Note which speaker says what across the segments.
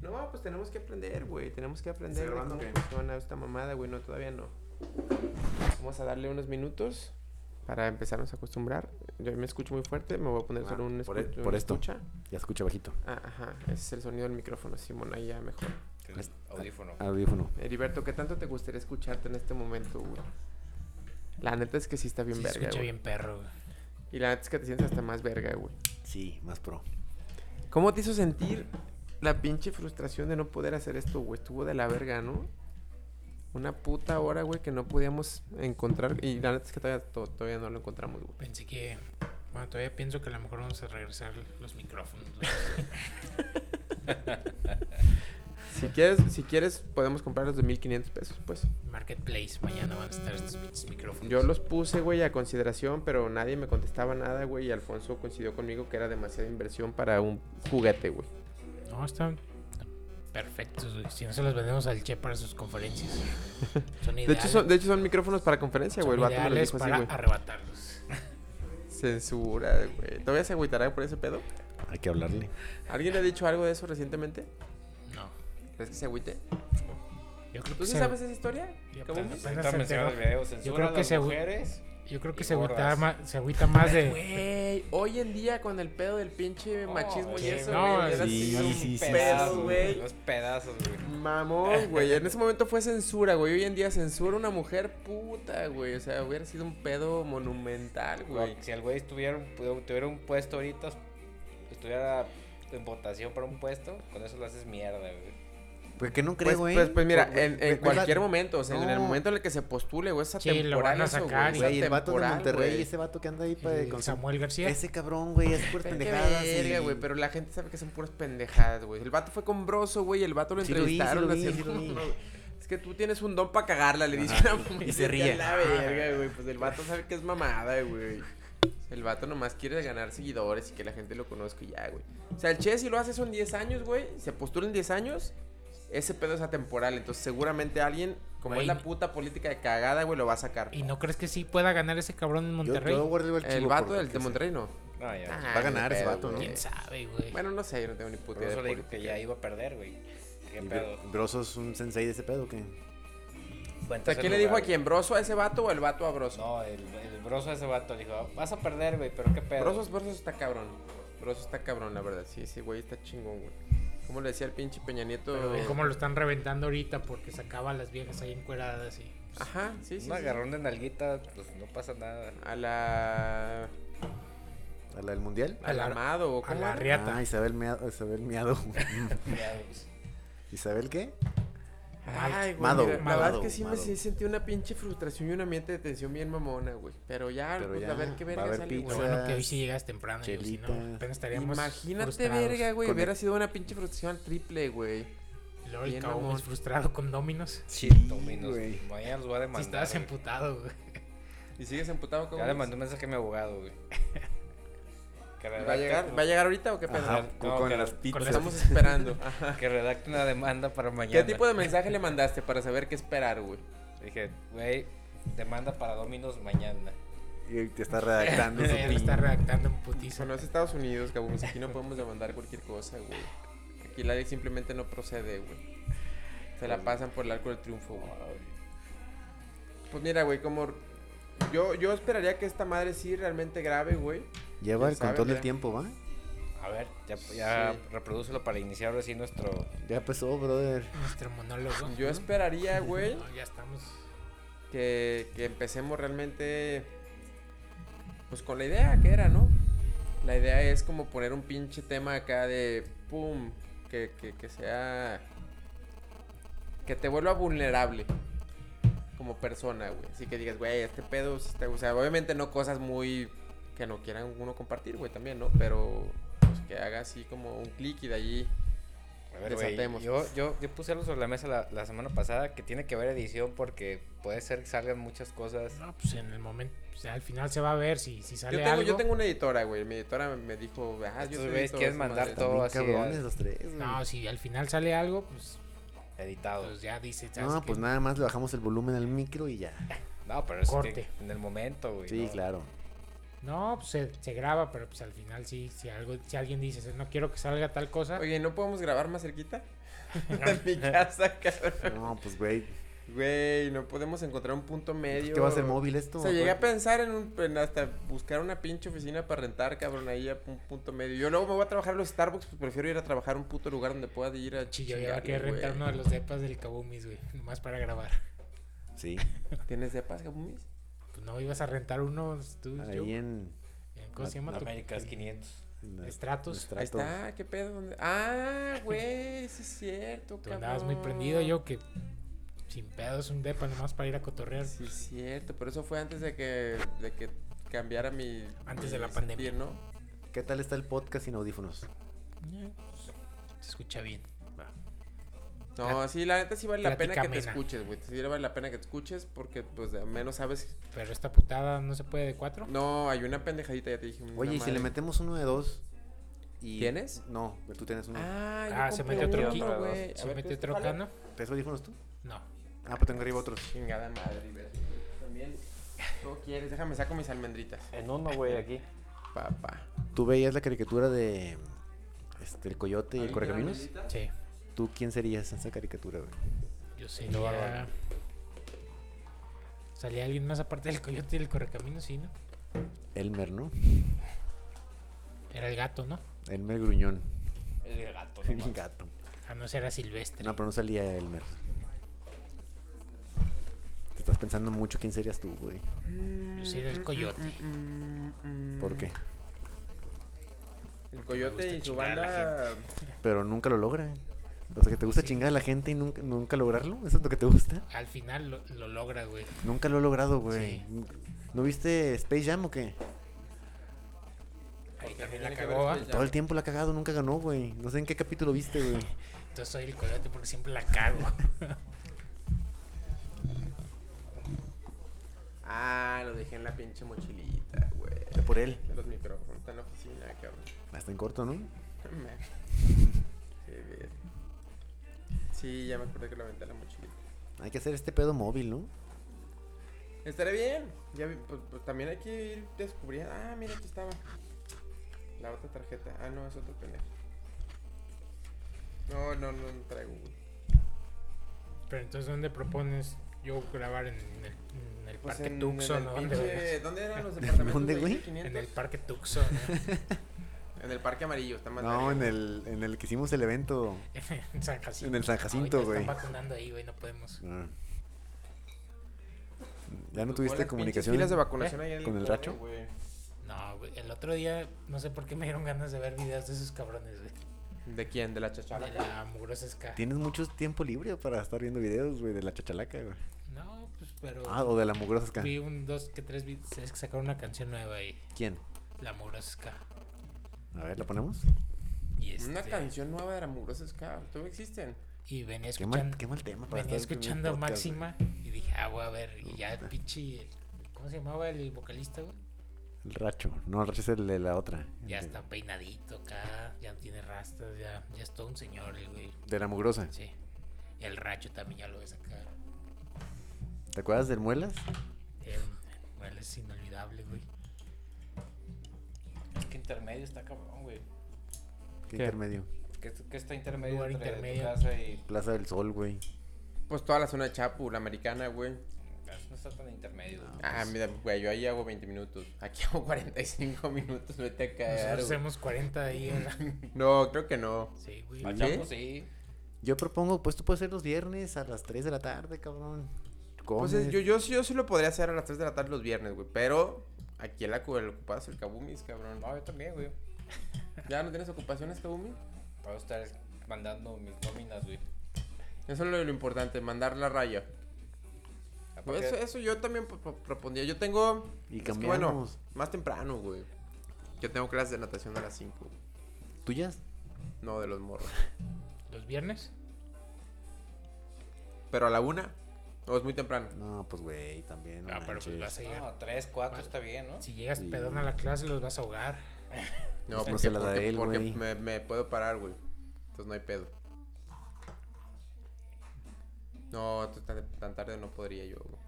Speaker 1: no, pues tenemos que aprender, güey, tenemos que aprender de
Speaker 2: ¿Está grabando
Speaker 1: cómo
Speaker 2: o qué?
Speaker 1: funciona esta mamada, güey, no, todavía no. Vamos a darle unos minutos para empezarnos a acostumbrar. Yo me escucho muy fuerte, me voy a poner
Speaker 2: Ah,
Speaker 1: solo un
Speaker 2: por e-
Speaker 1: escu-
Speaker 2: por
Speaker 1: una
Speaker 2: esto.
Speaker 1: escucha.
Speaker 2: Ya escucha bajito.
Speaker 1: Ah, ajá, ese es el sonido del micrófono, Simón, ahí ya mejor.
Speaker 3: El audífono.
Speaker 2: Ah, Audífono.
Speaker 1: Heriberto, ¿qué tanto te gustaría escucharte en este momento, güey? La neta es que sí está bien
Speaker 4: Sí, se
Speaker 1: verga,
Speaker 4: escucha
Speaker 1: güey.
Speaker 4: bien perro, güey.
Speaker 1: Y la neta es que te sientes hasta más verga, güey.
Speaker 2: Sí, más pro.
Speaker 1: ¿Cómo te hizo sentir la pinche frustración de no poder hacer esto, güey? Estuvo de la verga, ¿no? Una puta hora, güey, que no podíamos encontrar. Y la neta es que todavía, to- todavía no lo encontramos, güey.
Speaker 4: Pensé que. Bueno, todavía pienso que a lo mejor vamos a regresar los micrófonos.
Speaker 1: Si quieres, si quieres, podemos comprar los de 1500 pesos, pues.
Speaker 4: Marketplace, mañana van a estar estos pinches micrófonos.
Speaker 1: Yo los puse, güey, a consideración, pero nadie me contestaba nada, güey. Y Alfonso coincidió conmigo que era demasiada inversión para un juguete, güey.
Speaker 4: No, están perfectos, güey. Si no se los vendemos al Che para sus conferencias. Son
Speaker 1: De
Speaker 4: ideales.
Speaker 1: hecho, son, de hecho, son micrófonos para conferencia,
Speaker 4: son
Speaker 1: güey. El vato me lo
Speaker 4: ideales
Speaker 1: dijo así,
Speaker 4: para
Speaker 1: güey.
Speaker 4: arrebatarlos.
Speaker 1: Censura, güey. ¿Todavía se agüitará por ese pedo?
Speaker 2: Hay que hablarle.
Speaker 1: ¿Alguien le ha dicho algo de eso recientemente?
Speaker 4: No.
Speaker 1: ¿Crees que se agüite?
Speaker 4: Yo creo
Speaker 1: ¿Tú
Speaker 4: que
Speaker 1: sí
Speaker 4: se-
Speaker 1: sabes esa historia?
Speaker 4: Ya
Speaker 1: ¿Cómo?
Speaker 4: aprendí.
Speaker 3: Ahorita
Speaker 4: Apenas se
Speaker 3: mencionas
Speaker 4: enteró.
Speaker 3: videos, censura
Speaker 4: creo
Speaker 3: a
Speaker 4: que
Speaker 3: las
Speaker 4: se-
Speaker 3: mujeres.
Speaker 4: Yo creo que
Speaker 3: Y
Speaker 4: se agüita
Speaker 3: gordas.
Speaker 4: más, se agüita más de.
Speaker 1: Güey, hoy en día con el pedo del pinche
Speaker 3: No,
Speaker 1: machismo y
Speaker 3: sí,
Speaker 1: eso,
Speaker 4: Oh, no,
Speaker 1: güey, hubiera
Speaker 2: sí,
Speaker 1: sido un
Speaker 2: sí, sí,
Speaker 1: pedo,
Speaker 3: Pedazos, güey.
Speaker 1: güey.
Speaker 3: Los pedazos, güey.
Speaker 1: Mamón, güey. En ese momento fue censura, güey. Hoy en día censura a una mujer puta, güey. O sea, hubiera sido un pedo monumental, güey. Pues,
Speaker 3: Si el güey estuviera, un- tuviera un puesto ahorita, estuviera en votación para un puesto, con eso lo haces mierda, güey.
Speaker 2: ¿Por qué no
Speaker 1: Pues,
Speaker 2: creo, güey?
Speaker 1: pues, pues mira,
Speaker 2: Pues,
Speaker 1: en,
Speaker 2: pues,
Speaker 1: en
Speaker 2: pues,
Speaker 1: cualquier
Speaker 2: la-
Speaker 1: momento, o sea, en el
Speaker 2: No.
Speaker 1: momento en el que se postule, güey, esa
Speaker 4: Sí, lo van a sacar y-
Speaker 2: Güey, el vato de Monterrey, ese vato que anda ahí para
Speaker 4: el Samuel García.
Speaker 2: Ese cabrón, güey, es por pendejadas.
Speaker 1: pendejadas.
Speaker 2: y-
Speaker 1: güey, pero la gente sabe que son puras pendejadas, güey. El vato fue con Broso, güey, el vato lo
Speaker 2: Sí lo vi, sí lo
Speaker 1: entrevistaron
Speaker 2: vi,
Speaker 1: así,
Speaker 2: sí lo vi.
Speaker 1: Es que tú tienes un don para cagarla, le dicen a mamá,
Speaker 2: y se ríe.
Speaker 1: "A la verga, güey, pues el vato sabe que es mamada, güey. El vato nomás quiere ganar seguidores y que la gente lo conozca y ya, güey. O sea, el Che si lo hace son 10 años, güey, se postula en 10 años, ese pedo es atemporal, entonces seguramente alguien, como
Speaker 4: Güey.
Speaker 1: es la puta política de cagada, güey, lo va a sacar.
Speaker 4: ¿Y no crees que sí pueda ganar ese cabrón en
Speaker 2: Yo,
Speaker 4: Monterrey?
Speaker 2: yo guardo el
Speaker 1: El
Speaker 2: chivo
Speaker 1: vato
Speaker 2: por
Speaker 1: del
Speaker 2: cualquier
Speaker 1: de Monterrey no.
Speaker 3: No, ya.
Speaker 1: Ah,
Speaker 3: güey.
Speaker 2: Va a ganar
Speaker 1: ni
Speaker 2: ese
Speaker 1: pedo,
Speaker 2: vato, ¿no?
Speaker 1: güey.
Speaker 4: ¿Quién sabe, güey?
Speaker 1: Bueno, no sé, yo no tengo ni puta
Speaker 3: Por
Speaker 1: idea.
Speaker 3: eso
Speaker 1: de
Speaker 3: le digo que
Speaker 1: política.
Speaker 3: ya iba a perder, güey. Qué
Speaker 2: cosa. Y
Speaker 3: pedo.
Speaker 2: Bro- Broso es un sensei de ese pedo, ¿qué?
Speaker 1: O sea, ¿quién le dijo a quién? ¿Broso a ese vato o el vato a Broso?
Speaker 3: No, el, el broso ese vato le dijo, vas a perder, güey, pero qué pedo.
Speaker 1: Brosos, Brosos está cabrón. Brosos está cabrón, la verdad. Sí, ese güey está chingón, güey. ¿Cómo le decía el pinche Peña Nieto?
Speaker 4: Pero ve cómo lo están reventando ahorita porque sacaba a las viejas ahí encueradas y.
Speaker 1: Ajá, sí, sí.
Speaker 3: Un
Speaker 1: sí.
Speaker 3: agarrón de nalguita, pues no pasa nada.
Speaker 1: A la.
Speaker 2: ¿A la del mundial?
Speaker 4: A
Speaker 1: Al
Speaker 4: la-
Speaker 1: amado, o
Speaker 4: A
Speaker 1: cómo
Speaker 4: la
Speaker 1: era?
Speaker 4: riata.
Speaker 2: Ah, Isabel Meado. Isabel Meado.
Speaker 3: Ya, pues.
Speaker 2: ¿Isabel qué?
Speaker 1: Ay, güey.
Speaker 2: Mado,
Speaker 1: mira, la verdad es
Speaker 2: Mado,
Speaker 1: que sí me
Speaker 2: Mado.
Speaker 1: sí sentí una pinche frustración y un ambiente de tensión bien mamona, güey. Pero ya,
Speaker 2: Pero
Speaker 1: pues,
Speaker 2: ya,
Speaker 1: a ver qué
Speaker 2: va a
Speaker 1: verga
Speaker 2: haber
Speaker 1: sale,
Speaker 4: Lo
Speaker 1: güey.
Speaker 2: pizza.
Speaker 4: bueno que hoy sí llegas temprano, digo, si
Speaker 2: Chelitas.
Speaker 4: no, apenas estaríamos.
Speaker 1: Imagínate,
Speaker 4: frustrados.
Speaker 1: verga, güey.
Speaker 2: Con-
Speaker 1: Hubiera sido una pinche frustración al triple, güey.
Speaker 4: Luego el
Speaker 1: Bien,
Speaker 4: cabrón
Speaker 1: mamón.
Speaker 4: es frustrado con Dominos.
Speaker 3: Sí, Dominos.
Speaker 2: güey.
Speaker 3: Mañana los voy a
Speaker 4: Si
Speaker 3: demandar.
Speaker 4: estabas
Speaker 3: güey.
Speaker 4: emputado, güey.
Speaker 1: ¿Y sigues emputado con
Speaker 3: Ya le mandé un mensaje a mi abogado, güey. Que
Speaker 1: ¿Va a llegar, ¿va a llegar ahorita o qué pedo?
Speaker 2: Ajá,
Speaker 3: no,
Speaker 2: con, con
Speaker 3: que-
Speaker 2: las
Speaker 3: con
Speaker 2: pizzas.
Speaker 1: Estamos esperando. Ajá.
Speaker 3: que redacte una demanda para mañana.
Speaker 1: ¿Qué tipo de mensaje le mandaste para saber qué esperar, güey?
Speaker 3: Dije, güey, demanda para Dominos mañana.
Speaker 2: Y te está redactando su
Speaker 4: Ya lo está
Speaker 2: pin.
Speaker 4: redactando en putiza.
Speaker 1: Eso no es Estados Unidos, Gabumis. Aquí no podemos demandar cualquier cosa, güey. Aquí la ley simplemente no procede, güey. Se la pasan por el arco del triunfo, güey. Pues mira, güey, como. Yo, yo esperaría que esta madre sí realmente grave, güey.
Speaker 2: Lleva
Speaker 1: ¿Quién
Speaker 2: el
Speaker 1: sabe,
Speaker 2: control del
Speaker 1: mira?
Speaker 2: tiempo, ¿va?
Speaker 3: A ver, ya, ya
Speaker 1: Sí.
Speaker 3: reprodúcelo para iniciar ahora sí nuestro.
Speaker 2: Ya empezó, brother.
Speaker 4: Nuestro monólogo.
Speaker 1: Yo esperaría, güey,
Speaker 4: No, ya estamos.
Speaker 1: que, que empecemos realmente. Pues con la idea que era, ¿no? La idea es como poner un pinche tema acá de. ¡Pum! Que, que, que sea. Que te vuelva vulnerable. Como persona, güey. Así que digas, güey, este pedo. sí está-". O sea, obviamente no cosas muy. Que no quieran uno compartir, güey, también, ¿no? Pero. Pues que haga así como un clic y de allí.
Speaker 3: A ver, güey.
Speaker 1: Desatemos.
Speaker 3: Yo, yo, yo puse algo sobre la mesa la, la semana pasada que tiene que haber edición porque puede ser que salgan muchas cosas.
Speaker 4: No, pues en el momento. o sea, al final se va a ver si, si sale
Speaker 1: Yo tengo,
Speaker 4: algo.
Speaker 1: yo tengo una editora, güey. Mi editora me dijo, ah, yo
Speaker 3: Estos
Speaker 1: te
Speaker 3: güeyes
Speaker 1: edito
Speaker 3: quieren
Speaker 1: esa
Speaker 3: mandar
Speaker 1: madre".
Speaker 3: todo
Speaker 2: También
Speaker 3: así,
Speaker 2: cabrones
Speaker 3: ya.
Speaker 2: los tres, güey.
Speaker 4: No, si al final sale algo, pues,
Speaker 3: Editado.
Speaker 4: pues ya dice. ¿sabes
Speaker 2: No,
Speaker 4: qué?
Speaker 2: pues nada más le bajamos el volumen al micro y ya.
Speaker 1: Pues,
Speaker 3: No, pero es
Speaker 4: Corte.
Speaker 3: que en el momento, güey.
Speaker 2: Sí,
Speaker 3: ¿no?
Speaker 2: claro.
Speaker 4: No, pues se, se graba, pero pues al final sí, si algo, si alguien dice, no quiero que salga tal cosa,
Speaker 1: Oye, ¿no podemos grabar más cerquita? en mi casa, cabrón.
Speaker 2: No, pues güey.
Speaker 1: Güey, no podemos encontrar un punto medio.
Speaker 2: Pues, ¿Qué va a ser móvil esto?
Speaker 1: O sea, llegué a pensar en, un, en hasta buscar una pinche oficina para rentar, cabrón, ahí a un punto medio. Yo luego me voy a trabajar en los Starbucks, pues prefiero ir a trabajar a un puto lugar donde pueda ir a
Speaker 4: chillo, ya va
Speaker 1: chingarle,
Speaker 4: a querer rentar
Speaker 1: güey.
Speaker 4: uno de los depas del Kabumis, güey, nomás para grabar.
Speaker 2: Sí,
Speaker 1: ¿Tienes de paz, Gabumis?
Speaker 4: Pues no ibas a rentar uno, tú, Pues yo,
Speaker 2: ahí en.
Speaker 4: en- ¿cómo se llama? tu-
Speaker 3: Américas 500.
Speaker 2: en la-
Speaker 4: Estratos.
Speaker 2: en
Speaker 1: Ahí
Speaker 2: Stratos.
Speaker 1: está, qué pedo. ¿Dónde? Ah, güey, sí es cierto,
Speaker 4: Tú
Speaker 1: cabrón.
Speaker 4: andabas muy prendido, yo que sin pedos un depa nomás para ir a cotorrear.
Speaker 1: Sí es cierto, pero eso fue antes de que, de que cambiara mi...
Speaker 4: Antes
Speaker 1: mi
Speaker 4: de la pandemia.
Speaker 1: sentir, ¿no?
Speaker 2: ¿Qué tal está el podcast sin audífonos?
Speaker 4: Eh, pues, Se escucha bien. Ah.
Speaker 1: No, sí, la neta sí vale la pena
Speaker 4: Plática
Speaker 1: que te
Speaker 4: amena.
Speaker 1: escuches, güey. Sí vale la pena que te escuches porque, pues, al menos sabes...
Speaker 4: Pero esta putada no se puede de cuatro.
Speaker 1: No, hay una pendejadita, ya te dije. una
Speaker 2: Oye, ¿y si le
Speaker 1: madre.
Speaker 2: metemos uno de dos? Y...
Speaker 1: ¿Tienes?
Speaker 2: No, tú tienes uno.
Speaker 1: Ah, yo
Speaker 4: Ah, se
Speaker 1: compré
Speaker 4: mete
Speaker 1: uno,
Speaker 4: otro
Speaker 3: otro,
Speaker 4: kilo,
Speaker 3: güey.
Speaker 1: güey. A
Speaker 4: Se
Speaker 1: ver,
Speaker 4: mete
Speaker 1: pues,
Speaker 4: otro
Speaker 1: ¿cuál es?
Speaker 4: cano.
Speaker 2: ¿Traes audífonos tú?
Speaker 4: No.
Speaker 2: Ah, pues tengo arriba otros.
Speaker 1: Chingada madre, güey. También, tú quieres, déjame saco mis almendritas.
Speaker 3: En uno, güey, aquí.
Speaker 1: Papá.
Speaker 2: ¿Tú veías la caricatura de este, el coyote y el correcaminos?
Speaker 4: Sí.
Speaker 2: ¿Tú quién serías en esa caricatura, güey?
Speaker 4: Yo sería. ¿Salía alguien más aparte del coyote y del correcamino? Sí, ¿no?
Speaker 2: Elmer, ¿no?
Speaker 4: Era el gato, ¿no?
Speaker 2: Elmer Gruñón.
Speaker 3: El gato, no
Speaker 2: El
Speaker 3: mames.
Speaker 2: gato.
Speaker 4: A Ah, no ser a Silvestre.
Speaker 2: No, pero no salía Elmer. Te estás pensando mucho quién serías tú, güey.
Speaker 4: Yo sería el coyote.
Speaker 2: ¿Por qué?
Speaker 1: El
Speaker 4: Me
Speaker 1: coyote
Speaker 4: gusta
Speaker 1: y su
Speaker 4: chingar a la
Speaker 1: banda.
Speaker 2: Pero nunca lo logra. ¿eh? O sea, que te gusta chingar a la gente y nunca, nunca lograrlo. ¿Eso es lo que te gusta?
Speaker 4: Al final lo, lo logra, güey.
Speaker 2: Nunca lo he logrado, güey.
Speaker 4: Sí.
Speaker 2: ¿No viste Space Jam o qué?
Speaker 4: Ahí
Speaker 1: Porque
Speaker 4: también
Speaker 1: tiene
Speaker 4: la
Speaker 1: que ver
Speaker 4: cagó, ¿va?
Speaker 1: Space Jam.
Speaker 2: Todo el tiempo la ha cagado, nunca ganó, güey. No sé en qué capítulo viste, güey.
Speaker 4: Entonces soy el coyote porque siempre la cago.
Speaker 1: Ah, lo dejé en la pinche mochilita, güey.
Speaker 2: Ve Por él.
Speaker 1: Los micrófonos están en la oficina, cabrón.
Speaker 2: Hasta en corto, ¿no?
Speaker 1: Me- Qué bien. Sí, ya me acordé que lo aventé en la mochilita.
Speaker 2: Hay que hacer este pedo móvil, ¿no?
Speaker 1: Estaré bien. Ya vi- pues, pues, también hay que ir descubriendo. Ah, mira, aquí estaba. La otra tarjeta. Ah, no, es otro pendejo. No, no, no, no traigo, güey.
Speaker 4: Pero entonces, ¿dónde propones yo grabar en el, en el
Speaker 1: Pues
Speaker 4: Parque
Speaker 1: en- en
Speaker 4: Tucson?
Speaker 1: el
Speaker 4: ¿no?
Speaker 1: pinche-
Speaker 4: ¿Dónde vergas?
Speaker 1: ¿Dónde eran los departamentos?
Speaker 2: ¿Dónde,
Speaker 1: de
Speaker 2: güey?
Speaker 1: 500?
Speaker 4: En el Parque Tucson. ¿no?
Speaker 1: En el Parque Amarillo, está más
Speaker 2: No,
Speaker 1: verga.
Speaker 2: en el, en el que hicimos el evento.
Speaker 4: en San Jacinto.
Speaker 2: En el San Jacinto,
Speaker 4: Ahorita
Speaker 2: güey.
Speaker 4: Están vacunando ahí, güey, no podemos.
Speaker 2: Ah. ¿Ya no
Speaker 1: Pues,
Speaker 2: tuviste
Speaker 1: las pinches
Speaker 2: comunicación?
Speaker 1: filas de vacunación ahí en
Speaker 2: ¿Con el
Speaker 1: Corre,
Speaker 2: racho?
Speaker 1: güey.
Speaker 4: No, güey, el otro día no sé por qué me dieron ganas de ver videos de esos cabrones, güey.
Speaker 1: ¿De quién? ¿De la chachala?
Speaker 4: De la mugrosa ska.
Speaker 2: Tienes mucho tiempo libre para estar viendo videos, güey, de la chachalaca, güey.
Speaker 4: No, pues, pero
Speaker 2: Ah, o de la mugrosa ska.
Speaker 4: vi un, dos, que tres videos es que sacaron una canción nueva y
Speaker 2: ¿Quién?
Speaker 4: la mugrosa ska.
Speaker 2: A ver, ¿la ponemos?
Speaker 4: Y este,
Speaker 1: Una canción nueva de la Mugrosa Ska. ¿Todavía existen?
Speaker 4: Y venía
Speaker 2: Qué mal,
Speaker 4: escuchando,
Speaker 2: qué mal tema para
Speaker 4: venía
Speaker 2: estar viendo
Speaker 4: escuchando a
Speaker 2: podcast,
Speaker 4: Máxima y dije, ah, voy a ver. Y ya el pinche, ¿cómo se llamaba el vocalista, güey?
Speaker 2: güey. El racho. No, el racho es el de la otra.
Speaker 4: Ya
Speaker 2: El de-
Speaker 4: está peinadito acá, ya no tiene rastas, ya, ya es todo un señor el güey.
Speaker 2: De la mugrosa.
Speaker 4: Sí. Y el racho también ya lo ves acá.
Speaker 2: ¿Te acuerdas del Muelas?
Speaker 4: Eh, bueno, es inolvidable, güey.
Speaker 3: Es que intermedio está cabrón, güey.
Speaker 2: ¿Qué,
Speaker 1: ¿Qué?
Speaker 2: intermedio?
Speaker 3: ¿Qué, qué está intermedio
Speaker 4: Lugar
Speaker 3: entre
Speaker 4: intermedio.
Speaker 3: tu casa y...
Speaker 2: Plaza del Sol, güey.
Speaker 1: Pues toda la zona de Chapu, la americana, güey.
Speaker 3: No está tan intermedio. güey.
Speaker 1: Ah, mira, güey, yo ahí hago 20 minutos. Aquí hago 45 minutos, vete a caer.
Speaker 4: Nosotros hacemos 40 ahí en la-
Speaker 1: No, creo que no.
Speaker 4: Sí, güey.
Speaker 3: Para
Speaker 1: ¿Sí?
Speaker 3: Chapo, sí.
Speaker 2: Yo propongo, pues tú puedes ser los viernes a las 3 de la tarde, cabrón.
Speaker 1: Pues
Speaker 2: Comes.
Speaker 1: es- yo, yo, sí- yo sí lo podría hacer a las 3 de la tarde los viernes, güey. Pero aquí en la cu- el ocupado es el Kabumis, cabrón.
Speaker 3: No, yo también, güey.
Speaker 1: ¿Ya no tienes ocupaciones, Kabumi?
Speaker 3: Voy a estar mandando mis nóminas, güey.
Speaker 1: Eso es lo, lo importante, mandar la raya. Pues
Speaker 3: Aparte,
Speaker 1: eso, eso yo también pro- pro- propondría. Yo tengo.
Speaker 2: Y
Speaker 1: es que,
Speaker 2: cambiamos.
Speaker 1: bueno, más temprano, güey. Yo tengo clases de natación a las 5.
Speaker 2: ¿Tuyas?
Speaker 1: No, de los morros.
Speaker 4: ¿Los viernes?
Speaker 1: Pero a la 1. O es muy temprano.
Speaker 2: No, pues güey, también. no
Speaker 4: Ah, pero pues
Speaker 2: manches.
Speaker 4: vas a llegar.
Speaker 3: No, tres, cuatro está bien, ¿no?
Speaker 4: Si llegas
Speaker 2: Sí.
Speaker 4: pedón a la clase, los vas a ahogar.
Speaker 1: No,
Speaker 2: Pues
Speaker 1: porque,
Speaker 2: no se la da
Speaker 1: porque-
Speaker 2: él,
Speaker 1: porque
Speaker 2: güey.
Speaker 1: me, me puedo parar, güey. Entonces no hay pedo. No, t- tan, tan tarde no podría yo, güey.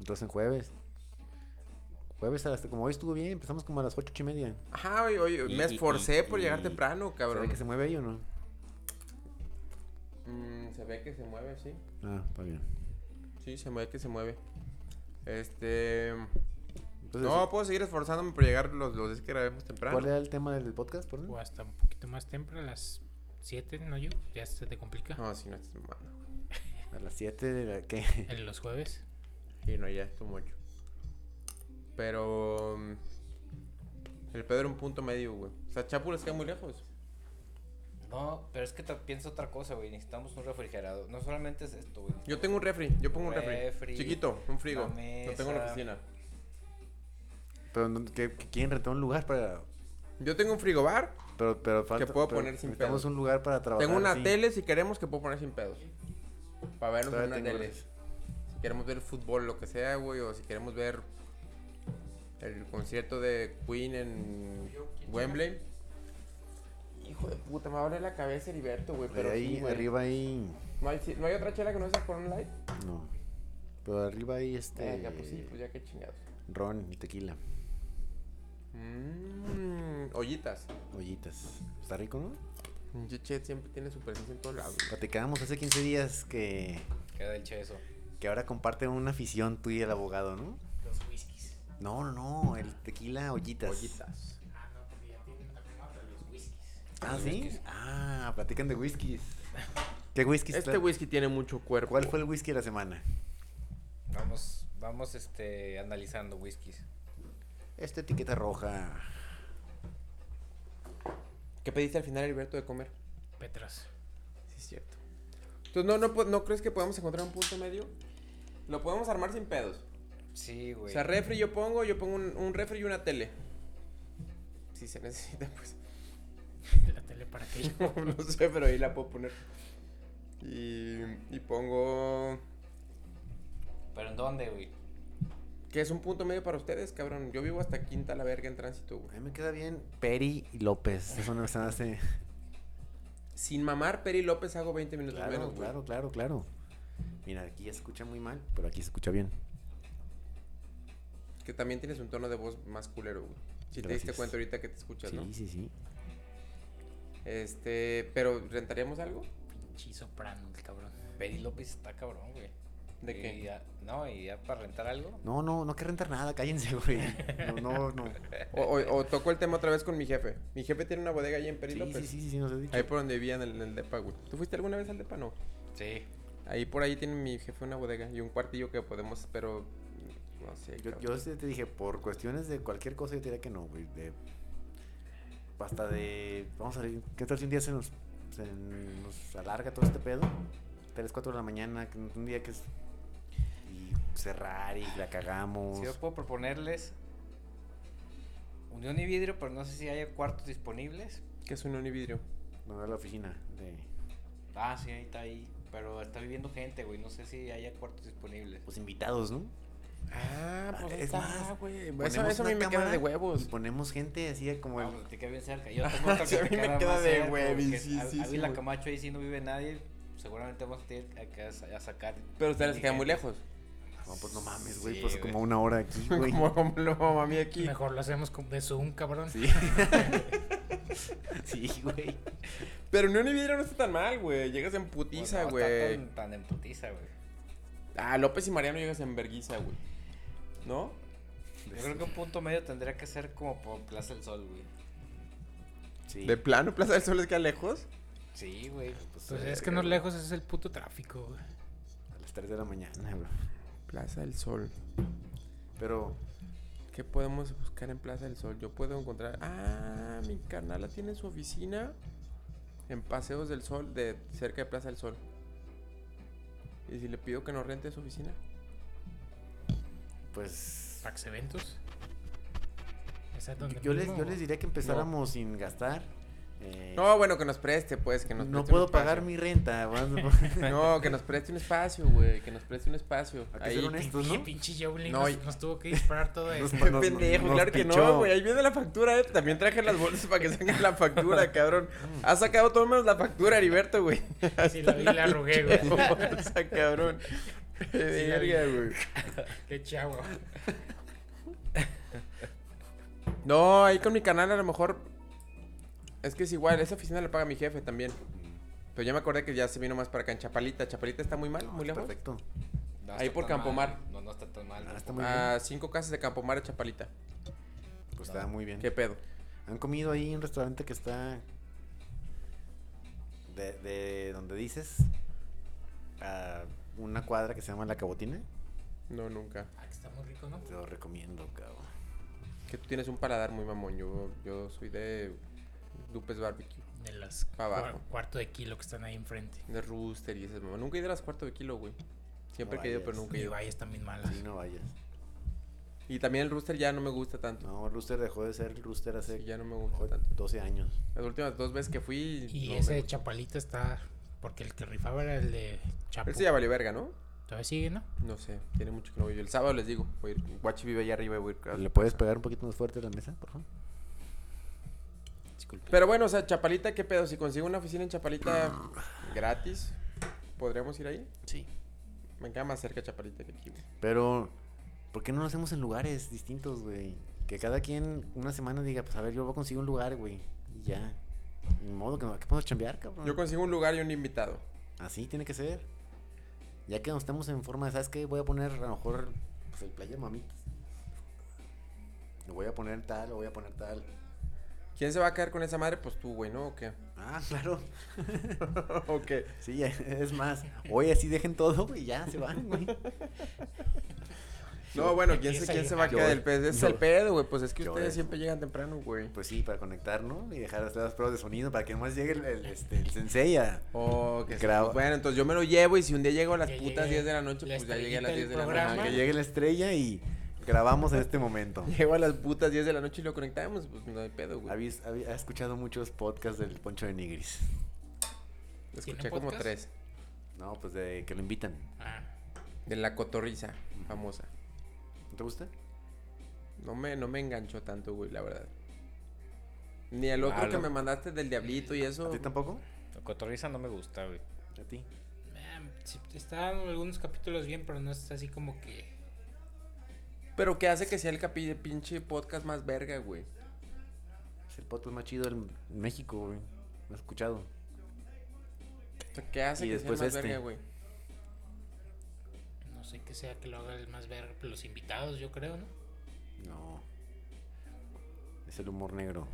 Speaker 2: Entonces en jueves. Jueves, hasta como hoy estuvo bien, empezamos como a las ocho, ocho y media.
Speaker 1: Ajá, oye, oye,
Speaker 3: Y-
Speaker 1: me
Speaker 3: y-
Speaker 1: esforcé
Speaker 3: y-
Speaker 1: por llegar
Speaker 3: y-
Speaker 1: temprano,
Speaker 2: ¿Se ve
Speaker 1: cabrón.
Speaker 2: que se mueve ahí o no?
Speaker 1: Mm, se ve que se mueve, sí.
Speaker 2: Ah, está bien.
Speaker 1: Sí, se mueve que se mueve. Este.
Speaker 2: Entonces,
Speaker 1: No, puedo seguir esforzándome por llegar los, los días que grabemos temprano.
Speaker 2: ¿cuál era el tema del podcast, por
Speaker 4: O
Speaker 2: ejemplo?
Speaker 4: hasta un poquito más temprano, a las 7, ¿no yo? Ya se te complica.
Speaker 1: No, si no este, estás mamando.
Speaker 2: A las siete de la que...
Speaker 4: En los jueves.
Speaker 1: Y no, ya es tu mucho. Pero. mm, El Pedro era un punto medio, güey. O sea, Chapulas queda muy lejos.
Speaker 3: No, pero es que te pienso otra cosa, güey. Necesitamos un refrigerador. No solamente es esto, güey.
Speaker 1: Yo tengo un refri, yo pongo un refri.
Speaker 3: Refri,
Speaker 1: Chiquito, un frigo.
Speaker 3: la
Speaker 1: Lo tengo en la
Speaker 3: mesa.
Speaker 1: oficina.
Speaker 2: Pero no- que, que quieren rentar un lugar para...
Speaker 1: Yo tengo un frigobar,
Speaker 2: Pero, pero falta,
Speaker 1: puedo
Speaker 2: pero
Speaker 1: poner sin
Speaker 2: necesitamos
Speaker 1: pedo.
Speaker 2: un lugar para trabajar.
Speaker 1: tengo una
Speaker 2: sí.
Speaker 1: tele si queremos que puedo poner sin pedos. Para vernos en
Speaker 2: Todavía
Speaker 1: una
Speaker 2: tengo
Speaker 1: tele.
Speaker 2: esas.
Speaker 1: Si queremos ver fútbol, lo que sea, güey, o si queremos ver el concierto de Queen en Wembley. Hijo de puta, me abre la cabeza Heriberto, güey, pero
Speaker 2: ahí,
Speaker 1: sí, güey.
Speaker 2: arriba ahí...
Speaker 1: ¿No hay, no hay otra chela que no sea con light?
Speaker 2: No. Pero arriba ahí este...
Speaker 1: ya, pues sí, pues ya qué chingados.
Speaker 2: Ron y tequila.
Speaker 1: Mmm, ollitas.
Speaker 2: Ollitas. Está rico, ¿no?
Speaker 1: Chichet siempre tiene su presencia en todos lados.
Speaker 2: Platicábamos hace 15 días que,
Speaker 3: Queda el cheso.
Speaker 2: que ahora comparten una afición tú y el abogado, ¿no?
Speaker 4: Los whiskies.
Speaker 2: No, no, no, el tequila ollitas.
Speaker 1: Ollitas.
Speaker 4: Ah, no, porque ya tienen también otra, los whiskies.
Speaker 2: Ah,
Speaker 3: Los
Speaker 2: ¿sí?
Speaker 3: whiskies.
Speaker 2: Ah, platican de whiskies. ¿Qué whiskies?
Speaker 1: Este
Speaker 2: tra-
Speaker 1: whisky tiene mucho cuerpo.
Speaker 2: ¿Cuál fue el whisky de la semana?
Speaker 3: Vamos, vamos, este, analizando whiskies.
Speaker 2: Esta etiqueta roja.
Speaker 1: ¿Qué pediste al final, Heriberto, de comer?
Speaker 4: Petras.
Speaker 1: Sí, es cierto. Entonces, ¿no, no, po- ¿no crees que podemos encontrar un punto medio? Lo podemos armar sin pedos.
Speaker 3: Sí, güey.
Speaker 1: O sea, refri yo pongo, yo pongo un, un refri y una tele. Si se necesita, pues.
Speaker 4: La tele para que
Speaker 1: no sé, pero ahí la puedo poner. Y, y pongo.
Speaker 3: ¿Pero en dónde, güey?
Speaker 1: ¿Qué es un punto medio para ustedes, cabrón? Yo vivo hasta Quinta la Verga en tránsito,
Speaker 2: A
Speaker 1: güey.
Speaker 2: mí me queda bien Peri y López. Eso no se me hace.
Speaker 1: Sin mamar, Peri López hago 20 minutos
Speaker 2: Claro,
Speaker 1: menos, güey.
Speaker 2: claro, claro, claro. Mira, aquí ya se escucha muy mal, pero aquí se escucha bien.
Speaker 1: Que también tienes un tono de voz más culero, güey. Si te diste
Speaker 2: Gracias.
Speaker 1: cuenta ahorita que te escuchas, ¿no?
Speaker 2: Sí, sí, sí.
Speaker 1: Este, pero ¿rentaríamos algo?
Speaker 4: pinche soprano, el cabrón.
Speaker 3: Peri López está cabrón, güey.
Speaker 1: ¿De
Speaker 3: Y
Speaker 1: qué?
Speaker 3: ya- no, y ya para rentar algo.
Speaker 2: No, no, no hay que rentar nada, cállense, güey. No, no, no.
Speaker 1: O, o- o toco el tema otra vez con mi jefe. Mi jefe tiene una bodega ahí en Peri
Speaker 2: Sí,
Speaker 1: López.
Speaker 2: sí, sí, sí, sí, nos has dicho.
Speaker 1: Ahí por donde vivía en el, en el depa, güey. ¿Tú fuiste alguna vez al depa? No.
Speaker 3: Sí.
Speaker 1: Ahí por ahí tiene mi jefe una bodega y un cuartillo que podemos, pero no sé.
Speaker 2: Yo,
Speaker 1: cabrón.
Speaker 2: yo sí te dije, por cuestiones de cualquier cosa, yo te diría que no, güey. De, hasta de. Vamos a ver, ¿qué tal si un día se nos, se nos alarga todo este pedo? 3, 4 de la mañana, que un un día que es. Y cerrar y la cagamos.
Speaker 3: Si yo puedo proponerles unión y vidrio, pero no sé si hay cuartos disponibles.
Speaker 1: ¿Qué es un unividrio?
Speaker 2: No, a la oficina. De,
Speaker 3: Ah, sí, ahí está ahí. Pero está viviendo gente, güey. No sé si haya cuartos disponibles.
Speaker 2: pues invitados, ¿no?
Speaker 1: Ah,
Speaker 2: Ah,
Speaker 1: pues
Speaker 2: es
Speaker 1: es está,
Speaker 2: más,
Speaker 1: güey.
Speaker 2: ponemos
Speaker 1: Eso, eso a
Speaker 2: una
Speaker 1: mí me queda
Speaker 2: cámara
Speaker 1: de
Speaker 2: Y
Speaker 1: huevos.
Speaker 2: ponemos gente así como
Speaker 3: Ah,
Speaker 2: el.
Speaker 3: pues te queda bien cerca. Yo tengo otro que
Speaker 1: Sí, a
Speaker 3: te
Speaker 1: mí me
Speaker 3: queda
Speaker 1: queda
Speaker 3: más
Speaker 1: de
Speaker 3: cerca,
Speaker 1: huevis,
Speaker 3: porque
Speaker 1: sí,
Speaker 3: a-
Speaker 1: sí,
Speaker 3: a
Speaker 1: sí,
Speaker 3: Vila
Speaker 1: güey.
Speaker 3: Camacho ahí sí no vive nadie. Seguramente vamos a tener que- que sa- a sacar.
Speaker 1: Pero ustedes les queda muy
Speaker 3: indigentes.
Speaker 1: lejos.
Speaker 2: No, pues no mames, güey.
Speaker 3: Sí,
Speaker 2: pues
Speaker 3: güey.
Speaker 2: como una hora aquí, güey.
Speaker 1: Como, como lo mami aquí.
Speaker 4: Mejor lo hacemos con- de Zoom, cabrón.
Speaker 2: Sí. sí, güey.
Speaker 1: Pero unión y vidrio no está tan mal, güey. Llegas en putiza,
Speaker 3: Pues no, está
Speaker 1: güey.
Speaker 3: Tan, tan en putiza, güey.
Speaker 1: Ah, López y Mariano llegas en verguiza, güey. ¿No?
Speaker 3: Yo creo que un punto medio tendría que ser como por Plaza del Sol, güey.
Speaker 2: Sí.
Speaker 1: ¿De plano Plaza del Sol les queda lejos?
Speaker 3: Sí, güey.
Speaker 2: pues,
Speaker 4: Pues
Speaker 2: eh,
Speaker 4: es que no lejos ese es el puto tráfico, güey.
Speaker 2: A las 3 de la mañana, bro.
Speaker 1: Plaza del Sol.
Speaker 2: Pero
Speaker 1: ¿Qué podemos buscar en Plaza del Sol? Yo puedo encontrar... Ah, mi carnal la tiene en su oficina en Paseos del Sol, de cerca de Plaza del Sol. ¿Y si le pido que nos rente su oficina?
Speaker 2: Pues
Speaker 4: Pax Eventos. Esa es donde
Speaker 2: yo les,
Speaker 4: mismo,
Speaker 2: yo les diría que empezáramos sin gastar. eh,
Speaker 1: No, bueno, que nos preste, pues, que nos preste
Speaker 2: no
Speaker 1: un
Speaker 2: puedo pagar
Speaker 1: espacio.
Speaker 2: mi renta. vas-
Speaker 1: No, que nos preste un espacio, güey, que nos preste un espacio.
Speaker 2: Hay que
Speaker 1: Ahí.
Speaker 2: ser
Speaker 4: güey.
Speaker 2: honestos,
Speaker 4: Pinche-
Speaker 2: ¿no?
Speaker 4: Pinche Jowling
Speaker 1: No,
Speaker 4: nos,
Speaker 1: y-
Speaker 4: nos tuvo que disparar todo eso.
Speaker 1: Qué
Speaker 2: Nos-
Speaker 1: pendejo,
Speaker 2: nos
Speaker 1: claro que
Speaker 2: pichó.
Speaker 1: no, güey. Ahí viene la factura, eh. También traje las bolsas para que saquen la factura, cabrón. Ha sacado todo menos la factura, Heriberto, güey.
Speaker 4: Sí, la vi, la arrugué,
Speaker 1: Qué
Speaker 4: güey.
Speaker 1: bolsa, cabrón. Qué
Speaker 4: Sí, la vi.
Speaker 1: verga, güey.
Speaker 4: Le eché agua.
Speaker 1: No, ahí con mi canal a lo mejor. Es que es igual, esa oficina la paga mi jefe también. Pero ya me acordé que ya se vino más para acá en Chapalita. Chapalita está muy mal,
Speaker 2: No,
Speaker 1: muy
Speaker 2: está
Speaker 1: lejos.
Speaker 2: Pues, Perfecto.
Speaker 3: No
Speaker 1: Ahí
Speaker 3: está
Speaker 1: por
Speaker 3: tan
Speaker 1: Campomar.
Speaker 3: mal. No, no está tan mal.
Speaker 2: Ah, está
Speaker 3: tampoco.
Speaker 2: muy bien.
Speaker 1: A cinco casas de Campomar a Chapalita.
Speaker 2: Pues está muy bien.
Speaker 1: ¿Qué pedo?
Speaker 2: ¿Han comido ahí en un restaurante que está de, de donde dices? A una cuadra que se llama La Cabotina.
Speaker 1: No, nunca.
Speaker 4: Ah, que está muy rico, ¿no?
Speaker 2: Te lo recomiendo, cabrón.
Speaker 1: Que tú tienes un paladar muy mamón. Yo, yo soy de Dupes Barbecue.
Speaker 4: De las
Speaker 1: Pa' abajo.
Speaker 4: cuar- cuarto de kilo que están ahí enfrente.
Speaker 1: De Rooster y esas mamón. Nunca he ido a las cuarto de kilo, güey. Siempre
Speaker 2: No
Speaker 1: he querido, pero
Speaker 2: vayas.
Speaker 1: nunca he
Speaker 4: Y
Speaker 1: ido.
Speaker 4: vallas también malas.
Speaker 2: Sí, no vayas.
Speaker 1: Y también el Rooster ya no me gusta tanto.
Speaker 2: No, Rooster dejó de ser Rooster hace
Speaker 1: Sí, ya no me gusta
Speaker 2: jo-
Speaker 1: tanto.
Speaker 2: 12 años.
Speaker 1: Las últimas dos veces que fui.
Speaker 4: Y
Speaker 1: no me
Speaker 4: ese de
Speaker 1: gustó.
Speaker 4: Chapalita está. Porque el que rifaba era el de Chapo.
Speaker 1: Él se ya valió verga, ¿no?
Speaker 4: Todavía sigue, ¿no?
Speaker 1: No sé, tiene mucho que no voy yo. El sábado les digo, voy a ir. Guachi vive allá arriba y voy a ir a
Speaker 2: ¿Le
Speaker 1: su
Speaker 2: puedes
Speaker 1: casa.
Speaker 2: pegar un poquito más fuerte a la mesa, por favor? Disculpe.
Speaker 1: Pero bueno, o sea, Chapalita, ¿qué pedo? Si consigo una oficina en Chapalita gratis, ¿podríamos ir ahí?
Speaker 2: Sí.
Speaker 1: Me queda más cerca Chapalita que aquí, güey.
Speaker 2: Pero, ¿por qué no lo hacemos en lugares distintos, güey? Que cada quien una semana diga, pues a ver, yo voy a conseguir un lugar, güey. Y ya. Ni modo, que no- ¿qué podemos chambear, cabrón?
Speaker 1: Yo consigo un lugar y un invitado.
Speaker 2: Así tiene que ser. Ya que nos estamos en forma, ¿sabes qué? Voy a poner a lo mejor pues, el playa mamitas. Lo voy a poner tal, lo voy a poner tal.
Speaker 1: ¿Quién se va a quedar con esa madre? Pues tú, güey, ¿no? ¿O qué?
Speaker 2: Ah, claro.
Speaker 1: ¿O qué?
Speaker 2: Sí, es más. Hoy así dejen todo, güey, ya se van, güey.
Speaker 1: No, bueno, ¿quién se,
Speaker 4: Empieza
Speaker 1: quién
Speaker 4: yo.
Speaker 1: se va a
Speaker 2: Yo,
Speaker 1: quedar el pedo? Ese Es
Speaker 2: yo.
Speaker 1: el pedo, güey. Pues es que
Speaker 2: Yo,
Speaker 1: ustedes
Speaker 2: eh.
Speaker 1: siempre llegan temprano, güey.
Speaker 2: Pues sí, para conectarnos y dejar las pruebas de sonido para que nomás llegue el, el, este, el sensei a-
Speaker 1: Oh, que se-
Speaker 2: Graba.
Speaker 1: pues bueno, entonces yo me lo llevo y si un día llego a las
Speaker 4: Que
Speaker 1: putas
Speaker 4: llegue
Speaker 1: 10 de la noche,
Speaker 4: la
Speaker 1: pues ya llegué a las 10 de
Speaker 4: estrellita
Speaker 1: la
Speaker 4: del
Speaker 1: noche.
Speaker 4: programa.
Speaker 2: que llegue la estrella y grabamos en este momento.
Speaker 1: Llego a las putas 10 de la noche y lo conectamos, pues no hay pedo, güey.
Speaker 2: ¿Habéis, habéis- has escuchado muchos podcasts del Poncho de Nigris?
Speaker 1: Escuché
Speaker 4: ¿Tiene
Speaker 1: como
Speaker 4: podcast?
Speaker 1: tres.
Speaker 2: No, pues de que lo invitan.
Speaker 4: Ah.
Speaker 1: De la cotorriza famosa.
Speaker 2: ¿No te gusta?
Speaker 1: No me, no me enganchó tanto, güey, la verdad. Ni el otro
Speaker 2: Malo.
Speaker 1: que me mandaste del diablito y eso.
Speaker 2: ¿A ti tampoco?
Speaker 3: La cotorriza no me gusta, güey.
Speaker 2: ¿A ti?
Speaker 4: Eh, sí, Están algunos capítulos bien, pero no es así como que.
Speaker 1: Pero que hace que sea el capi- pinche podcast más verga, güey.
Speaker 2: Es el podcast más chido del- en México, güey. Lo has escuchado.
Speaker 1: O sea, ¿Qué hace
Speaker 2: Y
Speaker 1: que
Speaker 2: después
Speaker 1: sea el más
Speaker 2: este.
Speaker 1: verga, güey?
Speaker 4: No sé qué sea que lo haga el más ver los invitados, yo creo, ¿no?
Speaker 2: No. Es el humor negro.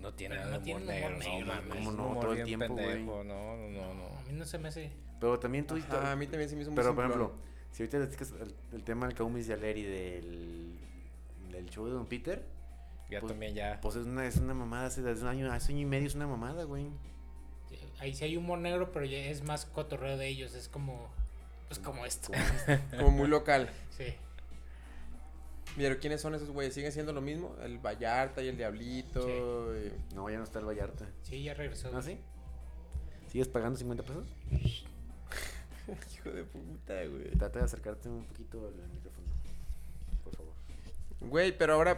Speaker 3: No tiene
Speaker 4: Pero
Speaker 3: nada
Speaker 4: no
Speaker 3: de humor
Speaker 4: tiene
Speaker 3: negro,
Speaker 4: humor
Speaker 3: no,
Speaker 4: negro,
Speaker 3: mames.
Speaker 4: ¿cómo
Speaker 3: Es
Speaker 2: no?
Speaker 3: un humor
Speaker 2: Todo el
Speaker 3: bien
Speaker 2: tiempo, güey.
Speaker 3: pendejo, No, no, no,
Speaker 4: A
Speaker 3: no.
Speaker 4: mí no se me hace.
Speaker 2: Pero también tú...
Speaker 1: Ajá, Ah, a mí también se me hizo muy
Speaker 2: Pero, por
Speaker 1: simplón.
Speaker 2: ejemplo, si ahorita le sacas el, el tema del Kaumis de Aleri del, del show de Don Peter,
Speaker 3: Ya
Speaker 2: Pues-
Speaker 3: también ya.
Speaker 2: pues es una, es una mamada hace, desde un año, hace año y medio es una mamada, güey.
Speaker 4: Ahí sí hay humor negro, pero ya es más cotorreo de ellos. Es como. Pues como esto.
Speaker 2: Como-
Speaker 1: Como muy local.
Speaker 4: Sí.
Speaker 1: Pero ¿quiénes son esos güeyes? ¿Siguen siendo lo mismo? El Vallarta y el Diablito. y-
Speaker 2: No, ya no está el Vallarta.
Speaker 4: Sí, ya regresó.
Speaker 2: ¿Ah, sí? ¿Sigues pagando 50 pesos?
Speaker 1: Hijo de puta, güey.
Speaker 2: Trata de acercarte un poquito al micrófono. Por favor.
Speaker 1: Güey, pero ahora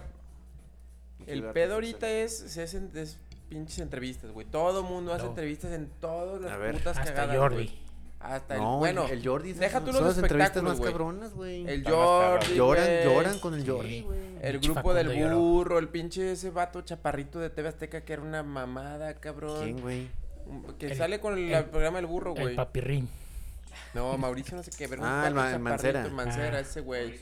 Speaker 2: No quiero
Speaker 1: El
Speaker 2: darte
Speaker 1: pedo
Speaker 2: ese
Speaker 1: ahorita
Speaker 2: cel-
Speaker 1: es, se hacen es pinches entrevistas, güey. Todo mundo hace
Speaker 4: Todo.
Speaker 1: entrevistas en todas las
Speaker 2: A ver,
Speaker 1: putas
Speaker 4: Hasta
Speaker 1: cagadas.
Speaker 4: Jordi.
Speaker 1: güey. Hasta
Speaker 2: No,
Speaker 1: el. Bueno,
Speaker 2: el Jordi.
Speaker 1: deja
Speaker 2: son-
Speaker 1: tú
Speaker 2: son
Speaker 1: los
Speaker 2: las entrevistas más
Speaker 1: espectáculos, güey.
Speaker 2: cabronas, güey.
Speaker 1: el
Speaker 3: Están más
Speaker 1: Jordi.
Speaker 3: cagados.
Speaker 2: Lloran,
Speaker 1: güey,
Speaker 2: lloran con el Jordi,
Speaker 4: Sí.
Speaker 2: güey.
Speaker 1: El
Speaker 4: Pinche
Speaker 1: grupo del
Speaker 4: Facundo lloró.
Speaker 1: burro, el pinche ese vato chaparrito de TV Azteca que era una mamada, cabrón.
Speaker 2: ¿Quién, güey?
Speaker 1: Un- Que
Speaker 4: El-
Speaker 1: sale con el,
Speaker 4: el-
Speaker 1: programa del burro,
Speaker 4: El
Speaker 1: güey.
Speaker 4: papirrín.
Speaker 1: No, Mauricio no sé qué, pero un
Speaker 2: Ah,
Speaker 1: vato
Speaker 2: el Ma- el
Speaker 1: chaparrito,
Speaker 2: Mancera.
Speaker 1: Mancera, ese güey.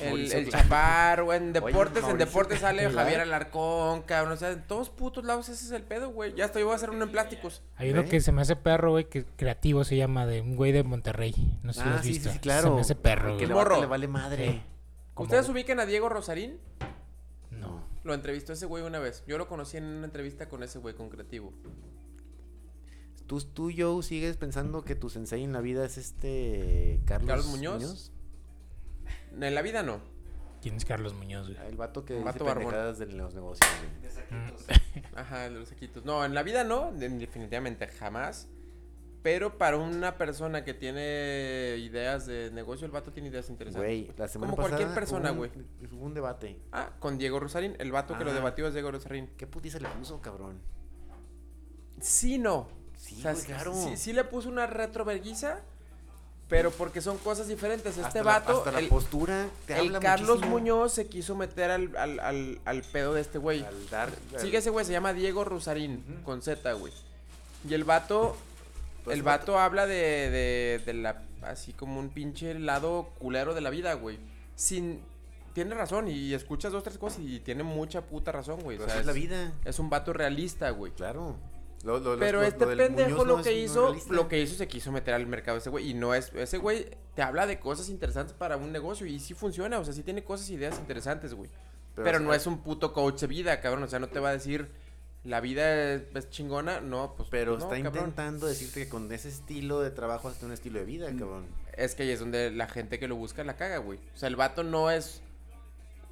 Speaker 1: El,
Speaker 2: Mauricio
Speaker 1: el
Speaker 2: Clark.
Speaker 1: chaparro, en deportes, en
Speaker 2: Mauricio
Speaker 1: deportes sale
Speaker 2: Clark.
Speaker 1: Javier Alarcón, cabrón. O sea, en todos putos lados ese es el pedo, güey. Ya hasta yo voy a hacer uno en plásticos.
Speaker 4: Hay uno
Speaker 2: ¿Ve?
Speaker 4: que se me hace perro, güey, que creativo se llama, de un güey de Monterrey. No sé si lo
Speaker 2: Ah,
Speaker 4: has
Speaker 2: sí,
Speaker 4: visto.
Speaker 2: sí, sí, claro.
Speaker 4: Se me hace perro,
Speaker 2: Que
Speaker 4: güey.
Speaker 2: le,
Speaker 1: Morro.
Speaker 2: va- le vale madre.
Speaker 4: Como-
Speaker 1: ¿Ustedes ubican a Diego Rosarín?
Speaker 4: No.
Speaker 1: Lo entrevistó ese güey una vez. Yo lo conocí en una entrevista con ese güey, con Creativo.
Speaker 2: ¿Tú, tú, Joe, sigues pensando que tu sensei en la vida es este. Carlos,
Speaker 1: ¿Carlos Muñoz? En la vida no.
Speaker 4: ¿Quién es Carlos Muñoz, güey?
Speaker 2: Ah,
Speaker 4: Mm.
Speaker 2: El vato que
Speaker 1: Vato
Speaker 2: dice
Speaker 1: barbón.
Speaker 2: pendejadas de los negocios, güey.
Speaker 1: Ajá, de los saquitos. No, en la vida no, de- definitivamente jamás. Pero para una persona que tiene ideas de negocio, el vato tiene ideas interesantes.
Speaker 2: Güey, la semana
Speaker 1: Como cualquier
Speaker 2: pasada
Speaker 1: persona,
Speaker 2: hubo
Speaker 1: güey.
Speaker 2: un- Hubo un debate.
Speaker 1: Ah, con Diego Rosarín. El vato que lo
Speaker 2: Ah.
Speaker 1: debatió es Diego Rosarín.
Speaker 2: ¿Qué putiza le puso, cabrón?
Speaker 1: Sí, no.
Speaker 2: Sí,
Speaker 1: O sea,
Speaker 2: güey, claro.
Speaker 1: sí, sí le puso una retroverguiza, Pero porque son cosas diferentes. Este
Speaker 2: Hasta la-
Speaker 1: vato,
Speaker 2: hasta la
Speaker 1: el,
Speaker 2: postura te
Speaker 1: el
Speaker 2: habla
Speaker 1: Carlos
Speaker 2: muchísimo.
Speaker 1: Muñoz se quiso meter al, al, al, al pedo de este güey.
Speaker 2: Al dar.
Speaker 1: Sigue ese güey, se llama Diego Rosarín,
Speaker 2: Ujú.
Speaker 1: con Z, güey. Y el vato,
Speaker 2: Pues
Speaker 1: el
Speaker 2: el
Speaker 1: vato habla de, de, de la, así como un pinche lado culero de la vida, güey. Sin, tiene razón y escuchas dos, tres cosas y tiene mucha puta razón, güey.
Speaker 2: Pero
Speaker 1: O sea,
Speaker 2: así es la vida.
Speaker 1: es un vato realista, güey.
Speaker 2: Claro. Lo- lo- lo-
Speaker 1: Pero
Speaker 2: lo-
Speaker 1: este
Speaker 2: del
Speaker 1: pendejo
Speaker 2: Muñoz
Speaker 1: lo
Speaker 2: no
Speaker 1: que
Speaker 2: es- no es
Speaker 1: hizo,
Speaker 2: realista.
Speaker 1: lo que hizo se quiso meter al mercado ese güey. Y no es, ese güey te habla de cosas interesantes para un negocio y sí funciona, o sea, sí tiene cosas, e ideas interesantes, güey. Pero,
Speaker 2: o sea,
Speaker 1: no es un puto coach de vida, cabrón. O sea, no te va a decir la vida es, es chingona. No, pues.
Speaker 2: Pero
Speaker 1: no,
Speaker 2: está
Speaker 1: cabrón.
Speaker 2: intentando decirte que con ese estilo de trabajo hasta un estilo de vida,
Speaker 1: Mm.
Speaker 2: cabrón.
Speaker 1: Es que ahí es donde la gente que lo busca la caga, güey. O sea, el vato no es.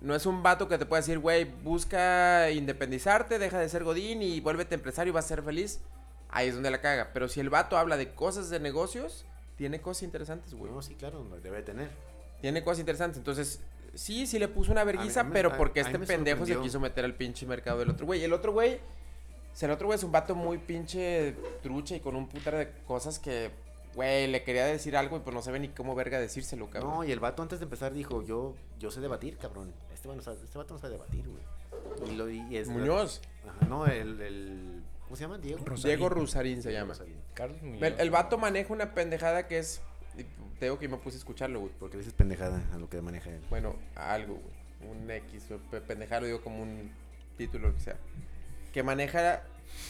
Speaker 1: No es un vato que te pueda decir, güey, busca independizarte, deja de ser Godín y vuélvete empresario y vas a ser feliz. Ahí es donde la caga. Pero si el vato habla de cosas de negocios, tiene cosas interesantes, güey.
Speaker 2: No, sí, claro, lo debe tener.
Speaker 1: Tiene cosas interesantes. Entonces, sí, sí le puso una verguiza,
Speaker 2: a mí-
Speaker 1: pero
Speaker 2: a-
Speaker 1: porque
Speaker 2: a mí
Speaker 1: este
Speaker 2: me
Speaker 1: pendejo se
Speaker 2: sorprendió.
Speaker 1: quiso meter al pinche mercado del otro güey. El otro güey, o sea, el otro güey es un vato muy pinche trucha y con un putar de cosas que, güey, le quería decir algo y pues no sabe ni cómo verga decírselo, cabrón.
Speaker 2: No, y el vato antes de empezar dijo, yo, yo sé debatir, cabrón. Este, bueno, sabe- este vato no sabe debatir, güey. Y lo y es-
Speaker 1: Muñoz,
Speaker 2: Ajá, no, el, el- ¿Cómo se llama? Diego.
Speaker 4: Rosarín.
Speaker 1: Diego Rusarín se llama.
Speaker 2: Rosarín.
Speaker 3: Carlos Muñoz.
Speaker 1: El, el vato maneja una pendejada que es, y te digo que me puse a escucharlo, güey.
Speaker 2: Porque le dices pendejada a lo que maneja él.
Speaker 1: Bueno, algo, güey. Un X, o pe- pendejada lo digo como un título, lo que sea. Que maneja,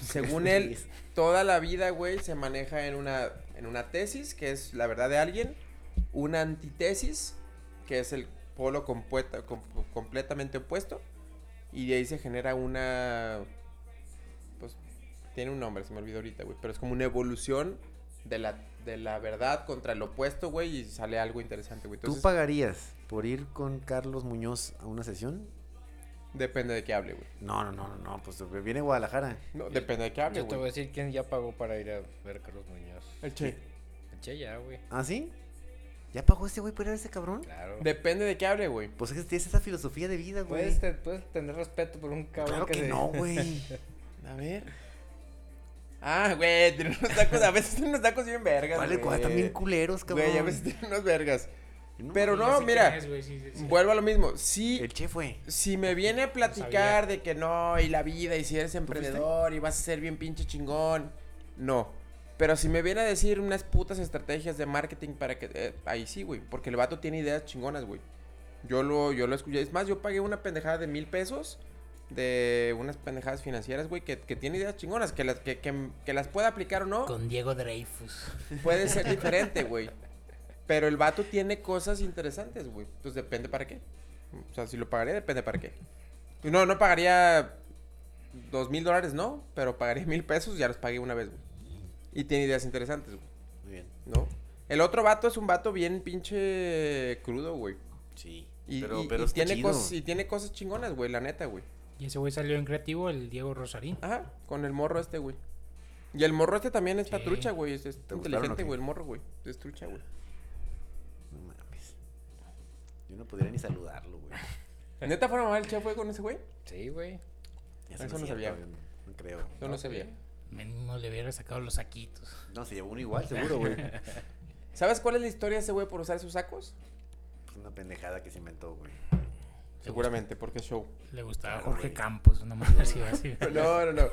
Speaker 1: según él,
Speaker 2: Sí.
Speaker 1: toda la vida, güey, se maneja en una, en una tesis, que es la verdad de alguien, una antitesis, que es el polo compueta- com- completamente opuesto, y de ahí se genera una... Pues tiene un nombre, se me olvidó ahorita, güey, pero es como una evolución de la, de la verdad contra el opuesto, güey, y sale algo interesante, güey.
Speaker 2: ¿Tú
Speaker 1: Entonces,
Speaker 2: pagarías por ir con Carlos Muñoz a una sesión?
Speaker 1: depende de qué hable, güey.
Speaker 2: No, no, no, no, no, pues viene a Guadalajara.
Speaker 1: No, depende de qué hable,
Speaker 3: Yo te voy a
Speaker 1: güey.
Speaker 3: decir quién ya pagó para ir a ver a Carlos Muñoz.
Speaker 1: El Che.
Speaker 3: El Che ya, güey.
Speaker 2: ¿Ah, sí? ¿Ya pagó este güey por ir a ese cabrón?
Speaker 3: Claro.
Speaker 1: Depende de qué hable, güey.
Speaker 2: Pues es que tienes esa filosofía de vida, güey.
Speaker 1: Pues,
Speaker 3: Puedes,
Speaker 1: este
Speaker 3: te- puedes tener respeto por un cabrón
Speaker 2: pues, Claro que
Speaker 3: se-
Speaker 2: no, güey.
Speaker 1: A ver. Ah, güey, tiene unos tacos, a veces tiene unos tacos bien vergas,
Speaker 2: Vale,
Speaker 1: güey.
Speaker 2: cual, también culeros, cabrón.
Speaker 1: Güey, a veces tiene unos vergas.
Speaker 2: No,
Speaker 1: Pero
Speaker 4: Ya
Speaker 1: no,
Speaker 4: sé
Speaker 1: mira,
Speaker 4: quién es, güey, sí, sí, sí.
Speaker 1: vuelvo a lo mismo. Si,
Speaker 2: El che fue.
Speaker 1: si me viene a platicar de que no, y la vida, y si eres emprendedor, y vas a ser bien pinche chingón, no. Pero si me viene a decir unas putas estrategias de marketing para que... eh, ahí sí, güey, porque el vato tiene ideas chingonas, güey. Yo lo, yo lo escuché. Es más, yo pagué una pendejada de mil pesos de unas pendejadas financieras, güey, que, que tiene ideas chingonas, que las, que, que- que las pueda aplicar o no,
Speaker 4: Con Diego Dreyfus.
Speaker 1: puede ser diferente, güey. Pero el vato tiene cosas interesantes, güey. Entonces depende para qué. O sea, si lo pagaría, depende para qué. Y No, no pagaría dos mil dólares, no, pero pagaría mil pesos, ya los pagué una vez, güey. Y tiene ideas interesantes, güey,
Speaker 2: Muy bien.
Speaker 1: ¿no? El otro vato es un vato bien pinche crudo, güey.
Speaker 2: Sí.
Speaker 1: Y,
Speaker 2: pero
Speaker 1: y-
Speaker 2: pero
Speaker 1: y
Speaker 2: está
Speaker 1: tiene
Speaker 2: chido.
Speaker 1: cosas, y tiene cosas chingonas, güey, la neta, güey.
Speaker 4: Y ese güey salió en creativo, el Diego Rosarín.
Speaker 1: Ajá, con el morro este, güey. Y el morro este también está
Speaker 4: Sí.
Speaker 1: trucha, güey. Es, es
Speaker 2: ¿Te gustaron o
Speaker 1: inteligente,
Speaker 2: qué?
Speaker 1: güey, el morro, güey. Es trucha, güey.
Speaker 2: No mames. Yo no podría ni saludarlo, güey.
Speaker 1: ¿Neta fuera mamá el chef, güey, con ese güey?
Speaker 3: Sí, güey.
Speaker 2: Eso,
Speaker 1: Ah, Eso no
Speaker 2: es
Speaker 1: sabía.
Speaker 2: cierto, No creo.
Speaker 1: Yo no sabía.
Speaker 4: Men, No le hubiera sacado los saquitos.
Speaker 2: No, se llevó uno igual, seguro, güey. Pues
Speaker 1: ¿Sabes cuál es la historia de ese güey por usar esos sacos?
Speaker 2: una pendejada que se inventó, güey.
Speaker 1: Seguramente, porque es show.
Speaker 4: Le gustaba
Speaker 2: Claro,
Speaker 4: Jorge
Speaker 2: güey.
Speaker 4: Campos, una madre así, así.
Speaker 1: No, no, no.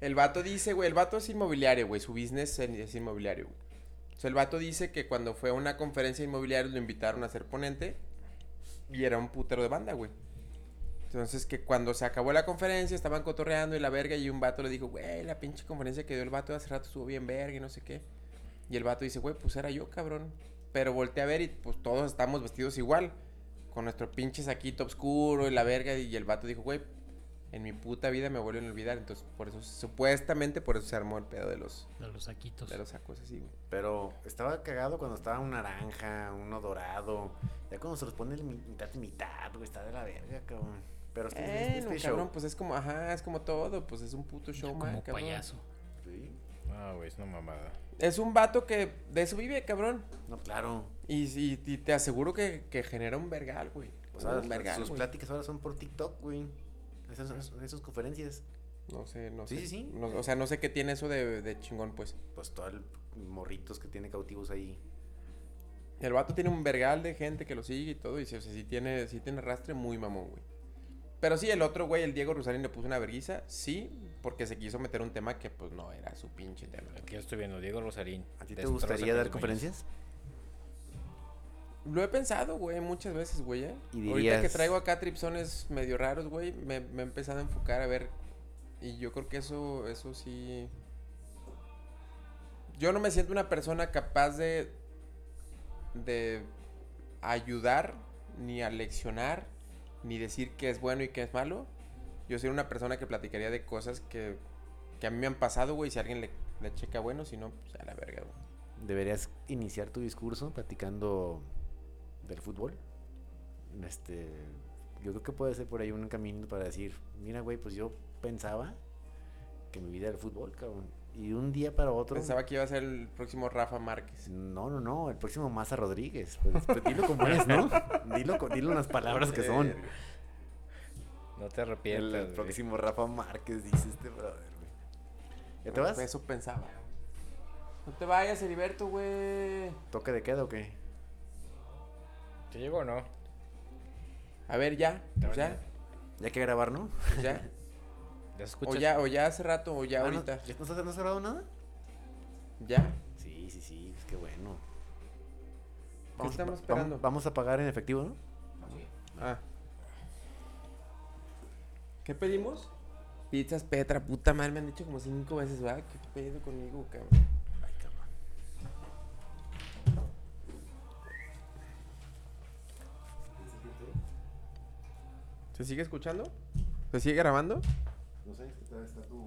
Speaker 1: El vato dice, güey, el vato es inmobiliario, güey. Su business en- es inmobiliario, güey. O sea, el vato dice que cuando fue a una conferencia inmobiliaria lo invitaron a ser ponente y era un putero de banda, güey. Entonces, que cuando se acabó la conferencia estaban cotorreando y la verga y un vato le dijo, güey, la pinche conferencia que dio el vato de hace rato estuvo bien verga y no sé qué. Y el vato dice, güey, pues era yo, cabrón. Pero volteé a ver y pues todos estamos vestidos igual. Con nuestro pinche saquito oscuro y la verga. Y el vato dijo, güey, en mi puta vida me vuelven a olvidar. Entonces, por eso, supuestamente por eso se armó el pedo de los,
Speaker 4: De los saquitos.
Speaker 1: de los sacos así, güey.
Speaker 2: Pero estaba cagado cuando estaba un naranja, uno dorado. Ya cuando se los pone el mi- mitad y mitad, güey, está de la verga, cabrón. Pero es
Speaker 4: Eh,
Speaker 2: que es
Speaker 1: Bueno,
Speaker 2: un
Speaker 1: cabrón,
Speaker 2: este show.
Speaker 1: pues es como, ajá, es como todo, pues es un puto show, man,
Speaker 4: Como
Speaker 1: cabrón.
Speaker 4: payaso.
Speaker 1: pues.
Speaker 2: Sí.
Speaker 3: Ah, güey, es una mamada.
Speaker 1: Es un vato que de eso vive, cabrón.
Speaker 2: No, claro.
Speaker 1: Y, y- y te aseguro que, que genera un vergal, güey.
Speaker 2: O sea,
Speaker 1: un vergal,
Speaker 2: sus
Speaker 1: güey.
Speaker 2: pláticas ahora son por TikTok, güey. Esas son esas conferencias.
Speaker 1: No sé, no
Speaker 2: Sí,
Speaker 1: sé.
Speaker 2: sí, sí.
Speaker 1: No- o sea, no sé qué tiene eso de, de chingón, pues.
Speaker 2: Pues todo el morritos que tiene cautivos ahí.
Speaker 1: El vato tiene un vergal de gente que lo sigue y todo. Y sí, o sea, sí tiene, sí tiene rastre muy mamón, güey. Pero sí, el otro güey, el Diego Rusalín, le puso una verguiza. Sí, porque se quiso meter un tema que, pues, no era su pinche tema. güey.
Speaker 3: Aquí yo estoy viendo, Diego Rosarín.
Speaker 2: ¿A ti te
Speaker 3: destroza
Speaker 2: gustaría dar
Speaker 3: pelmaños.
Speaker 2: conferencias?
Speaker 1: Lo he pensado, güey, muchas veces, güey. ¿eh?
Speaker 2: Y
Speaker 1: Ahorita que
Speaker 2: dirías-
Speaker 1: traigo acá tripsones medio raros, güey, me, me he empezado a enfocar a ver. Y yo creo que eso, eso sí. Yo no me siento una persona capaz de. de ayudar, ni aleccionar, ni decir qué es bueno y qué es malo. Yo soy una persona que platicaría de cosas que, que a mí me han pasado, güey. Si alguien le, le checa bueno, si no, pues a la verga, güey.
Speaker 2: Deberías iniciar tu discurso platicando del fútbol. Este, yo creo que puede ser por ahí un camino para decir, mira, güey, pues yo pensaba que mi vida era el fútbol, cabrón. Y de un día para otro...
Speaker 1: Pensaba que iba a ser el próximo Rafa Márquez.
Speaker 2: No, no, no, el próximo Maza Rodríguez. Pues, pues, dilo como es, ¿no? Dilo, con- dilo las palabras que son.
Speaker 1: Verga.
Speaker 3: No te
Speaker 2: El,
Speaker 3: arrepientas. güey.
Speaker 2: próximo Rafa Márquez, dice este brother, güey. ¿Ya te vas?
Speaker 1: Eso pensaba. No te vayas, Heriberto, güey.
Speaker 2: ¿Toque de queda o qué?
Speaker 3: ¿Te llegó o no?
Speaker 1: A ver, ya. pues ya.
Speaker 2: Ya hay que grabar, ¿no?
Speaker 1: pues ya.
Speaker 3: ¿Ya se
Speaker 1: O
Speaker 3: escucha?
Speaker 1: ya, o ya hace rato, o ya
Speaker 2: Ah, ¿no-
Speaker 1: ahorita.
Speaker 2: ¿ya ¿No, has- no has grabado nada?
Speaker 1: Ya.
Speaker 2: Sí, sí, sí, es que bueno.
Speaker 1: estamos
Speaker 2: va-
Speaker 1: esperando?
Speaker 2: vam- Vamos a pagar en efectivo, ¿no?
Speaker 1: Ah. ¿Qué pedimos? Pizzas Petra, puta madre, me han dicho como cinco veces, ¿verdad? ¿Qué pedo conmigo, cabrón?
Speaker 2: Ay, cabrón.
Speaker 1: ¿Se sigue escuchando? ¿Se sigue grabando?
Speaker 2: No sé, está, está tu.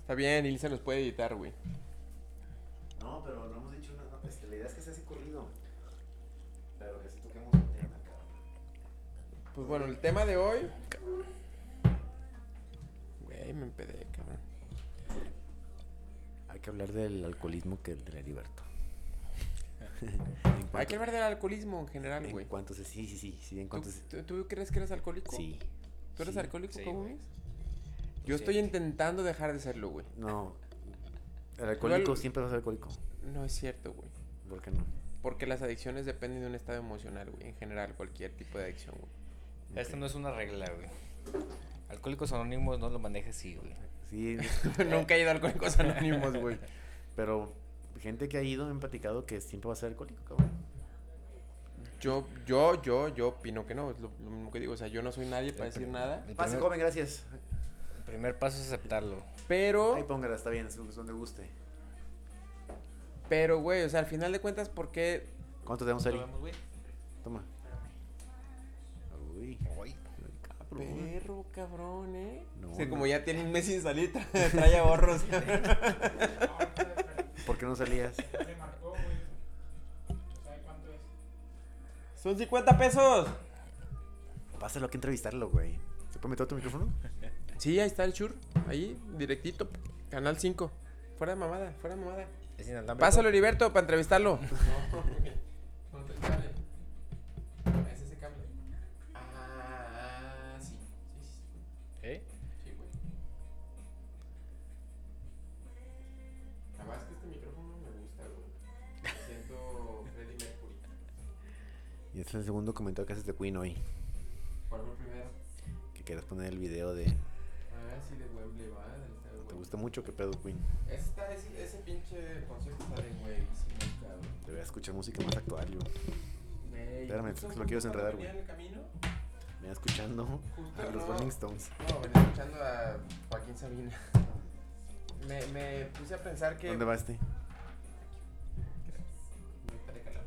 Speaker 1: Está bien, y se nos puede editar, güey.
Speaker 2: No, pero no hemos dicho nada. Este, la idea es que sea así corrido. Pero que sí toquemos el tema, cabrón.
Speaker 1: Pues bueno, el tema de hoy. Güey, me empedé, cabrón.
Speaker 2: Hay que hablar del alcoholismo que del Heriberto.
Speaker 1: Hay que hablar del alcoholismo en general, güey.
Speaker 2: En cuanto se. Sí, sí, sí. sí en
Speaker 1: ¿Tú,
Speaker 2: cuanto se-
Speaker 1: tú- tú crees que eres alcohólico?
Speaker 2: Sí.
Speaker 1: ¿Tú eres
Speaker 2: sí.
Speaker 1: alcohólico,
Speaker 3: Sí,
Speaker 1: cómo
Speaker 3: güey.
Speaker 1: ves? Yo
Speaker 3: Sí.
Speaker 1: estoy intentando dejar de serlo, güey.
Speaker 2: No. El alcohólico
Speaker 1: al-
Speaker 2: siempre va a ser alcohólico.
Speaker 1: No es cierto, güey.
Speaker 2: ¿Por qué no?
Speaker 1: Porque las adicciones dependen de un estado emocional, güey. En general, cualquier tipo de adicción, güey.
Speaker 3: Esto no es una regla, güey. Alcohólicos Anónimos no lo maneja así, güey.
Speaker 2: Sí,
Speaker 1: Nunca he ido a Alcohólicos Anónimos, güey.
Speaker 2: pero gente que ha ido me han platicado que siempre va a ser alcohólico, cabrón.
Speaker 1: Yo, yo, yo, yo opino que no. Es lo, lo mismo que digo. O sea, yo no soy nadie para decir nada.
Speaker 3: El
Speaker 2: Pase,
Speaker 3: primer,
Speaker 2: joven, gracias.
Speaker 3: el primer paso es aceptarlo.
Speaker 2: Ahí
Speaker 1: Pero,
Speaker 2: póngala, está bien, es donde guste.
Speaker 1: pero, güey, o sea, al final de cuentas, ¿por qué?
Speaker 2: ¿Cuánto te damos, Ari?
Speaker 3: güey?
Speaker 2: Toma. Uy. Cabrón.
Speaker 1: Perro, cabrón, ¿eh?
Speaker 2: No,
Speaker 1: o sea,
Speaker 2: no.
Speaker 1: como ya tiene un mes sin salir, tra- trae ahorros.
Speaker 2: ¿Por qué no salías?
Speaker 1: Son 50 pesos.
Speaker 2: Pásalo, hay que entrevistarlo, güey. ¿Se puede meter otro micrófono?
Speaker 1: Sí, ahí está el Chur. Ahí, directito. Canal 5. Fuera de mamada, fuera de mamada.
Speaker 3: Es inalámbrico.
Speaker 1: Pásalo, Heriberto, para entrevistarlo. No, no te cable. Es ese cable. Ah, sí.
Speaker 3: ¿Eh?
Speaker 1: Sí, güey. Además que este micrófono me gusta, güey. Me siento Freddy Mercury.
Speaker 2: Y este es el segundo comentario que haces de Queen hoy.
Speaker 1: ¿Cuál fue el primero?
Speaker 2: Que quieras poner el video de.
Speaker 1: Ah, sí, de Wembley, va. del estadio
Speaker 2: ¿Te
Speaker 1: Wembley.
Speaker 2: gusta mucho? ¿Qué pedo, Queen?
Speaker 1: Esta, ese, ese pinche concierto está de güey. Sí, nunca, güey.
Speaker 2: Debería escuchar música más actual, yo.
Speaker 1: Güey,
Speaker 2: Espérame,
Speaker 1: justo-
Speaker 2: es que lo quiero
Speaker 1: justo cuando
Speaker 2: desenredar,
Speaker 1: venía
Speaker 2: güey.
Speaker 1: en el camino,
Speaker 2: Venía escuchando a
Speaker 1: Justo,
Speaker 2: los
Speaker 1: no.
Speaker 2: Rolling Stones.
Speaker 1: No, venía escuchando a Joaquín Sabina. Me, me puse a pensar que.
Speaker 2: ¿Dónde va este?
Speaker 1: Ahorita le calamos.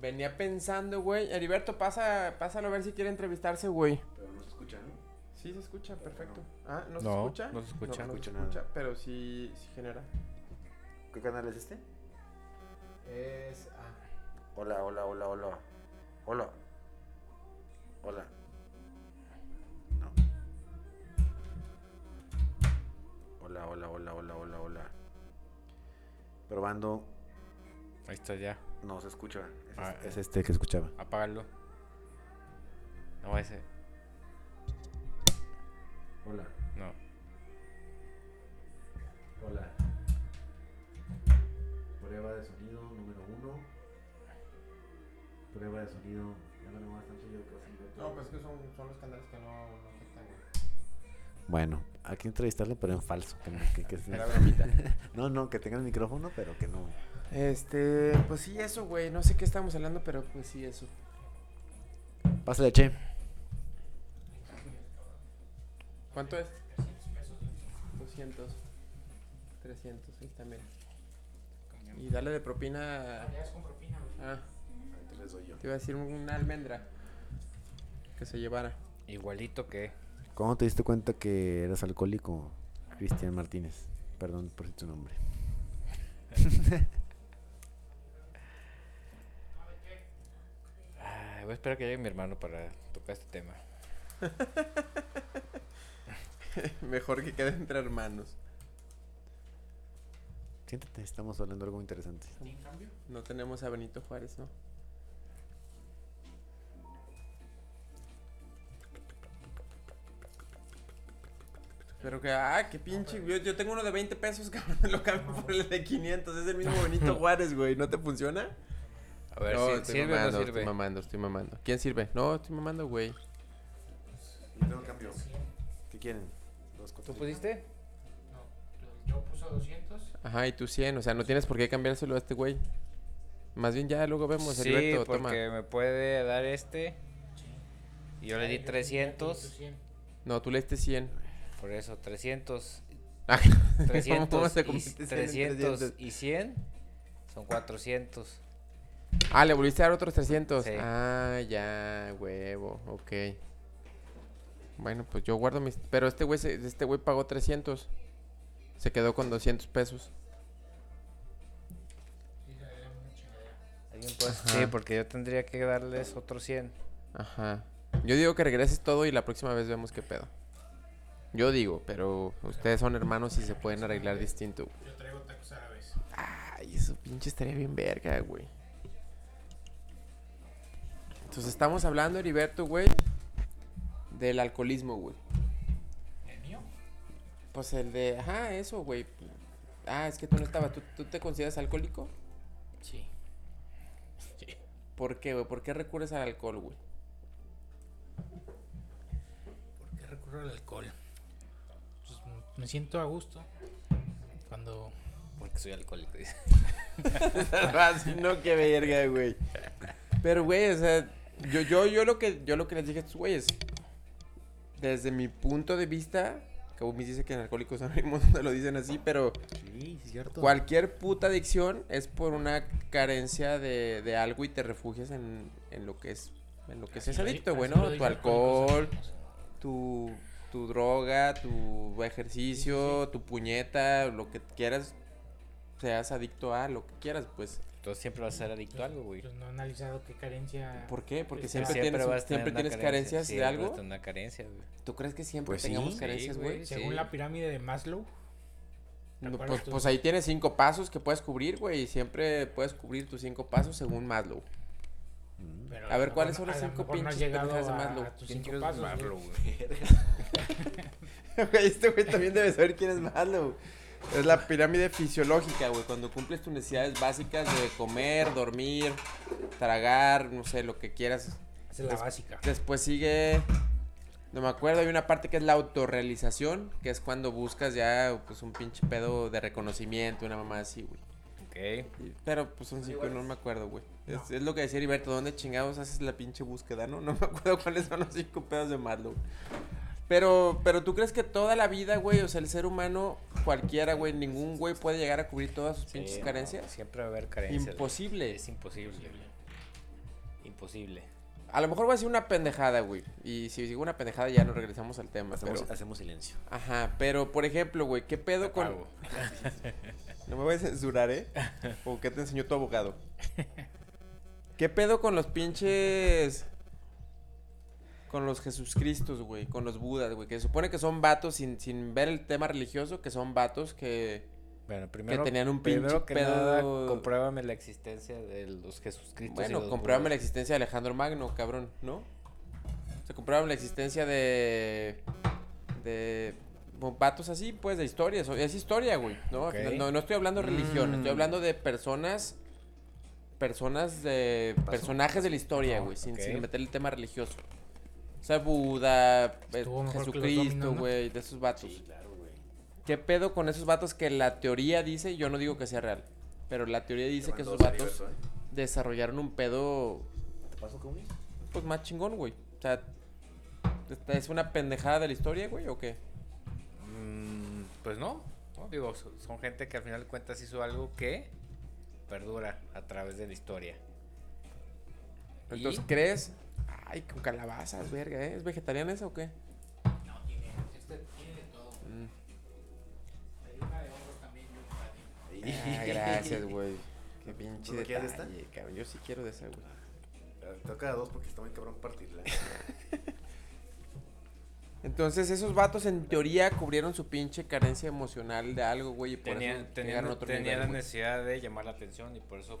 Speaker 1: Venía pensando, güey. Heriberto, pasa, pásalo a ver si quiere entrevistarse, güey.
Speaker 2: Pero no se escucha, ¿no?
Speaker 1: Sí, se escucha, perfecto.
Speaker 2: no.
Speaker 1: Ah, ¿no, se
Speaker 3: No,
Speaker 1: escucha?
Speaker 3: no se escucha.
Speaker 1: No, no se
Speaker 2: Escucha nada.
Speaker 1: escucha, pero sí, sí genera.
Speaker 2: ¿Qué canal es este?
Speaker 1: Es. Ah.
Speaker 2: Hola, hola, hola, hola. Hola. Hola. No. Probando.
Speaker 3: Ahí está ya.
Speaker 2: No se escucha. Es,
Speaker 3: Ah,
Speaker 2: es este que escuchaba.
Speaker 3: Apágalo. No, ese.
Speaker 2: Hola,
Speaker 3: No.
Speaker 2: hola. Prueba de sonido número uno. Prueba de sonido.
Speaker 1: No, pues que son, son los canales que no, no afectan, güey.
Speaker 2: Bueno, hay que entrevistarlo, pero en falso. que no- que- que-
Speaker 1: Era bromita.
Speaker 2: no, no, que tenga el micrófono, pero que no.
Speaker 1: Este, pues sí, eso, güey. No sé qué estamos hablando, pero pues sí, eso.
Speaker 2: Pásale, che.
Speaker 1: ¿Cuánto es? 200. 300, ahí está, mira. Y dale de propina. Ah, te iba a decir una almendra. Que se llevara.
Speaker 3: Igualito que.
Speaker 2: ¿Cómo te diste cuenta que eras alcohólico, Cristian Martínez? Perdón por tu nombre.
Speaker 3: Ay, voy a esperar que llegue mi hermano para tocar este tema.
Speaker 1: Mejor que quede entre hermanos.
Speaker 2: Siéntate, estamos hablando de algo interesante.
Speaker 1: No tenemos a Benito Juárez, ¿no? Pero que, ah, qué pinche. Yo, yo tengo uno de 20 pesos, cabrón. Lo cambio por el de 500. Es el mismo Benito Juárez, güey. ¿No te funciona?
Speaker 3: A ver
Speaker 1: no,
Speaker 3: si
Speaker 1: estoy
Speaker 3: sirve o
Speaker 1: mamando,
Speaker 3: no
Speaker 1: estoy
Speaker 3: sirve.
Speaker 1: mamando, estoy mamando. ¿Quién sirve? No, estoy mamando, güey.
Speaker 2: Tengo cambio. ¿Qué quieren? Dos
Speaker 3: ¿Tú pusiste?
Speaker 4: Yo puso 200.
Speaker 1: Ajá, y tú 100. O sea, no tienes por qué cambiárselo a este güey. Más bien ya luego vemos,
Speaker 3: sí,
Speaker 1: Alberto, toma.
Speaker 3: porque me puede dar este. Y yo le di 300.
Speaker 1: No, tú le diste 100.
Speaker 3: Por eso, 300.
Speaker 1: Ah, ¿cómo
Speaker 3: 300,
Speaker 1: se
Speaker 3: y,
Speaker 1: convierte 100 en
Speaker 3: 300
Speaker 1: 300?
Speaker 3: y 100 son 400.
Speaker 1: Ah, le volviste a dar otros 300.
Speaker 3: Sí.
Speaker 1: Ah, ya, huevo, ok. Bueno, pues yo guardo mis... Pero este güey, se- este güey pagó 300. Se quedó con 200 pesos.
Speaker 3: ¿Alguien puede- Sí, porque yo tendría que darles otro 100.
Speaker 1: Ajá. Yo digo que regreses todo y la próxima vez vemos qué pedo. Yo digo, pero ustedes son hermanos y se pueden arreglar distinto.
Speaker 4: Yo traigo tacos árabes.
Speaker 1: Ay, eso pinche estaría bien verga, güey. Entonces estamos hablando, Heriberto, güey, del alcoholismo, güey.
Speaker 4: ¿El mío?
Speaker 1: Pues el de, ajá, eso, güey. Ah, es que tú no estabas. ¿Tú, tú te consideras alcohólico?
Speaker 4: Sí.
Speaker 1: ¿Por qué, güey? ¿Por qué recurres al alcohol, güey?
Speaker 4: ¿Por qué recurro al alcohol? Pues, mm, me siento a gusto cuando
Speaker 3: Porque soy alcohólico. dice.
Speaker 1: Así Ah, no, qué verga, güey. Pero, güey, o sea, yo, yo, yo, lo que, yo lo que les dije a estos güeyes, desde mi punto de vista, que me dice que en Alcohólicos Anónimos no lo dicen así, pero
Speaker 2: Sí, cierto.
Speaker 1: cualquier puta adicción es por una carencia de, de algo y te refugias en, en lo que es en lo que es
Speaker 4: Así lo di-
Speaker 1: adicto, güey,
Speaker 4: así lo
Speaker 1: ¿no? Tu
Speaker 4: dijo
Speaker 1: alcohol,
Speaker 4: Alcohólicos Anónimos.
Speaker 1: tu, tu droga, tu ejercicio, tu puñeta, lo que quieras, seas adicto a lo que quieras, pues.
Speaker 3: Entonces siempre vas a ser adicto a algo, güey.
Speaker 4: Pues no he analizado qué carencia.
Speaker 1: ¿Por qué? Porque
Speaker 4: Pues,
Speaker 1: siempre, tienes,
Speaker 3: vas a tener
Speaker 1: siempre
Speaker 3: una
Speaker 1: tienes
Speaker 3: carencia,
Speaker 1: carencias de
Speaker 3: siempre vas a
Speaker 1: algo.
Speaker 3: tener una carencia, güey.
Speaker 1: ¿Tú crees que siempre
Speaker 2: Pues sí.
Speaker 1: tengamos
Speaker 3: Sí,
Speaker 1: carencias,
Speaker 3: güey,
Speaker 1: güey?
Speaker 3: sí.
Speaker 4: Según la pirámide de Maslow,
Speaker 1: No,
Speaker 4: ¿Te
Speaker 1: pues,
Speaker 4: acuerdas tú?
Speaker 1: pues ahí tienes cinco pasos que puedes cubrir, güey. Y siempre puedes cubrir tus cinco pasos según Maslow.
Speaker 4: pero
Speaker 1: A ver,
Speaker 4: lo
Speaker 1: ¿cuáles
Speaker 4: mejor
Speaker 1: son
Speaker 4: no-
Speaker 1: los
Speaker 4: a lo
Speaker 1: cinco
Speaker 4: mejor no has
Speaker 1: pinches
Speaker 4: llegado
Speaker 1: pendejadas de
Speaker 4: a-
Speaker 1: Maslow?
Speaker 4: a tus
Speaker 3: ¿Quién
Speaker 4: cinco
Speaker 3: crees
Speaker 4: pasos,
Speaker 3: Pablo,
Speaker 4: güey.
Speaker 3: güey?
Speaker 1: Güey, este güey también debe saber quién es Maslow. Es la pirámide fisiológica, güey. Cuando cumples tus necesidades básicas de comer, dormir, tragar, no sé, lo que quieras.
Speaker 4: Esa es la básica.
Speaker 1: Después sigue. No me acuerdo, hay una parte que es la autorrealización, que es cuando buscas ya pues un pinche pedo de reconocimiento, una mamá así, güey.
Speaker 3: Ok.
Speaker 1: Y- Pero pues son cinco y no me acuerdo, güey. Es, es lo que decía Heriberto, ¿dónde chingados haces la pinche búsqueda, no? No me acuerdo cuáles son los cinco pedos de Maslow. Pero, pero tú crees que toda la vida, güey, o sea, el ser humano, cualquiera, güey, ningún güey puede llegar a cubrir todas sus pinches
Speaker 3: Sí, no,
Speaker 1: carencias.
Speaker 3: siempre va a haber carencias. güey.
Speaker 1: Imposible.
Speaker 3: Es imposible. güey. Imposible.
Speaker 1: A lo mejor voy a decir una pendejada, güey. Y si digo una pendejada ya nos regresamos al tema.
Speaker 2: Hacemos,
Speaker 1: pero-
Speaker 2: hacemos silencio.
Speaker 1: Ajá, pero por ejemplo, güey, ¿qué pedo con.
Speaker 3: Pago.
Speaker 1: No me voy a censurar, ¿eh? ¿O qué te enseñó tu abogado? ¿Qué pedo con los pinches. Con los Jesucristos, güey, con los Budas, güey, que se supone que son vatos, sin, sin ver el tema religioso, que son vatos que
Speaker 3: Bueno, primero,
Speaker 1: tenían un
Speaker 3: primero
Speaker 1: pinche
Speaker 3: que nada,
Speaker 1: pedo-
Speaker 3: compruébame la existencia de los Jesucristo.
Speaker 1: Bueno, compruébame la existencia de Alejandro Magno, cabrón, ¿no? O sea, compruébame la existencia de. de. bueno, Vatos así, pues, de historias. Es historia, güey, ¿no? Al
Speaker 3: Ok.
Speaker 1: final, No, no estoy hablando de religión,
Speaker 2: Mm.
Speaker 1: estoy hablando de personas. Personas de. personajes de la historia,
Speaker 3: Ajá,
Speaker 1: güey, sin,
Speaker 3: ok.
Speaker 1: sin meter el tema religioso. O sea, Buda, eh,
Speaker 4: Estuvo mejor que los
Speaker 1: Jesucristo,
Speaker 4: Dominos, ¿no?
Speaker 1: güey, de esos vatos.
Speaker 2: Sí, claro, güey.
Speaker 1: ¿Qué pedo con esos vatos que la teoría dice? Yo no digo que sea real, pero la teoría dice que esos vatos desarrollaron un pedo
Speaker 2: ¿Te paso con güey?
Speaker 1: pues más chingón, güey. O sea, esta ¿es una pendejada de la historia, güey, o qué?
Speaker 3: Mm, pues no, no, digo, so- son gente que al final de cuentas hizo algo que perdura a través de la historia.
Speaker 1: Entonces,
Speaker 3: ¿Y?
Speaker 1: ¿crees? Ay, con calabazas, verga, ¿eh? ¿Es vegetariana esa o qué?
Speaker 4: No, tiene, este tiene de todo.
Speaker 1: Mm.
Speaker 4: Hay una de hongo también, yo para
Speaker 1: Ah,
Speaker 4: ti.
Speaker 1: gracias, güey. Qué pinche
Speaker 2: ¿No quieres de
Speaker 1: detalle, cabrón. Yo sí quiero de esa, güey.
Speaker 2: Toca a dos porque está muy cabrón partirla.
Speaker 1: Entonces, esos vatos en teoría cubrieron su pinche carencia emocional de algo, güey, y por
Speaker 3: Tenían,
Speaker 1: eso
Speaker 3: tenían,
Speaker 1: llegaron a otro
Speaker 3: tenían
Speaker 1: nivel,
Speaker 3: la
Speaker 1: güey.
Speaker 3: necesidad de llamar la atención y por eso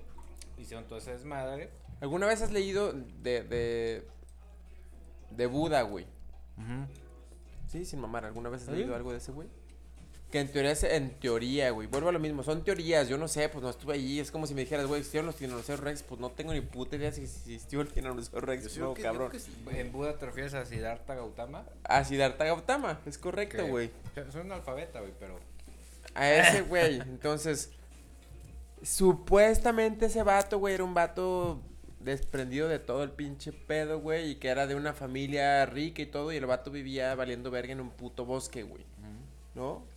Speaker 3: hicieron todo ese desmadre.
Speaker 1: ¿Alguna vez has leído de de de Buda, güey? Sí, sin mamar, ¿alguna vez has
Speaker 3: ¿Ah, sí?
Speaker 1: leído algo de ese güey? Que en teoría, es- en teoría, güey, vuelvo a lo mismo, son teorías, yo no sé, pues no estuve allí, es como si me dijeras, güey, existieron los dinosaurios Rex, pues no tengo ni puta idea si existió el tiranosaurio
Speaker 2: Yo
Speaker 1: Rex,
Speaker 2: sí creo
Speaker 1: no,
Speaker 2: que- yo
Speaker 1: cabrón. Ah,
Speaker 2: creo que sí, güey.
Speaker 3: En Buda te refieres a Siddhartha Gautama.
Speaker 1: A Siddhartha Gautama, es correcto,
Speaker 3: que-
Speaker 1: güey.
Speaker 3: o sea, Soy un alfabeta, güey, pero.
Speaker 1: A ese güey, entonces, supuestamente ese vato, güey, era un vato desprendido de todo el pinche pedo, güey, y que era de una familia rica y todo, y el vato vivía valiendo verga en un puto bosque, güey. ¿no?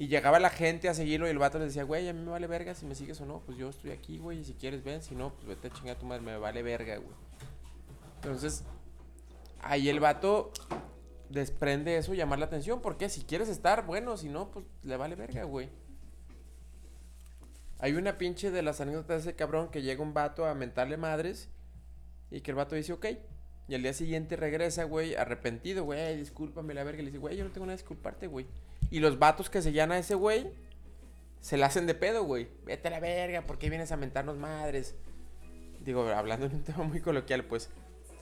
Speaker 1: Y llegaba la gente a seguirlo y el vato les decía, güey, a mí me vale verga si me sigues o no, pues yo estoy aquí, güey, y si quieres ven, si no, pues vete a chingar a tu madre, me vale verga, güey. Entonces, ahí el vato desprende eso, llamar la atención, porque si quieres estar, bueno, si no, pues le vale verga, güey. Hay una pinche de las anécdotas de ese cabrón que llega un vato a mentarle madres y que el vato dice, ok. Y al día siguiente regresa, güey, arrepentido, güey, discúlpame la verga. Y le dice, güey, yo no tengo nada que disculparte, güey. Y los vatos que se llenan a ese güey se la hacen de pedo, güey. Vete a la verga, ¿por qué vienes a mentarnos madres? Digo, hablando en un tema muy coloquial, pues.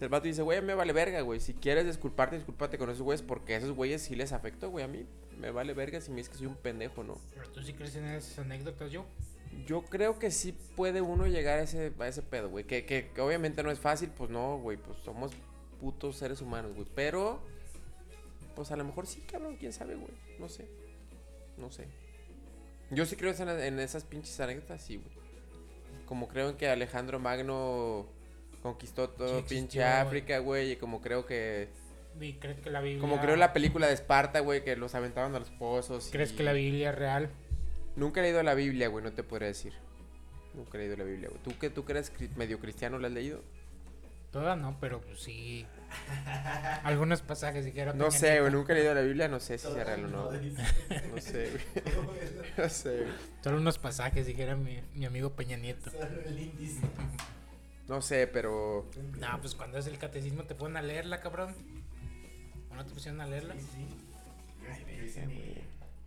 Speaker 1: El vato dice, güey, me vale verga, güey. Si quieres disculparte, discúlpate con esos güeyes porque a esos güeyes sí les afectó, güey. A mí me vale verga si me dices que soy un pendejo, ¿no?
Speaker 4: Pero tú sí crees en esas anécdotas, yo.
Speaker 1: Yo creo que sí puede uno llegar a ese, a ese pedo, güey. Que, que- que obviamente no es fácil, pues no, güey. Pues somos putos seres humanos, güey. Pero, pues a lo mejor sí, cabrón. ¿Quién sabe, güey? No sé. No sé. Yo sí creo en, en esas pinches anécdotas, sí, güey. Como creo en que Alejandro Magno conquistó todo
Speaker 4: existió,
Speaker 1: pinche
Speaker 4: güey.
Speaker 1: África, güey. Y como creo que...
Speaker 4: ¿Y crees que la Biblia.
Speaker 1: Como creo en la película de Esparta, güey, que los aventaban a los pozos.
Speaker 4: ¿Crees
Speaker 1: y-
Speaker 4: que la Biblia es real?
Speaker 1: Nunca he leído la Biblia, güey, no te podría decir. Nunca he leído la Biblia, güey. ¿Tú que tú que eres cri- medio cristiano la has leído?
Speaker 4: Todas no, pero pues, sí. Algunos pasajes dijeron.
Speaker 1: No sé, güey, nunca he leído la Biblia, no sé si sea real o no. güey. No sé, güey. No sé, güey.
Speaker 4: Solo unos pasajes dijera mi, mi amigo Peña Nieto.
Speaker 1: No sé, pero
Speaker 4: No, pues cuando es el catecismo te ponen a leerla, cabrón. ¿O no te pusieron a leerla?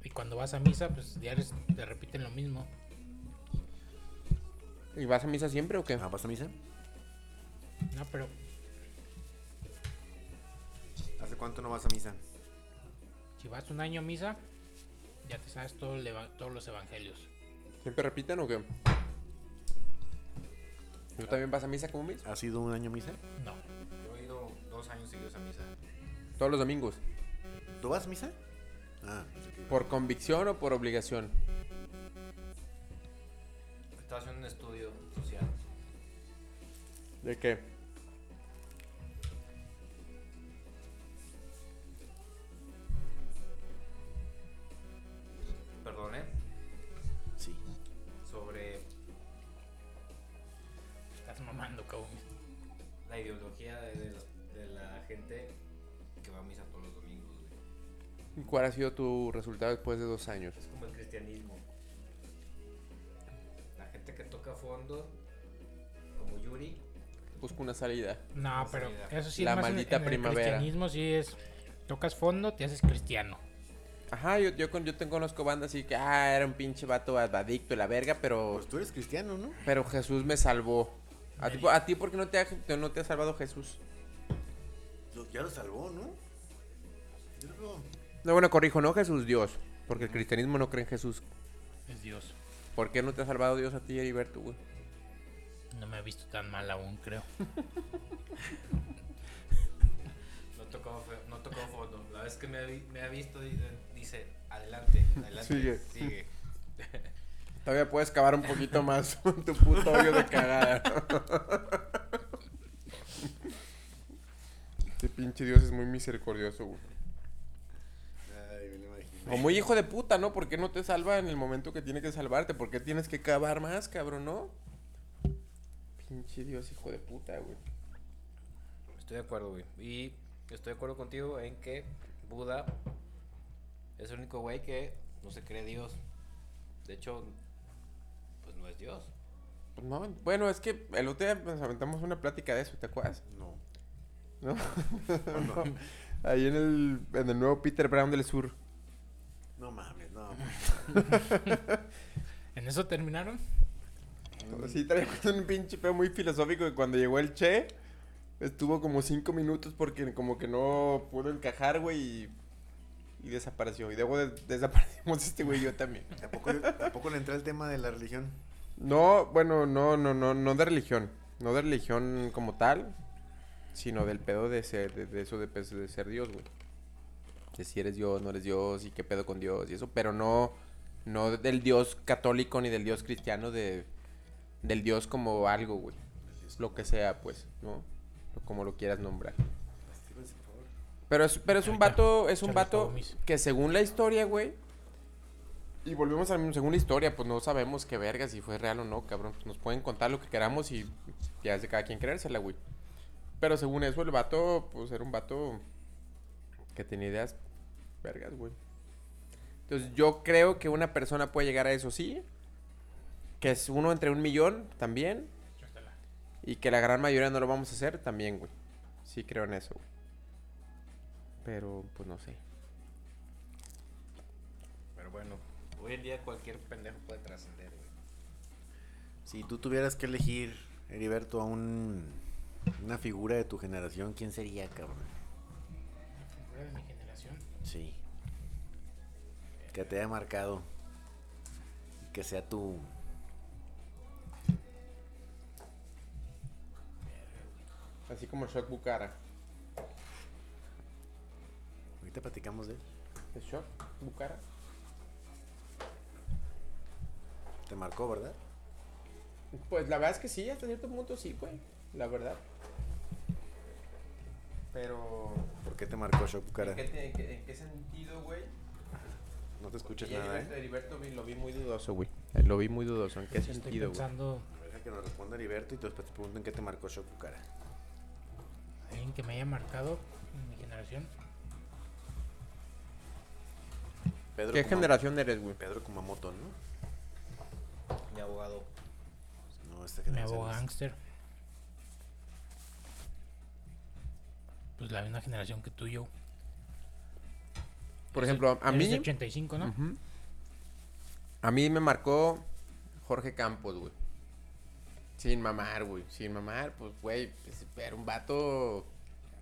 Speaker 4: Y cuando vas a misa, pues diarios te repiten lo mismo.
Speaker 1: ¿y vas a misa siempre o qué?
Speaker 2: Ah, ¿vas a misa?
Speaker 4: No, pero
Speaker 2: ¿Hace cuánto no vas a misa?
Speaker 4: si vas un año a misa, ya te sabes todo el eva- todos los evangelios.
Speaker 1: ¿Siempre repiten o qué? ¿Tú también vas a misa como mis?
Speaker 2: ¿Ha sido un año a misa?
Speaker 4: No.
Speaker 3: Yo he ido dos años seguidos a misa.
Speaker 1: Todos los domingos.
Speaker 2: ¿Tú vas a misa? Ah,
Speaker 1: ¿Por convicción o por obligación?
Speaker 3: Estaba haciendo un estudio social.
Speaker 1: ¿De qué?
Speaker 3: Perdón, ¿eh?
Speaker 2: sí.
Speaker 3: Sobre
Speaker 4: Estás mamando, cabrón.
Speaker 3: la ideología de, de las- de la gente que va a misa todos los domingos, güey.
Speaker 1: ¿Y ¿Cuál ha sido tu resultado después de dos años?
Speaker 3: Es como el cristianismo. La gente que toca fondo, como Yuri,
Speaker 1: Busco una salida.
Speaker 4: No, pero eso sí
Speaker 1: La
Speaker 4: es más en-
Speaker 1: maldita
Speaker 4: en el
Speaker 1: primavera.
Speaker 4: cristianismo sí es tocas fondo, te haces cristiano.
Speaker 1: Ajá, yo, yo, con- yo te conozco bandas así que, ah, era un pinche vato adicto y la verga, pero,
Speaker 2: Pues tú eres cristiano, ¿no?
Speaker 1: pero Jesús me salvó. ¿A ti, po- a ti por qué no te, ha, no te ha salvado Jesús?
Speaker 2: Lo- Ya lo salvó, ¿no? Yo creo-
Speaker 1: No, bueno, corrijo, no Jesús, Dios. Porque el cristianismo no cree en Jesús.
Speaker 4: Es Dios.
Speaker 1: ¿Por qué no te ha salvado Dios a ti, Heriberto, güey?
Speaker 4: No me ha visto tan mal aún, creo.
Speaker 3: No tocó, fe- no tocó fondo. La vez que me, ha vi- me ha visto di- dice, adelante, adelante,
Speaker 1: Sigue.
Speaker 3: sigue.
Speaker 1: Todavía puedes cavar un poquito más con tu puto hoyo de cagada. Este pinche Dios es muy misericordioso, güey.
Speaker 2: Ay, me lo imagino.
Speaker 1: O muy hijo de puta, ¿no? ¿Por qué no te salva en el momento que tiene que salvarte? ¿Por qué tienes que cavar más, cabrón, no? Pinche Dios, hijo de puta, güey.
Speaker 3: Estoy de acuerdo, güey. Y estoy de acuerdo contigo en que Buda es el único güey que no se cree Dios. De hecho, pues no es Dios.
Speaker 1: Pues no, bueno, es que el otro día nos aventamos una plática de eso, ¿te acuerdas?
Speaker 2: No.
Speaker 1: ¿No? Ahí en el, en el nuevo Peter Brown del Sur.
Speaker 2: No mames, no.
Speaker 4: ¿En eso terminaron?
Speaker 1: Sí, traemos un pinche peo muy filosófico que cuando llegó el Che, estuvo como cinco minutos porque como que no pudo encajar, güey, y, y desapareció. Y luego de- desaparecimos este güey y yo también.
Speaker 2: Tampoco, tampoco le entré al tema de la religión.
Speaker 1: No, bueno, no, no, no, no de religión. No de religión como tal, sino del pedo de ser, de, de eso de, pues, de ser Dios, güey. De si eres Dios, no eres Dios, y qué pedo con Dios, y eso, pero no, no del Dios católico ni del Dios cristiano, de, del Dios como algo, güey. Lo que sea, pues, ¿no? Lo- Como lo quieras nombrar. Pero es, pero es un
Speaker 4: Ahorita,
Speaker 1: vato, es un
Speaker 4: échale
Speaker 1: vato
Speaker 4: pomis.
Speaker 1: que según la historia, güey. Y volvemos a la misma- según la historia, pues no sabemos qué verga, si fue real o no, cabrón. Pues nos pueden contar lo que queramos y ya es de cada quien creérsela, güey. Pero según eso, el vato, pues era un vato que tenía ideas vergas, güey. Entonces yo creo que una persona puede llegar a eso, sí. Que es uno entre un millón también. Y que la gran mayoría no lo vamos a hacer también, güey. Sí creo en eso, güey. Pero, pues no sé.
Speaker 3: Pero bueno, hoy en día cualquier pendejo puede trascender, güey.
Speaker 2: Si tú tuvieras que elegir, Heriberto, a un, una figura de tu generación, ¿quién sería, cabrón?
Speaker 4: Fuera de mi generación.
Speaker 2: Sí. Que te haya marcado. Que sea tu.
Speaker 1: Así como Shock Bucara.
Speaker 2: Ahorita platicamos de él.
Speaker 1: ¿Es Shock Bucara?
Speaker 2: Te marcó, ¿verdad?
Speaker 1: Pues la verdad es que sí, hasta cierto punto sí, güey. La verdad. Pero.
Speaker 2: ¿Por qué te marcó Shopucara?
Speaker 1: ¿En qué, te- en qué- en qué sentido, güey?
Speaker 2: No te escuchas
Speaker 1: Ya
Speaker 2: nada,
Speaker 1: Heriberto-
Speaker 2: ¿eh?
Speaker 1: Heriberto vi- lo vi muy dudoso, güey. Eh, Lo vi muy dudoso. ¿En qué
Speaker 4: Estoy
Speaker 1: sentido, güey?
Speaker 4: pensando
Speaker 2: Deja que nos responda Heriberto y después te pregunto en qué te marcó Shopucara.
Speaker 4: alguien que me haya marcado en mi generación.
Speaker 2: Pedro
Speaker 1: ¿Qué
Speaker 2: Kumam-
Speaker 1: generación eres, güey?
Speaker 2: Pedro Kumamoto, ¿no?
Speaker 3: Mi abogado.
Speaker 2: No, esta
Speaker 4: Me
Speaker 2: generación.
Speaker 4: hago
Speaker 2: es-
Speaker 4: gangster. Pues la misma generación que tú y yo.
Speaker 1: Por
Speaker 4: Eres-
Speaker 1: ejemplo, a
Speaker 4: eres de
Speaker 1: mí.
Speaker 4: 85, ¿no?
Speaker 1: Ujú. A mí me marcó Jorge Campos, güey. Sin mamar, güey. Sin mamar, pues, güey. pues, era un vato.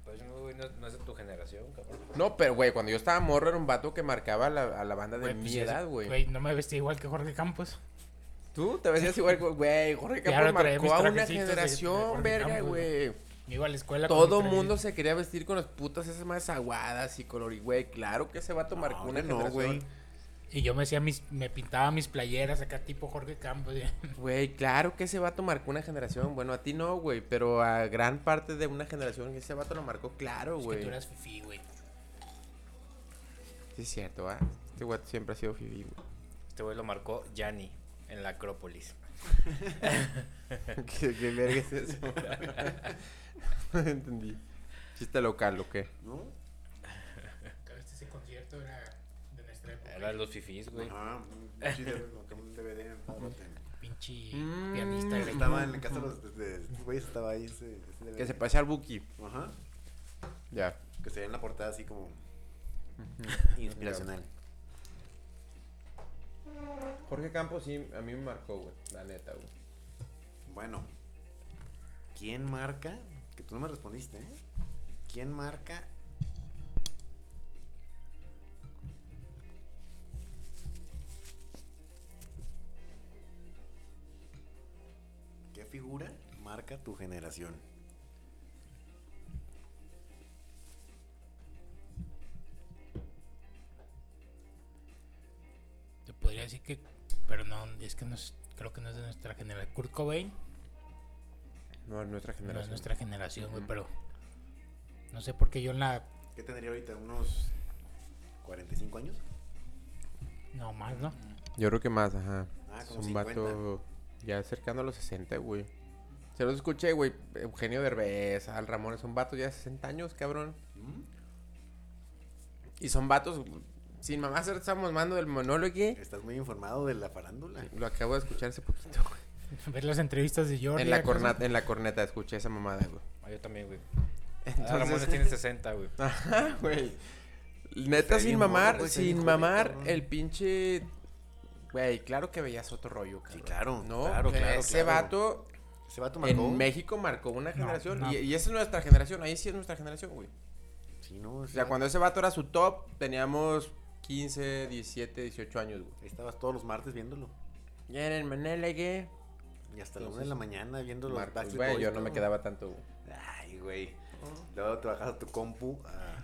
Speaker 3: Pues no, güey, no, no es de tu generación, cabrón.
Speaker 1: No, pero, güey, cuando yo estaba morro era un vato que marcaba a la, a la banda de
Speaker 4: Güey,
Speaker 1: mi
Speaker 4: pues,
Speaker 1: edad,
Speaker 4: ese-
Speaker 1: güey.
Speaker 4: Güey, no me vestía igual que Jorge Campos.
Speaker 1: Tú te vestías igual, güey. Jorge
Speaker 4: Ya
Speaker 1: Campos
Speaker 4: lo traía
Speaker 1: marcó
Speaker 4: mis
Speaker 1: a una
Speaker 4: trajecitos de- de
Speaker 1: generación,
Speaker 4: Jorge
Speaker 1: verga,
Speaker 4: Campos,
Speaker 1: güey.
Speaker 4: Me iba a la escuela. con
Speaker 1: Todo
Speaker 4: mis
Speaker 1: mundo
Speaker 4: tres-
Speaker 1: se quería vestir con las putas esas más aguadas y color, y güey, claro que ese vato
Speaker 2: No,
Speaker 1: marcó una
Speaker 2: hombre, no,
Speaker 1: generación.
Speaker 2: güey.
Speaker 4: Y yo me hacía mis, me pintaba mis playeras acá tipo Jorge Campos. y-
Speaker 1: Güey, claro que ese vato marcó una generación. Bueno, a ti no, güey, pero a gran parte de una generación ese vato lo marcó, claro,
Speaker 4: Es que
Speaker 1: güey.
Speaker 4: tú eras fifí, güey.
Speaker 1: Sí, es cierto, ¿ah? Este vato siempre ha sido fifi, güey.
Speaker 3: Este güey lo marcó Yanni en la Acrópolis.
Speaker 1: ¿Qué, qué verga es eso? no entendí. Chiste local, ¿o qué?
Speaker 2: ¿No?
Speaker 4: este, Ese concierto era de nuestra época.
Speaker 3: Era de los fifís, güey.
Speaker 2: Ajá. un chile, como que un DVD, padrote.
Speaker 4: Pinche
Speaker 1: Mm.
Speaker 4: pianista. güey.
Speaker 2: Estaba en la casa de los de- de- de- güeyes, estaba ahí ese, ese DVD.
Speaker 1: Que se pase al Buki.
Speaker 2: Ajá.
Speaker 1: Ya.
Speaker 2: Que se ve en la portada así como. Inspiracional.
Speaker 1: Jorge Campos sí, a mí me marcó, güey. La neta, güey.
Speaker 2: Bueno, ¿quién marca? Que tú no me respondiste, ¿eh? ¿Quién marca? ¿Qué figura marca tu generación?
Speaker 4: Te podría decir que. Pero no, es que no es- creo que no es de nuestra generación. Kurt Cobain
Speaker 1: No, es nuestra
Speaker 4: no
Speaker 1: generación.
Speaker 4: es nuestra generación, güey,
Speaker 1: Ujú.
Speaker 4: pero. No sé por qué yo en la.
Speaker 2: ¿Qué tendría ahorita? ¿Unos 45 años?
Speaker 4: No más, ¿no?
Speaker 1: Yo creo que más, ajá.
Speaker 2: Ah,
Speaker 1: es
Speaker 2: como
Speaker 1: un
Speaker 2: 50.
Speaker 1: vato ya cercano a los 60, güey. Se los escuché, güey. Eugenio Derbez, Al Ramón, es un vato ya de 60 años, cabrón.
Speaker 2: ¿Mm?
Speaker 1: Y son vatos, sin mamá, se estamos mandando del monólogo.
Speaker 2: Estás muy informado de la farándula.
Speaker 1: Lo acabo de escuchar hace poquito, güey.
Speaker 4: Ver las entrevistas de Jordi.
Speaker 1: En la,
Speaker 4: acá, ¿no?
Speaker 1: corneta, en la corneta escuché esa mamada, güey.
Speaker 3: Ah, yo también, güey. Ahora Ramones
Speaker 1: Entonces,
Speaker 3: tiene 60, güey.
Speaker 1: ajá, güey. Neta,
Speaker 2: Está bien
Speaker 1: sin mamar,
Speaker 2: morro, pues,
Speaker 1: sin
Speaker 2: hijo de
Speaker 1: mamar,
Speaker 2: cabrón.
Speaker 1: el pinche... Güey, claro que veías otro rollo, cabrón.
Speaker 2: Sí, claro.
Speaker 1: ¿No?
Speaker 2: Claro, claro.
Speaker 1: Ese
Speaker 2: claro.
Speaker 1: vato
Speaker 2: Ese vato marcó.
Speaker 1: En México marcó una generación.
Speaker 4: no.
Speaker 1: Y, y esa es nuestra generación. Ahí sí es nuestra generación, güey.
Speaker 2: Sí, no.
Speaker 1: O sea, cuando ese vato era su top, teníamos 15, 17, 18 años, güey.
Speaker 2: Ahí estabas todos los martes viéndolo.
Speaker 1: Ya en el Menelegue.
Speaker 2: Y hasta la
Speaker 1: Entonces,
Speaker 2: una de la mañana viendo los
Speaker 1: Marcos,
Speaker 2: Backstreet
Speaker 1: güey,
Speaker 2: Boys,
Speaker 1: yo no me
Speaker 2: todo.
Speaker 1: quedaba Oh. tanto, güey.
Speaker 2: Ay, güey. Luego te bajas a tu compu a,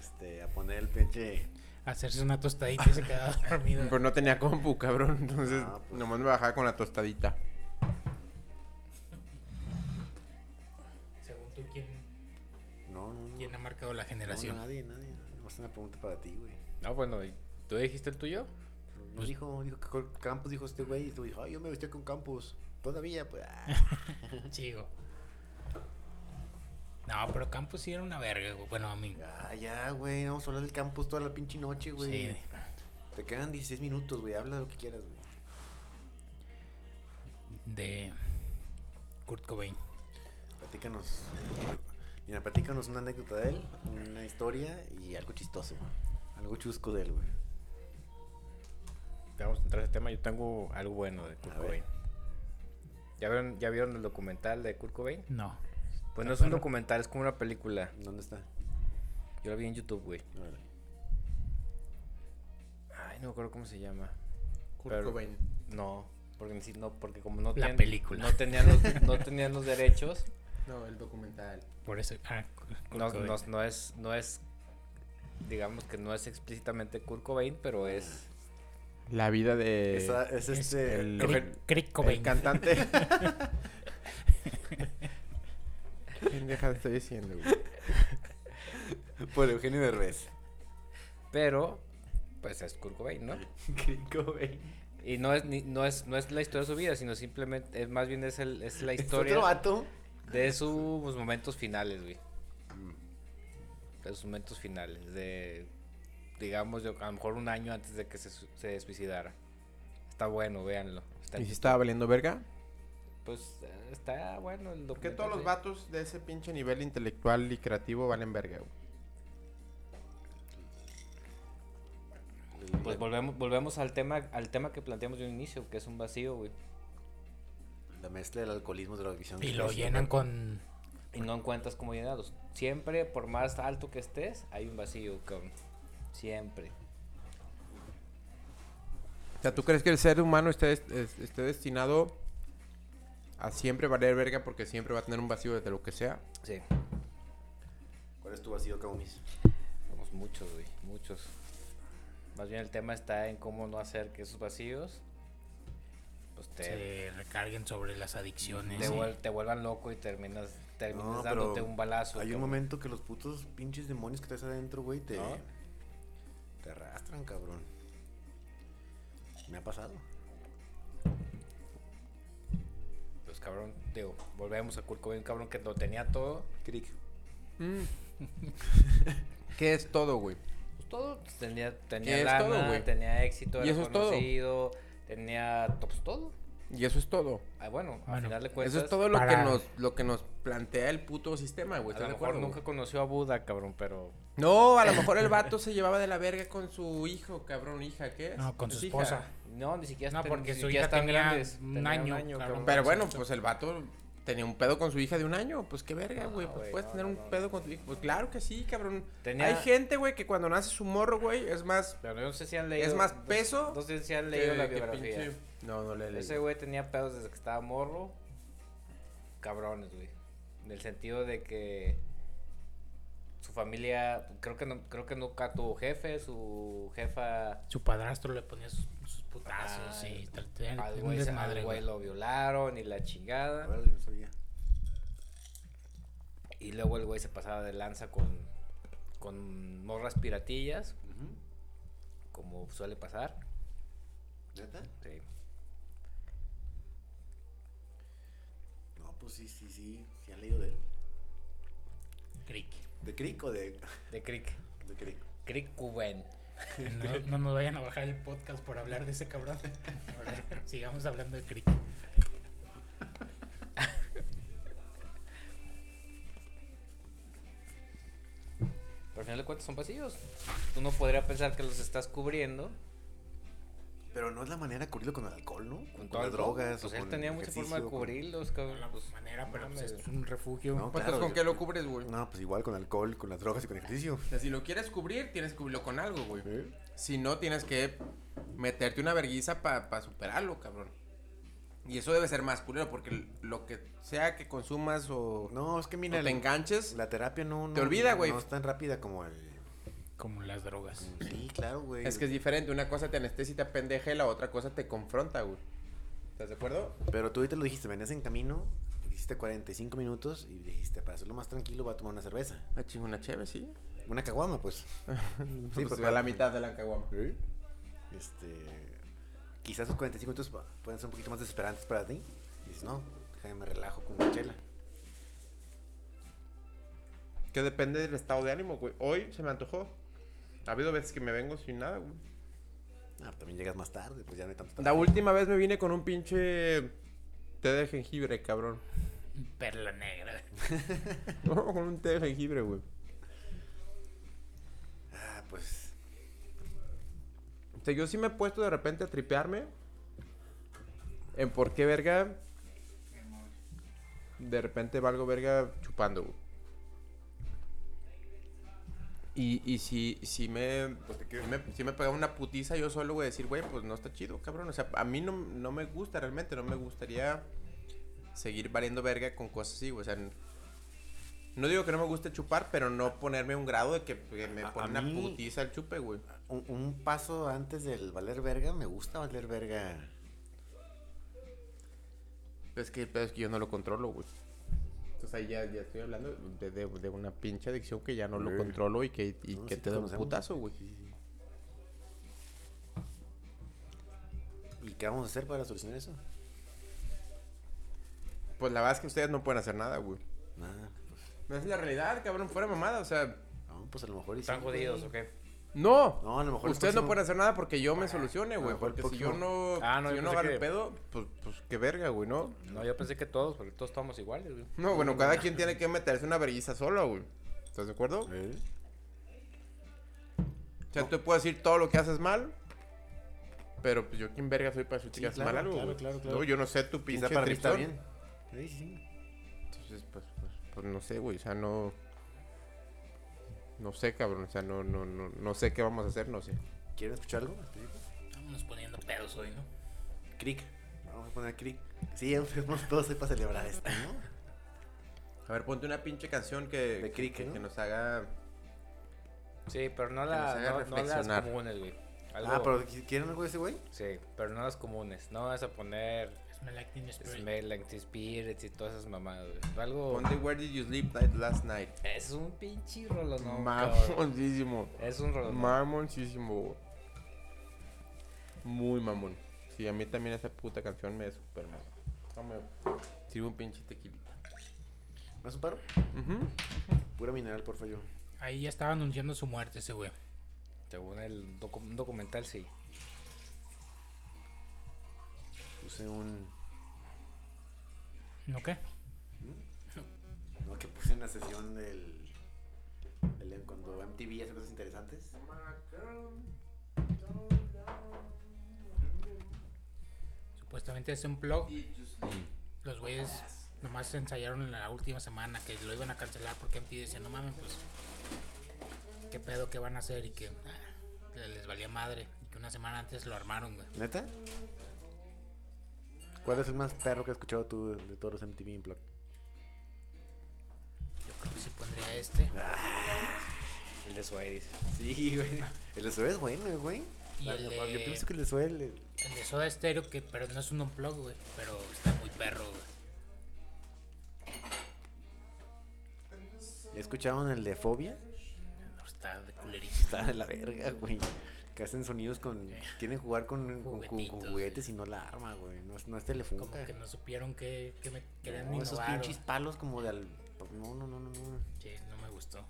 Speaker 2: este, a poner el pinche.
Speaker 4: Hacerse una tostadita y se quedaba dormido.
Speaker 1: Pero no tenía compu, cabrón. Entonces,
Speaker 2: Ah, pues.
Speaker 1: nomás me bajaba con la tostadita.
Speaker 4: Según tú, ¿quién,
Speaker 2: No, no, no.
Speaker 4: quién ha marcado la
Speaker 2: no,
Speaker 4: generación?
Speaker 2: nadie, nadie. Nomás una pregunta para ti, güey.
Speaker 3: Ah, bueno, ¿y ¿tú dijiste el tuyo?
Speaker 2: No
Speaker 1: Pues
Speaker 2: dijo, dijo que con Campos dijo este güey. Y tú dijo, ay, yo me vestí con Campos. Todavía, pues. ah.
Speaker 4: Chigo. No, pero Campos sí era una verga, güey. Bueno, a mí.
Speaker 2: Ya, ya, güey. Vamos a hablar del Campos toda la pinche noche, güey.
Speaker 4: Sí.
Speaker 2: Te quedan 16 minutos, güey. Habla lo que quieras, güey.
Speaker 4: De Kurt Cobain.
Speaker 2: Platícanos. Mira, platícanos una anécdota de él, una historia y algo chistoso, güey. Algo chusco de él, güey.
Speaker 3: Vamos a entrar a ese tema. Yo tengo algo bueno de Kurt
Speaker 2: A ver.
Speaker 3: Cobain. ¿Ya vieron, ¿Ya vieron el documental de Kurt Cobain?
Speaker 4: No.
Speaker 3: Pues no es un documental, es como una película.
Speaker 2: ¿Dónde está?
Speaker 3: Yo la vi en YouTube, güey.
Speaker 2: Órale.
Speaker 3: Ay, no me acuerdo cómo se llama.
Speaker 1: Kurt
Speaker 3: Pero-
Speaker 1: Cobain.
Speaker 3: No, porque, sí- no, porque como no,
Speaker 4: La película.
Speaker 3: no, tenían los, no tenían los derechos,
Speaker 1: No, el documental.
Speaker 4: Por eso. Ah, Kurt
Speaker 3: no,
Speaker 4: Cobain.
Speaker 3: no- no es, no es, digamos que no es explícitamente Kurt Cobain, pero es...
Speaker 1: La vida de.
Speaker 2: Esa- es
Speaker 4: es
Speaker 2: este.
Speaker 1: Eh, el-
Speaker 2: el-
Speaker 4: Crick, Crick Cobain.
Speaker 1: El cantante. Pendeja, te estoy diciendo, güey.
Speaker 2: por Eugenio Derbez.
Speaker 3: Pero, pues es Kurt Cobain, ¿no? Y no es, ni- no, es, no es la historia de su vida, sino simplemente, es más bien es, el, es la
Speaker 2: Es otro
Speaker 3: historia
Speaker 2: vato.
Speaker 3: de sus momentos finales, güey. De sus momentos finales, de, digamos, yo- a lo mejor un año antes de que se, su- se suicidara. Está bueno, véanlo. Está
Speaker 1: ¿Y si estaba valiendo verga?
Speaker 3: Pues eh, está bueno el
Speaker 1: Porque
Speaker 3: documental.
Speaker 1: todos los
Speaker 3: sí.
Speaker 1: vatos de ese pinche nivel intelectual y creativo valen verga, güey.
Speaker 3: Pues volvemos, volvemos al tema, al tema que planteamos de un inicio, que es un vacío, güey.
Speaker 2: La mezcla del alcoholismo, de la adicción.
Speaker 4: Y lo llenan con.
Speaker 3: Y no encuentras cómo llenarlos. Siempre, por más alto que estés, hay un vacío, cabrón. Siempre.
Speaker 1: O sea, ¿tú crees que el ser humano esté, des- es- esté destinado a siempre valer verga porque siempre va a tener un vacío desde lo que sea?
Speaker 3: Sí.
Speaker 2: ¿Cuál es tu vacío, Kaumis?
Speaker 3: Somos muchos, güey. Muchos. Más bien el tema está en cómo no hacer que esos vacíos pues te,
Speaker 4: Se recarguen sobre las adicciones.
Speaker 3: te
Speaker 4: sí.
Speaker 3: vuel- te vuelvan loco y terminas, terminas
Speaker 2: No, pero
Speaker 3: dándote un balazo.
Speaker 2: Hay un
Speaker 3: cabrón.
Speaker 2: momento que los putos pinches demonios que traes adentro, güey, te.
Speaker 3: ¿No?
Speaker 2: Te arrastran, cabrón. Me ha pasado.
Speaker 3: Pues cabrón, digo, volvemos a Kurt Cobain, cabrón, que lo tenía todo.
Speaker 2: Crick.
Speaker 1: Mm. ¿Qué es todo, güey?
Speaker 3: Pues todo, pues, tenía, tenía
Speaker 1: es
Speaker 3: lana,
Speaker 1: todo, güey?
Speaker 3: tenía éxito,
Speaker 1: Y
Speaker 3: era
Speaker 1: eso es todo.
Speaker 3: conocido, tenía pues, todo.
Speaker 1: Y eso es todo.
Speaker 3: Ah, bueno, al
Speaker 4: Bueno,
Speaker 3: final de cuentas.
Speaker 1: eso es todo lo que,
Speaker 4: para-
Speaker 1: nos, lo que nos plantea el puto sistema, güey.
Speaker 3: A lo
Speaker 1: ¿Estás de
Speaker 3: mejor
Speaker 1: acuerdo?
Speaker 3: nunca
Speaker 1: güey?
Speaker 3: conoció a Buda, cabrón, pero
Speaker 1: No, a lo mejor el vato se llevaba de la verga con su hijo, cabrón, hija, ¿qué es?
Speaker 4: No, con su
Speaker 1: Es hija.
Speaker 4: esposa.
Speaker 3: No, ni siquiera
Speaker 4: No,
Speaker 3: están-
Speaker 4: porque
Speaker 3: ni
Speaker 4: su
Speaker 3: siquiera
Speaker 4: hija
Speaker 3: están
Speaker 4: tenía
Speaker 3: grandes.
Speaker 4: un
Speaker 3: Tenían
Speaker 4: año, cabrón.
Speaker 3: cabrón.
Speaker 1: Pero bueno, pues el vato tenía un pedo con su hija de un año. Pues qué verga,
Speaker 3: No,
Speaker 1: güey. pues
Speaker 3: güey,
Speaker 1: puedes
Speaker 3: no,
Speaker 1: tener
Speaker 3: no,
Speaker 1: un
Speaker 3: no,
Speaker 1: pedo con tu hijo. Pues claro que sí, cabrón.
Speaker 3: Tenía-
Speaker 1: Hay gente, güey, que cuando nace su morro, güey, es más.
Speaker 3: Pero no sé si han leído.
Speaker 1: Es más,
Speaker 3: no-
Speaker 1: peso
Speaker 3: No, sé si han
Speaker 1: que-
Speaker 3: leído la
Speaker 1: que
Speaker 3: biografía.
Speaker 1: pinche- No, no le leí.
Speaker 3: Ese güey tenía pedos desde que estaba morro. Cabrones, güey. En el sentido de que su familia, creo que no, creo que nunca tuvo jefe, su jefa
Speaker 4: Su padrastro le ponía sus, sus putazos
Speaker 3: Ah,
Speaker 4: y tal, tal,
Speaker 3: al
Speaker 4: un
Speaker 3: güey, se- al
Speaker 4: desmadre,
Speaker 3: güey
Speaker 4: güey.
Speaker 3: lo violaron y la chingada.
Speaker 2: Órale, no sabía.
Speaker 3: Y luego el güey se pasaba de lanza con, con morras piratillas,
Speaker 2: Ujú.
Speaker 3: como suele pasar.
Speaker 2: ¿Neta?
Speaker 3: Sí.
Speaker 2: No, pues sí, sí, sí. Sí han leído de él.
Speaker 4: Cric.
Speaker 2: ¿De Crick o de,
Speaker 3: De Crick.
Speaker 2: de Crick?
Speaker 3: Crick Cuben.
Speaker 4: No, no nos vayan a bajar el podcast por hablar de ese cabrón. Ahora, Sigamos hablando de Crick.
Speaker 3: Pero al final de cuentas son pasillos. Uno podría pensar que los estás cubriendo.
Speaker 2: Pero no es la manera de cubrirlo con el alcohol, ¿no? Con,
Speaker 3: todo
Speaker 2: las
Speaker 3: el-
Speaker 2: drogas.
Speaker 3: Pues
Speaker 2: o
Speaker 3: él
Speaker 2: con
Speaker 3: tenía
Speaker 2: el
Speaker 3: mucha forma de
Speaker 2: ejercicio, con-
Speaker 3: cubrirlos, cabrón.
Speaker 4: La
Speaker 3: Pues,
Speaker 4: manera, pero pues, es
Speaker 3: mames.
Speaker 4: un refugio.
Speaker 2: No,
Speaker 1: ¿Cuántos
Speaker 2: claro,
Speaker 1: pues, con
Speaker 2: yo-
Speaker 1: qué lo cubres, güey?
Speaker 2: No, pues igual con alcohol, con las drogas y con ejercicio.
Speaker 1: O sea, si lo quieres cubrir, tienes que cubrirlo con algo, güey.
Speaker 2: ¿Eh?
Speaker 1: Si no, tienes que meterte una verguiza para superarlo, cabrón. Y eso debe ser más culero, porque lo que sea que consumas o,
Speaker 2: No, es que
Speaker 1: o
Speaker 2: mira,
Speaker 1: te
Speaker 2: el-
Speaker 1: enganches,
Speaker 2: la terapia no, no.
Speaker 1: Te olvida, güey.
Speaker 2: No es tan rápida como el.
Speaker 4: Como las drogas.
Speaker 2: Sí, claro, güey.
Speaker 1: es que es diferente. Una cosa te anestesia y te pendeja y la otra cosa te confronta, güey. ¿Estás de acuerdo?
Speaker 2: Pero tú ahorita lo dijiste, venías en camino, hiciste 45 minutos y dijiste, para hacerlo más tranquilo, va a tomar una cerveza.
Speaker 1: Ah, Una chingona chévere, sí.
Speaker 2: Una caguama, pues.
Speaker 1: Sí,
Speaker 2: pues,
Speaker 1: pues, a
Speaker 2: claro.
Speaker 1: la mitad de la caguama.
Speaker 2: ¿Eh? Este. Quizás los 45 minutos pa- pueden ser un poquito más desesperantes para ti. Y dices, no, déjame me relajo con una chela.
Speaker 1: Que depende del estado de ánimo, güey. Hoy se me antojó. Ha habido veces que me vengo sin nada, güey.
Speaker 2: Ah, pero también llegas más tarde, pues ya no hay tanto
Speaker 1: La última vez me vine con un pinche té de jengibre, cabrón.
Speaker 4: Perla negra.
Speaker 1: No, con un té de jengibre, güey.
Speaker 2: Ah, pues.
Speaker 1: O sea, yo sí me he puesto de repente a tripearme en por qué verga de repente valgo verga chupando, güey. Y, y si, si me, si me, si me pegaba una putiza yo solo, güey, decir, güey, pues no está chido, cabrón. O sea, a mí no, no me gusta realmente, no me gustaría seguir valiendo verga con cosas así, güey. O sea, n- no digo que no me guste chupar, pero no ponerme a un grado de que que me
Speaker 2: A- a
Speaker 1: pone una
Speaker 2: mí-
Speaker 1: putiza el chupe, güey.
Speaker 2: Un, un paso antes del valer verga, me gusta valer verga.
Speaker 1: Es que el pedo es que yo no lo controlo, güey. Entonces ahí ya, ya estoy hablando de, de- de una pinche adicción que ya no lo
Speaker 2: Sí.
Speaker 1: controlo y que, y
Speaker 2: No,
Speaker 1: que
Speaker 2: sí
Speaker 1: te da un
Speaker 2: conocemos.
Speaker 1: putazo, güey.
Speaker 2: Sí, sí, sí. ¿Y qué vamos a hacer para solucionar eso?
Speaker 1: Pues la verdad es que ustedes no pueden hacer nada, güey.
Speaker 2: Nada, pues.
Speaker 1: No es la realidad, cabrón, fuera mamada, o sea...
Speaker 2: No, pues a lo mejor. y sí,
Speaker 3: Están
Speaker 2: güey.
Speaker 3: jodidos, ¿ok?
Speaker 1: ¡No!
Speaker 2: No, a lo mejor. el
Speaker 1: ustedes no
Speaker 2: próximo- Ah,
Speaker 1: pueden hacer nada porque yo me solucione,
Speaker 2: a
Speaker 1: güey.
Speaker 2: lo mejor el
Speaker 1: Porque si yo no...
Speaker 2: próximo-
Speaker 3: Ah, no,
Speaker 1: si yo
Speaker 3: yo
Speaker 1: no
Speaker 3: pensé
Speaker 1: agarro
Speaker 3: que-
Speaker 1: el pedo, pues, pues qué verga, güey, ¿no?
Speaker 3: No, yo pensé que todos, porque todos estábamos iguales, güey.
Speaker 1: No, bueno, cada quien tiene que meterse una vergüenza solo, güey. ¿Estás de acuerdo?
Speaker 2: ¿Eh?
Speaker 1: O sea, tú puedes decir todo lo que haces mal, pero pues yo quién verga soy para decirte
Speaker 2: Sí,
Speaker 1: que haces
Speaker 2: claro,
Speaker 1: mal algo,
Speaker 2: claro,
Speaker 1: güey.
Speaker 2: claro, claro.
Speaker 1: No, yo no sé tu pinche
Speaker 2: Quizá para mí está
Speaker 1: tripsón.
Speaker 2: bien. Sí, sí, sí.
Speaker 1: Entonces, pues, pues, pues, no sé, güey, o sea, no... No sé, cabrón, o sea, no, no, no, no sé qué vamos a hacer, no sé.
Speaker 2: ¿Quieren escuchar algo?
Speaker 4: Vámonos poniendo pedos hoy, ¿no?
Speaker 2: Crick. Vamos a poner Crick. Sí, enfermos todos ahí para celebrar esto, ¿no?
Speaker 1: A ver, ponte una pinche canción que... que,
Speaker 2: De cricket,
Speaker 1: que-
Speaker 2: ¿no?
Speaker 1: que nos haga...
Speaker 3: Sí, pero no,
Speaker 1: Que
Speaker 3: la,
Speaker 1: nos haga
Speaker 3: no, no las
Speaker 1: reflexionar.
Speaker 3: comunes, güey. Algo,
Speaker 2: Ah, pero ¿qu- ¿quieren algo de ese güey?
Speaker 3: Sí, pero no las comunes. No vas a poner
Speaker 4: Smell like Teen Spirit.
Speaker 3: Smell like Teen Spirits y todas esas mamadas, güey. Algo...
Speaker 1: Ponte Where Did You Sleep Night Last Night.
Speaker 3: Es un pinche rolo, ¿no? cabrón.
Speaker 1: Mamoncísimo.
Speaker 3: Es un rolo.
Speaker 1: Mamoncísimo, güey. Muy mamón. Sí, a mí también esa puta canción me super mal. Sirve un pinche tequilita.
Speaker 2: ¿No es un paro? Pura mineral, por favor.
Speaker 4: Ahí ya estaba anunciando su muerte ese güey.
Speaker 3: Según el docu- un documental, sí.
Speaker 2: Puse un.
Speaker 4: ¿No qué?
Speaker 2: No, que puse una sesión del. del- cuando MTV hace cosas interesantes.
Speaker 4: supuestamente es un blog. Los güeyes nomás ensayaron en la última semana que lo iban a cancelar porque MTV decía, no mames, pues, ¿qué pedo que van a hacer? Y que ah, que les valía madre. Y que una semana antes lo armaron, güey.
Speaker 2: ¿Neta? ¿Cuál es el más perro que has escuchado tú de, de todos los MTV Unplugged?
Speaker 4: Yo creo que sí pondría este.
Speaker 3: El de Suárez dice.
Speaker 2: Sí, güey. El de Zoe es bueno, güey.
Speaker 4: Y
Speaker 2: La-
Speaker 4: el
Speaker 2: la- Yo
Speaker 4: de-
Speaker 2: pienso que el de Zoe le-
Speaker 4: El de Soda Stereo, que, pero no es un unplug, güey. Pero está muy perro, güey.
Speaker 2: ¿Escucharon el de Fobia?
Speaker 4: No, Está de culerísimo.
Speaker 2: Está de la verga, güey. Que hacen sonidos con. Quieren jugar con, con, con- con
Speaker 4: Juguetitos,
Speaker 2: juguetes y no la arma, güey. No, es- no es telefunca.
Speaker 4: Como que no supieron que, que me querían
Speaker 2: No, esos
Speaker 4: innovar.
Speaker 2: pinches
Speaker 4: o-
Speaker 2: palos como de al. No, no, no, no. no.
Speaker 4: Sí, no me gustó.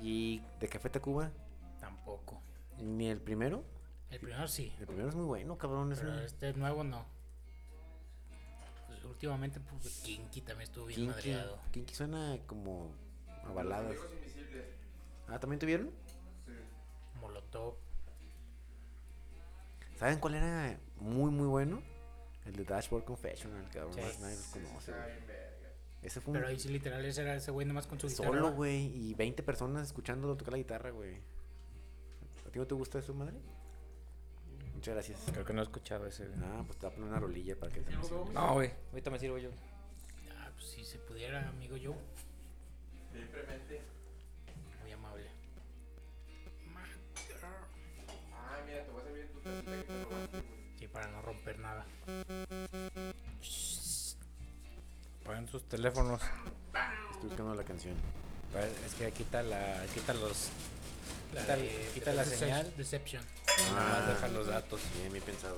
Speaker 2: ¿Y de Café Tacuba?
Speaker 4: Tampoco.
Speaker 2: Ni el primero.
Speaker 4: El primero sí,
Speaker 2: El primero es muy bueno, cabrón. Es
Speaker 4: pero
Speaker 2: un-
Speaker 4: este nuevo no. Pues, últimamente, pues, Kinky también estuvo bien
Speaker 2: Kinky,
Speaker 4: madreado.
Speaker 2: Kinky suena como a baladas. Ah, ¿también tuvieron?
Speaker 4: Molotov.
Speaker 2: ¿Saben cuál era muy, muy bueno? El de Dashboard Confessional, cabrón.
Speaker 4: Sí.
Speaker 2: más nadie los conoce, güey. Ese fue un
Speaker 4: Pero ahí sí, literal, ese era ese güey nomás con su guitarra.
Speaker 2: solo, güey. Y 20 personas escuchándolo tocar la guitarra, güey. ¿A ti no te gusta eso, madre? Muchas gracias.
Speaker 3: Creo que no he escuchado ese. güey.
Speaker 2: Ah, pues te voy a poner una rolilla para que se emocione.
Speaker 3: No, güey. Ahorita me sirvo yo.
Speaker 4: Ah, pues si se pudiera, amigo yo. Muy amable.
Speaker 1: Ah, mira, te voy a servir tu tacita que te robaste, güey.
Speaker 4: Sí, para no romper nada.
Speaker 3: Paguen sus teléfonos.
Speaker 2: Estoy buscando la canción.
Speaker 3: Pues, Es que quita la. quita los.
Speaker 4: La
Speaker 3: Quita-
Speaker 4: de-
Speaker 3: quita la
Speaker 4: Decep-
Speaker 3: señal.
Speaker 4: Eh, Deception.
Speaker 3: y Nada más deja los datos.
Speaker 2: Bien, bien pensado.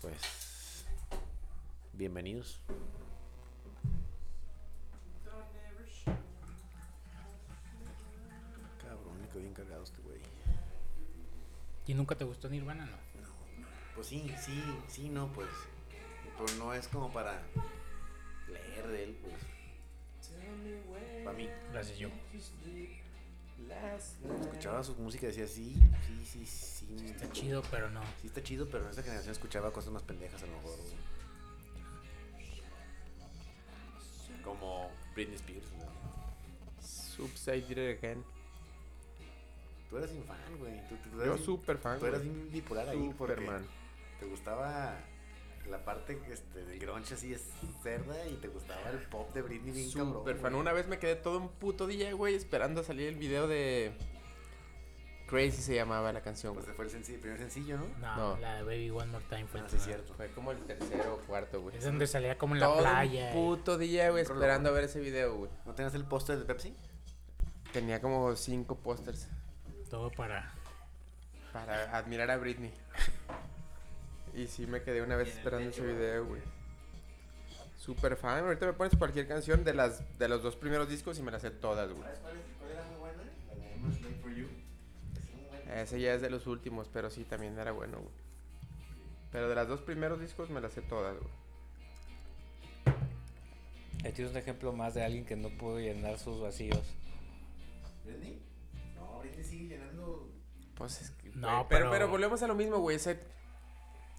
Speaker 2: Pues, bienvenidos. Cabrón, que bien cargado este güey.
Speaker 4: ¿Y nunca te gustó Nirvana, no?
Speaker 2: Pues sí, sí, sí, no, pues. Pero no es como para leer de él, pues. Para mí,
Speaker 4: Gracias, yo.
Speaker 2: escuchaba su música y decía, sí, sí, sí, sí.
Speaker 4: Está chido, pero no.
Speaker 2: Sí, está chido, pero en esta generación escuchaba cosas más pendejas a lo mejor. güey. Como Britney Spears, güey.
Speaker 1: Subside it again.
Speaker 2: Tú eras un fan, güey. Tú, tú- tú
Speaker 1: Yo
Speaker 2: eras bien-
Speaker 1: super fan.
Speaker 2: tú eras
Speaker 1: güey.
Speaker 2: bien bipolar ahí. porque-
Speaker 1: Superman.
Speaker 2: te gustaba la parte este, del grunge así es cerda y te gustaba el pop de Britney bien cabrón.
Speaker 1: Super fan.
Speaker 2: güey.
Speaker 1: Una vez me quedé todo un puto día, güey, esperando a salir el video de. Crazy se llamaba la canción,
Speaker 2: Pues
Speaker 1: güey.
Speaker 2: ese fue el, senci- primer sencillo, ¿no?
Speaker 4: No,
Speaker 1: No.
Speaker 4: la de Baby One More Time fue
Speaker 2: Ah,
Speaker 4: el
Speaker 2: sí, es
Speaker 4: primero.
Speaker 2: cierto.
Speaker 1: Pues, Fue como el tercero o cuarto, güey.
Speaker 4: Es donde salía como en la
Speaker 1: Todo
Speaker 4: playa. eh.
Speaker 1: un
Speaker 4: y-
Speaker 1: puto día, güey,
Speaker 2: Un rolón.
Speaker 1: esperando a ver ese video, güey.
Speaker 2: ¿No tenías el póster de Pepsi?
Speaker 1: Tenía como cinco pósters
Speaker 4: Todo para.
Speaker 1: para admirar a Britney. Y sí me quedé una vez esperando ese video, güey. Super fan, ahorita me pones cualquier canción de las de los dos primeros discos y me las sé todas, güey.
Speaker 2: cuál, era muy buena? La de Must For You.
Speaker 1: Ese ya es de los últimos, pero sí también era bueno, güey. Pero de las dos primeros discos me las sé todas, güey.
Speaker 3: Ahí tienes un ejemplo más de alguien que no pudo llenar sus vacíos.
Speaker 2: ¿Britney? No, Britney sigue llenando.
Speaker 1: Pues es que,
Speaker 4: No,
Speaker 1: güey, pero,
Speaker 4: pero-
Speaker 1: pero volvemos a lo mismo, güey. ese-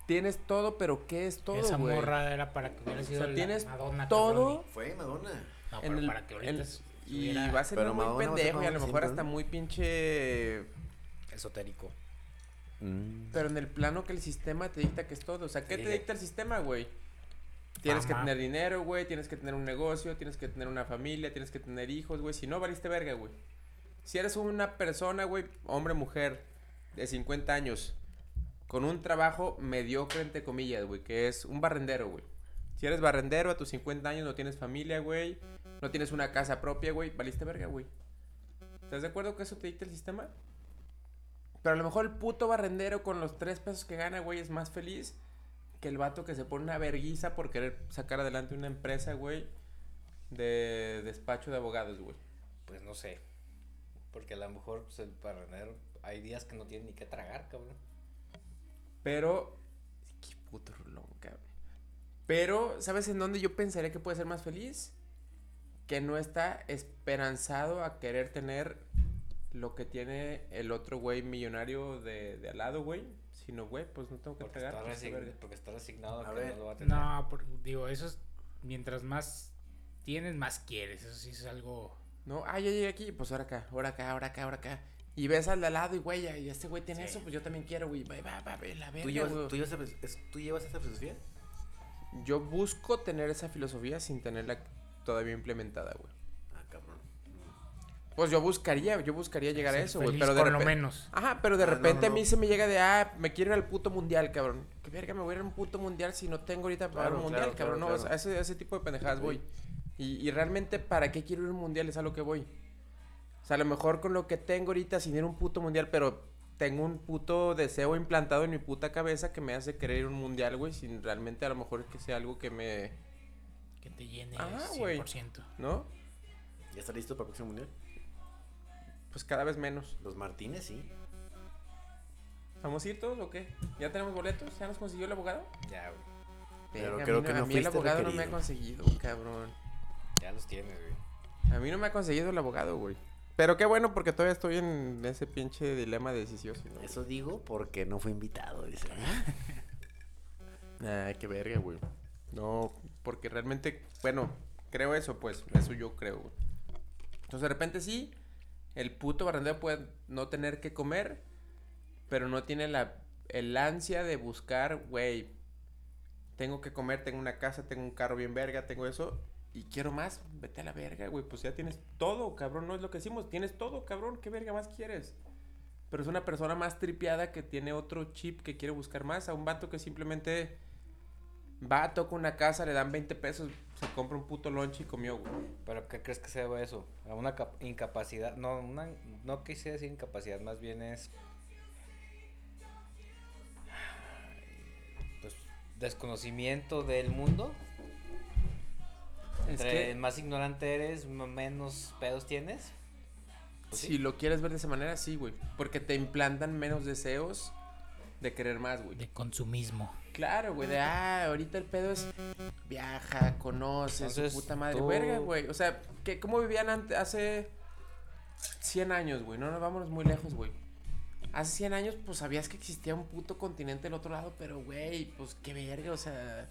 Speaker 1: Tienes todo, pero ¿qué es todo,
Speaker 4: Esa
Speaker 1: güey?
Speaker 4: morra era para que hubiera sido
Speaker 1: sea,
Speaker 4: la
Speaker 1: tienes
Speaker 4: Madonna.
Speaker 1: todo
Speaker 4: cabrón,
Speaker 2: Fue Madonna.
Speaker 4: y- No,
Speaker 1: en
Speaker 4: pero
Speaker 1: el-
Speaker 4: para que ahorita.
Speaker 1: en-
Speaker 4: s-
Speaker 1: y
Speaker 4: hubiera-
Speaker 1: va a ser
Speaker 2: Pero
Speaker 1: muy
Speaker 2: Madonna va a ser
Speaker 1: pendejo y a lo
Speaker 2: Madonna
Speaker 1: mejor
Speaker 2: siempre,
Speaker 1: hasta
Speaker 2: ¿no?
Speaker 1: muy pinche...
Speaker 3: Esotérico.
Speaker 1: Pero en el plano que el sistema te dicta que es todo. O sea, ¿qué
Speaker 3: Sí.
Speaker 1: te dicta el sistema, güey? Tienes que
Speaker 4: Fama.
Speaker 1: tener dinero, güey. Tienes que tener un negocio. Tienes que tener una familia. Tienes que tener hijos, güey. Si no, valiste verga, güey. Si eres una persona, güey, hombre, mujer, de 50 años, con un trabajo mediocre, entre comillas, güey, que es un barrendero, güey. Si eres barrendero a tus 50 años, no tienes familia, güey. No tienes una casa propia, güey. Valiste verga, güey. ¿Estás de acuerdo que eso te dicta el sistema? Pero a lo mejor el puto barrendero con los tres pesos que gana, güey, es más feliz que el vato que se pone una verguiza por querer sacar adelante una empresa, güey, de despacho de abogados, güey.
Speaker 3: Pues no sé. Porque a lo mejor pues, el parranero hay días que no tienen ni qué tragar, cabrón.
Speaker 1: Pero. Qué puto rulón, cabrón. Pero, ¿sabes en dónde yo pensaría que puede ser más feliz? Que no está esperanzado a querer tener lo que tiene el otro güey millonario de, de al lado, güey. Sino, güey, pues no tengo que
Speaker 3: Porque,
Speaker 1: tragar.
Speaker 3: está,
Speaker 1: pues,
Speaker 3: resign-
Speaker 1: verga.
Speaker 3: porque está resignado a,
Speaker 2: A
Speaker 3: que
Speaker 2: ver.
Speaker 3: no lo va a tener.
Speaker 4: No, por- digo, eso es. Mientras más tienes, más quieres. Eso sí es algo.
Speaker 1: No, ah, ya llegué aquí, pues ahora acá, ahora acá, ahora acá, ahora acá. Y ves al de al lado y güey, ya- y este güey tiene
Speaker 4: Sí.
Speaker 1: eso, pues yo también quiero, güey. Va, va, va, ve la verga,
Speaker 2: ¿Tú llevas,
Speaker 1: güey.
Speaker 2: tú llevas esa- es- ¿tú llevas esa filosofía?
Speaker 1: Yo busco tener esa filosofía sin tenerla todavía implementada, güey.
Speaker 2: Ah, cabrón.
Speaker 1: Pues yo buscaría, yo buscaría llegar a
Speaker 4: ser
Speaker 1: eso, güey.
Speaker 4: feliz
Speaker 1: Pero de
Speaker 4: con lo
Speaker 1: repen-
Speaker 4: menos.
Speaker 1: Ajá, pero de
Speaker 2: Ah, no,
Speaker 1: repente
Speaker 2: no,
Speaker 1: a mí
Speaker 2: no.
Speaker 1: se me llega de, ah, me quiero ir al puto mundial, cabrón. ¿Qué verga me voy a ir a un puto mundial si no tengo ahorita para
Speaker 2: Claro,
Speaker 1: un mundial,
Speaker 2: claro,
Speaker 1: cabrón?
Speaker 2: claro,
Speaker 1: no,
Speaker 2: claro.
Speaker 1: A, ese, a ese tipo de pendejadas
Speaker 2: Sí.
Speaker 1: voy. Y, y realmente, ¿para qué quiero ir a un mundial? Es a lo que voy. O sea, a lo mejor con lo que tengo ahorita sin ir a un puto mundial, pero tengo un puto deseo implantado en mi puta cabeza que me hace querer ir a un mundial, güey, sin realmente a lo mejor que sea algo que me...
Speaker 4: Que te llene
Speaker 1: Ah,
Speaker 4: al
Speaker 1: güey.
Speaker 4: 100%.
Speaker 1: ¿No?
Speaker 2: ¿Ya está listo para el próximo mundial?
Speaker 1: Pues cada vez menos.
Speaker 2: Los Martínez, sí.
Speaker 1: ¿Vamos a ir todos o qué? ¿Ya tenemos boletos? ¿Ya nos consiguió el abogado?
Speaker 3: Ya, güey.
Speaker 2: Pero
Speaker 1: Verga, a
Speaker 2: creo
Speaker 1: mí
Speaker 2: que
Speaker 1: no-
Speaker 2: no
Speaker 1: A mí el
Speaker 2: fuiste
Speaker 1: abogado no me ha
Speaker 2: requerido.
Speaker 1: conseguido, cabrón.
Speaker 3: Ya los tienes, güey.
Speaker 1: A mí no me ha conseguido el abogado, güey. Pero qué bueno porque todavía estoy en ese pinche dilema delicioso. ¿no?
Speaker 2: Eso digo porque no fue invitado, dice.
Speaker 1: Ah, qué verga, güey. No, porque realmente, bueno, creo eso, pues. Eso yo creo, güey. Entonces, de repente sí, el puto barrendero puede no tener que comer, pero no tiene la, el ansia de buscar, güey, tengo que comer, tengo una casa, tengo un carro bien verga, tengo eso, y quiero más, vete a la verga, güey, pues ya tienes todo, cabrón, no es lo que decimos, tienes todo, cabrón, ¿qué verga más quieres? Pero es una persona más tripeada que tiene otro chip que quiere buscar más, a un vato que simplemente va, toca una casa, le dan 20 pesos, se compra un puto lunch y comió, güey.
Speaker 3: ¿Pero qué crees que se deba a eso? A una cap- incapacidad. No, una, no quise decir incapacidad, más bien es. Pues desconocimiento del mundo.
Speaker 1: Es
Speaker 3: Entre
Speaker 1: que-
Speaker 3: más ignorante eres, m- menos pedos tienes. Pues
Speaker 1: si
Speaker 3: sí.
Speaker 1: lo quieres ver de esa manera, sí, güey. Porque te implantan menos deseos de querer más, güey.
Speaker 4: De consumismo.
Speaker 1: Claro, güey. De, ah, ahorita el pedo es viaja, conoce, su
Speaker 3: Entonces,
Speaker 1: puta madre.
Speaker 3: tú-
Speaker 1: Verga, güey. O sea, que ¿cómo vivían ante- hace 100 años, güey? No nos vámonos muy lejos, güey. Hace 100 años, pues sabías que existía un puto continente del otro lado, pero, güey, pues qué verga, o sea.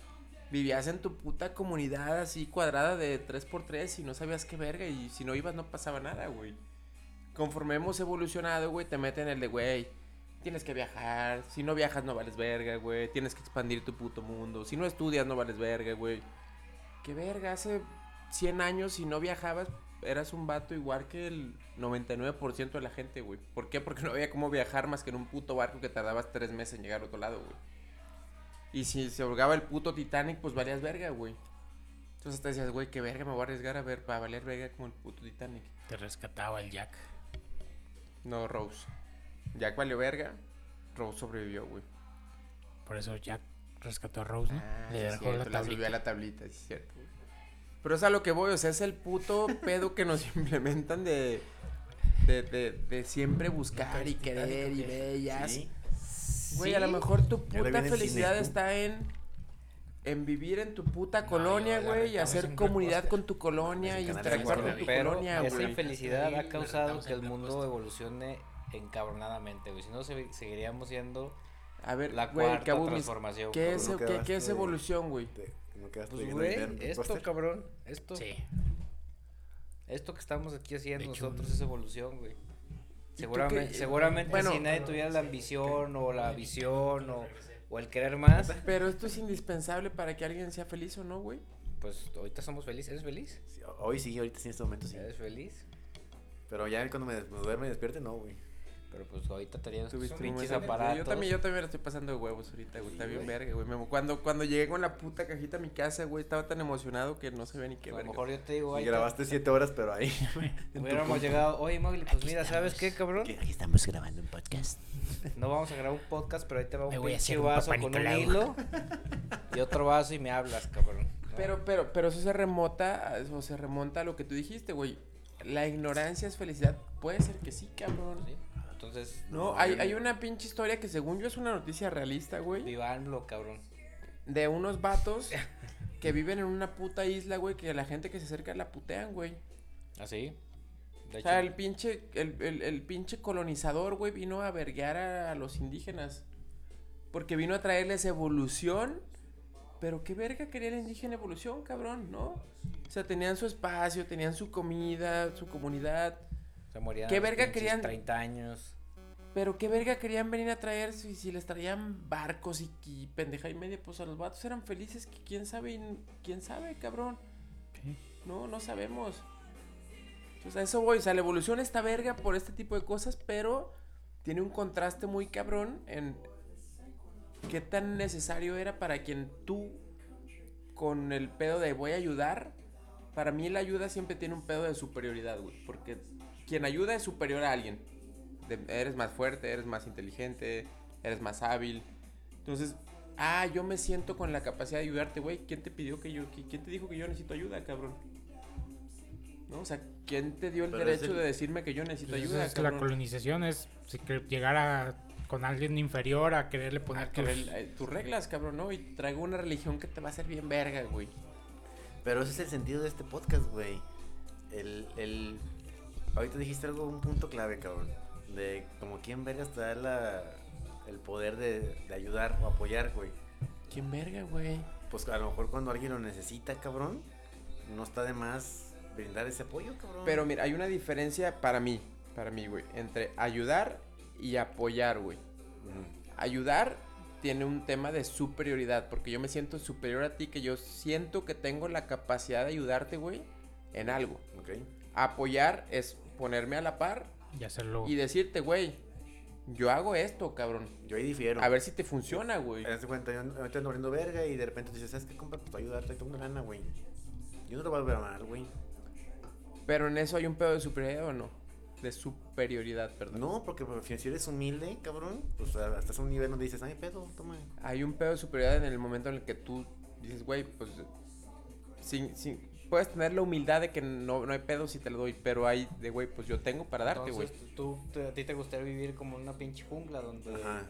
Speaker 1: Vivías en tu puta comunidad así cuadrada de 3x3 y no sabías qué verga y si no ibas no pasaba nada, güey. Conforme hemos evolucionado, güey, te meten el de, güey, Tienes que viajar. Si no viajas, no vales verga, güey. Tienes que expandir tu puto mundo. Si no estudias, no vales verga, güey. Qué verga, hace 100 años, si no viajabas, eras un vato igual que el 99% de la gente, güey. ¿Por qué? Porque no había cómo viajar más que en un puto barco que tardabas tres meses en llegar a otro lado, güey. Y si se ahogaba el puto Titanic, pues valías verga, güey. Entonces te decías, güey, qué verga me voy a arriesgar a ver para valer verga como el puto Titanic.
Speaker 4: Te rescataba el Jack.
Speaker 1: No, Rose. Jack valió verga. Rose sobrevivió, güey.
Speaker 4: Por eso Jack rescató a Rose, ¿no?
Speaker 1: Ah,
Speaker 4: Le
Speaker 1: sí es
Speaker 4: dejó
Speaker 1: cierto,
Speaker 4: la
Speaker 1: la subió
Speaker 4: tablita.
Speaker 1: a la tablita, sí es cierto. güey. Pero es a lo que voy, o sea, es el puto pedo que nos implementan de, de, de, de siempre buscar y querer y bellas.
Speaker 2: Sí.
Speaker 1: Güey, a lo mejor tu
Speaker 2: Ya le
Speaker 1: puta
Speaker 2: viene el
Speaker 1: felicidad
Speaker 2: cine, tú.
Speaker 1: está en en vivir en tu puta
Speaker 4: No,
Speaker 1: colonia,
Speaker 4: yo la
Speaker 1: güey, y
Speaker 4: retamos
Speaker 1: hacer
Speaker 4: en
Speaker 1: comunidad
Speaker 4: Blockbuster.
Speaker 1: con tu colonia
Speaker 2: En
Speaker 1: y
Speaker 2: Canal
Speaker 1: interactuar
Speaker 2: Cinco,
Speaker 1: con tu
Speaker 4: güey.
Speaker 3: Pero
Speaker 1: colonia,
Speaker 3: esa
Speaker 1: güey.
Speaker 3: infelicidad
Speaker 4: Sí,
Speaker 3: ha causado
Speaker 4: estamos
Speaker 3: que el
Speaker 4: en
Speaker 3: mundo
Speaker 4: Blockbuster.
Speaker 3: evolucione encabronadamente, güey. Si no, se- seguiríamos siendo
Speaker 1: A ver,
Speaker 3: la
Speaker 1: güey,
Speaker 3: cuarta
Speaker 1: Kabumis,
Speaker 3: transformación.
Speaker 1: ¿qué
Speaker 3: cabrón.
Speaker 1: es,
Speaker 2: Uno
Speaker 1: qué, qué es
Speaker 2: quedaste-
Speaker 1: evolución, güey?
Speaker 2: Te- ¿No quedaste
Speaker 3: Pues,
Speaker 2: viendo el
Speaker 3: güey,
Speaker 2: video en el
Speaker 3: esto,
Speaker 2: póster?
Speaker 3: cabrón. Esto.
Speaker 4: Sí.
Speaker 3: Esto que estamos aquí haciendo
Speaker 4: De hecho,
Speaker 3: nosotros
Speaker 1: mm.
Speaker 3: es evolución, güey.
Speaker 1: qué-
Speaker 3: Seguramente, seguramente
Speaker 1: bueno,
Speaker 3: si nadie tuviera la ambición o la visión o, o el querer más,
Speaker 1: Pero esto es indispensable para que alguien sea feliz o no, güey.
Speaker 3: pues ahorita somos felices. ¿Eres feliz?
Speaker 2: Sí, Hoy sí, ahorita sí, en este momento sí.
Speaker 3: ¿Eres feliz?
Speaker 2: Pero ya cuando me, des- me duerme y despierte, no, güey.
Speaker 3: Pero pues ahorita teníamos
Speaker 1: Tuviste
Speaker 3: estos
Speaker 1: un
Speaker 3: pinches
Speaker 1: momento-
Speaker 3: aparatos.
Speaker 1: Yo también, yo también la estoy pasando de huevos ahorita, güey.
Speaker 2: Sí,
Speaker 1: Está bien
Speaker 2: güey.
Speaker 1: verga, güey. Me- Cuando, cuando llegué con la puta cajita a mi casa, güey, estaba tan emocionado que no se ve ni qué
Speaker 3: a lo
Speaker 1: verga.
Speaker 3: mejor yo te digo,
Speaker 2: Y
Speaker 3: ahorita
Speaker 2: grabaste siete horas, pero ahí.
Speaker 3: hubiéramos llegado, oye, Mowgli, pues
Speaker 4: Aquí
Speaker 3: mira, ¿sabes qué, cabrón?
Speaker 2: Aquí estamos grabando un podcast.
Speaker 3: No vamos a grabar un podcast, pero ahí te va un
Speaker 4: Me voy a
Speaker 3: pinche
Speaker 4: hacer un
Speaker 3: vaso
Speaker 4: Papá
Speaker 3: con un
Speaker 4: Nicolau.
Speaker 3: hilo y otro vaso y me hablas, cabrón. ¿no?
Speaker 1: Pero, pero, pero eso se remota, o se remonta a lo que tú dijiste, güey. La ignorancia es felicidad. Puede ser que sí, cabrón.
Speaker 3: Sí. Entonces,
Speaker 1: No, hay, hay una pinche historia que según yo es una noticia realista, güey.
Speaker 3: Vivanlo, cabrón.
Speaker 1: De unos vatos que viven en una puta isla, güey, que la gente que se acerca la putean, güey.
Speaker 3: ¿Así? De
Speaker 1: O sea,
Speaker 3: hecho,
Speaker 1: el pinche, el, el- el pinche colonizador, güey, vino a verguear a, a los indígenas. Porque vino a traerles evolución. Pero qué verga quería el indígena evolución, cabrón, ¿no? O sea, tenían su espacio, tenían su comida, su comunidad.
Speaker 3: se morían a
Speaker 1: ¿qué
Speaker 3: los
Speaker 1: verga
Speaker 3: pinches
Speaker 1: querían?
Speaker 3: 30 años.
Speaker 1: Pero qué verga querían venir a traer si, si les traían barcos y, y pendeja y media, pues a los vatos eran felices, que quién sabe, y n- quién sabe, cabrón. No, no sabemos. Entonces a eso voy, o sea, la evolución está verga por este tipo de cosas, pero tiene un contraste muy cabrón en qué tan necesario era para quien tú con el pedo de voy a ayudar. Para mí la ayuda siempre tiene un pedo de superioridad, güey, porque quien ayuda es superior a alguien de- eres más fuerte, eres más inteligente, eres más hábil. Entonces, ah, yo me siento con la capacidad de ayudarte, güey. ¿Quién te pidió que yo, qui- quién te dijo que yo necesito ayuda, cabrón? ¿No? O sea, ¿quién te dio el
Speaker 2: Pero es
Speaker 1: derecho
Speaker 2: el-
Speaker 1: de decirme que yo necesito
Speaker 4: Pues eso
Speaker 1: ayuda,
Speaker 4: es que la
Speaker 1: cabrón?
Speaker 4: colonización es si que- llegar a, con alguien inferior a quererle poner
Speaker 1: Ah,
Speaker 4: tus-
Speaker 1: cabrón, eh, tus reglas, cabrón, ¿no? Y traigo una religión que te va a hacer bien verga, güey.
Speaker 2: Pero ese es el sentido de este podcast, güey. El, el... Ahorita dijiste algo, un punto clave, cabrón. De como quién verga está la, el poder de, de ayudar o apoyar, güey.
Speaker 1: ¿Quién verga, güey?
Speaker 2: Pues a lo mejor cuando alguien lo necesita, cabrón, no está de más brindar ese apoyo, cabrón.
Speaker 1: Pero mira, hay una diferencia para mí, para mí, güey, entre ayudar y apoyar, güey.
Speaker 2: Ujú.
Speaker 1: ayudar tiene un tema de superioridad, porque yo me siento superior a ti, que yo siento que tengo la capacidad de ayudarte, güey, en algo.
Speaker 2: Ok.
Speaker 1: Apoyar es ponerme a la par
Speaker 4: y hacerlo.
Speaker 1: y decirte, güey, yo hago esto, cabrón.
Speaker 2: Yo ahí difiero.
Speaker 1: A ver si te funciona, güey.
Speaker 2: Hazte cuenta, yo ahorita ando abriendo verga y de repente tú dices, ¿sabes qué, compa? Pues para ayudarte, tengo lana, güey. Yo no te voy a ver mal, güey.
Speaker 1: Pero en eso hay un pedo de superioridad o no. De superioridad, perdón.
Speaker 2: No, porque pues, si eres humilde, cabrón, pues a- hasta es un nivel donde dices, ay, pedo, toma.
Speaker 1: Hay un pedo de superioridad en el momento en el que tú dices, güey, pues. sin- sin- puedes tener la humildad de que no, no hay pedo si te lo doy, pero hay de, güey, pues yo tengo para darte, güey.
Speaker 3: Entonces, tú, tú- a ti te gustaría vivir como en una pinche jungla donde,
Speaker 2: Ajá.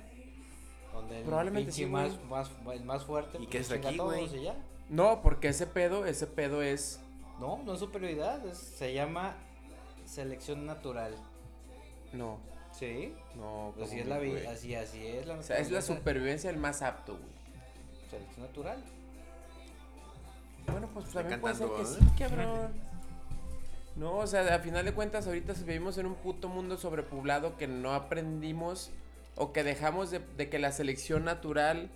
Speaker 3: donde el
Speaker 1: Probablemente
Speaker 3: pinche
Speaker 1: sí, güey.
Speaker 3: más, más, el más fuerte.
Speaker 2: ¿Y
Speaker 3: pues,
Speaker 2: qué es
Speaker 3: chinga a
Speaker 2: aquí,
Speaker 3: todos
Speaker 2: güey?
Speaker 3: y ya.
Speaker 1: No, porque ese pedo, ese pedo es.
Speaker 3: No, no es superioridad, es- se llama selección natural.
Speaker 1: No,
Speaker 3: Pues Sí,
Speaker 1: no. ¿cómo
Speaker 3: así es la
Speaker 1: vi,
Speaker 3: vida,
Speaker 1: Oh, güey?
Speaker 3: así, así es la
Speaker 1: O sea, es la
Speaker 3: naturaleza,
Speaker 1: supervivencia del más apto, güey.
Speaker 3: selección natural.
Speaker 1: Bueno, pues
Speaker 2: Está
Speaker 1: también puede ser que
Speaker 2: cantando,
Speaker 1: sí, cabrón. No, o sea, a final de cuentas, ahorita vivimos en un puto mundo sobrepoblado que no aprendimos o que dejamos de, de que la selección natural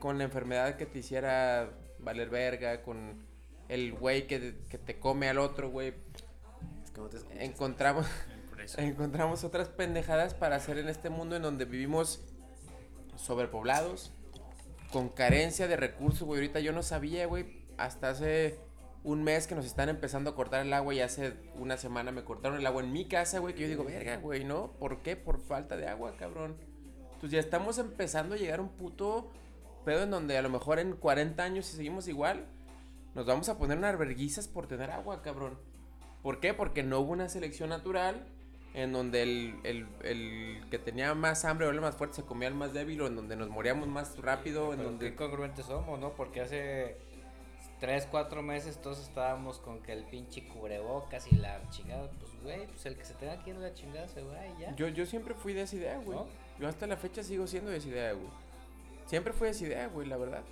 Speaker 1: con la enfermedad que te hiciera valer verga, con el güey que, que te come al otro, güey,
Speaker 2: Es que no te escuchas.
Speaker 1: encontramos. encontramos otras pendejadas para hacer en este mundo en donde vivimos sobrepoblados, con carencia de recursos, güey. Ahorita yo no sabía, güey, hasta hace un mes que nos están empezando a cortar el agua y hace una semana me cortaron el agua en mi casa, güey, que yo digo, verga, güey, ¿no? ¿Por qué? Por falta de agua, cabrón. Entonces ya estamos empezando a llegar a un puto pedo en donde a lo mejor en 40 años, si seguimos igual, nos vamos a poner unas verguizas por tener agua, cabrón. ¿Por qué? Porque no hubo una selección natural en donde el, el- el que tenía más hambre o el más fuerte se comía al más débil o en donde nos moríamos más rápido, en
Speaker 3: Pero
Speaker 1: donde...
Speaker 3: qué congruentes somos, ¿no? Porque hace 3, 4 meses todos estábamos con que el pinche cubrebocas y la chingada, pues güey, pues el que se tenga que ir a la chingada se va y ya.
Speaker 1: Yo, yo siempre fui de esa idea, güey.
Speaker 3: ¿No?
Speaker 1: Yo hasta la fecha sigo siendo de esa idea, güey. Siempre fui de esa idea, güey, la verdad.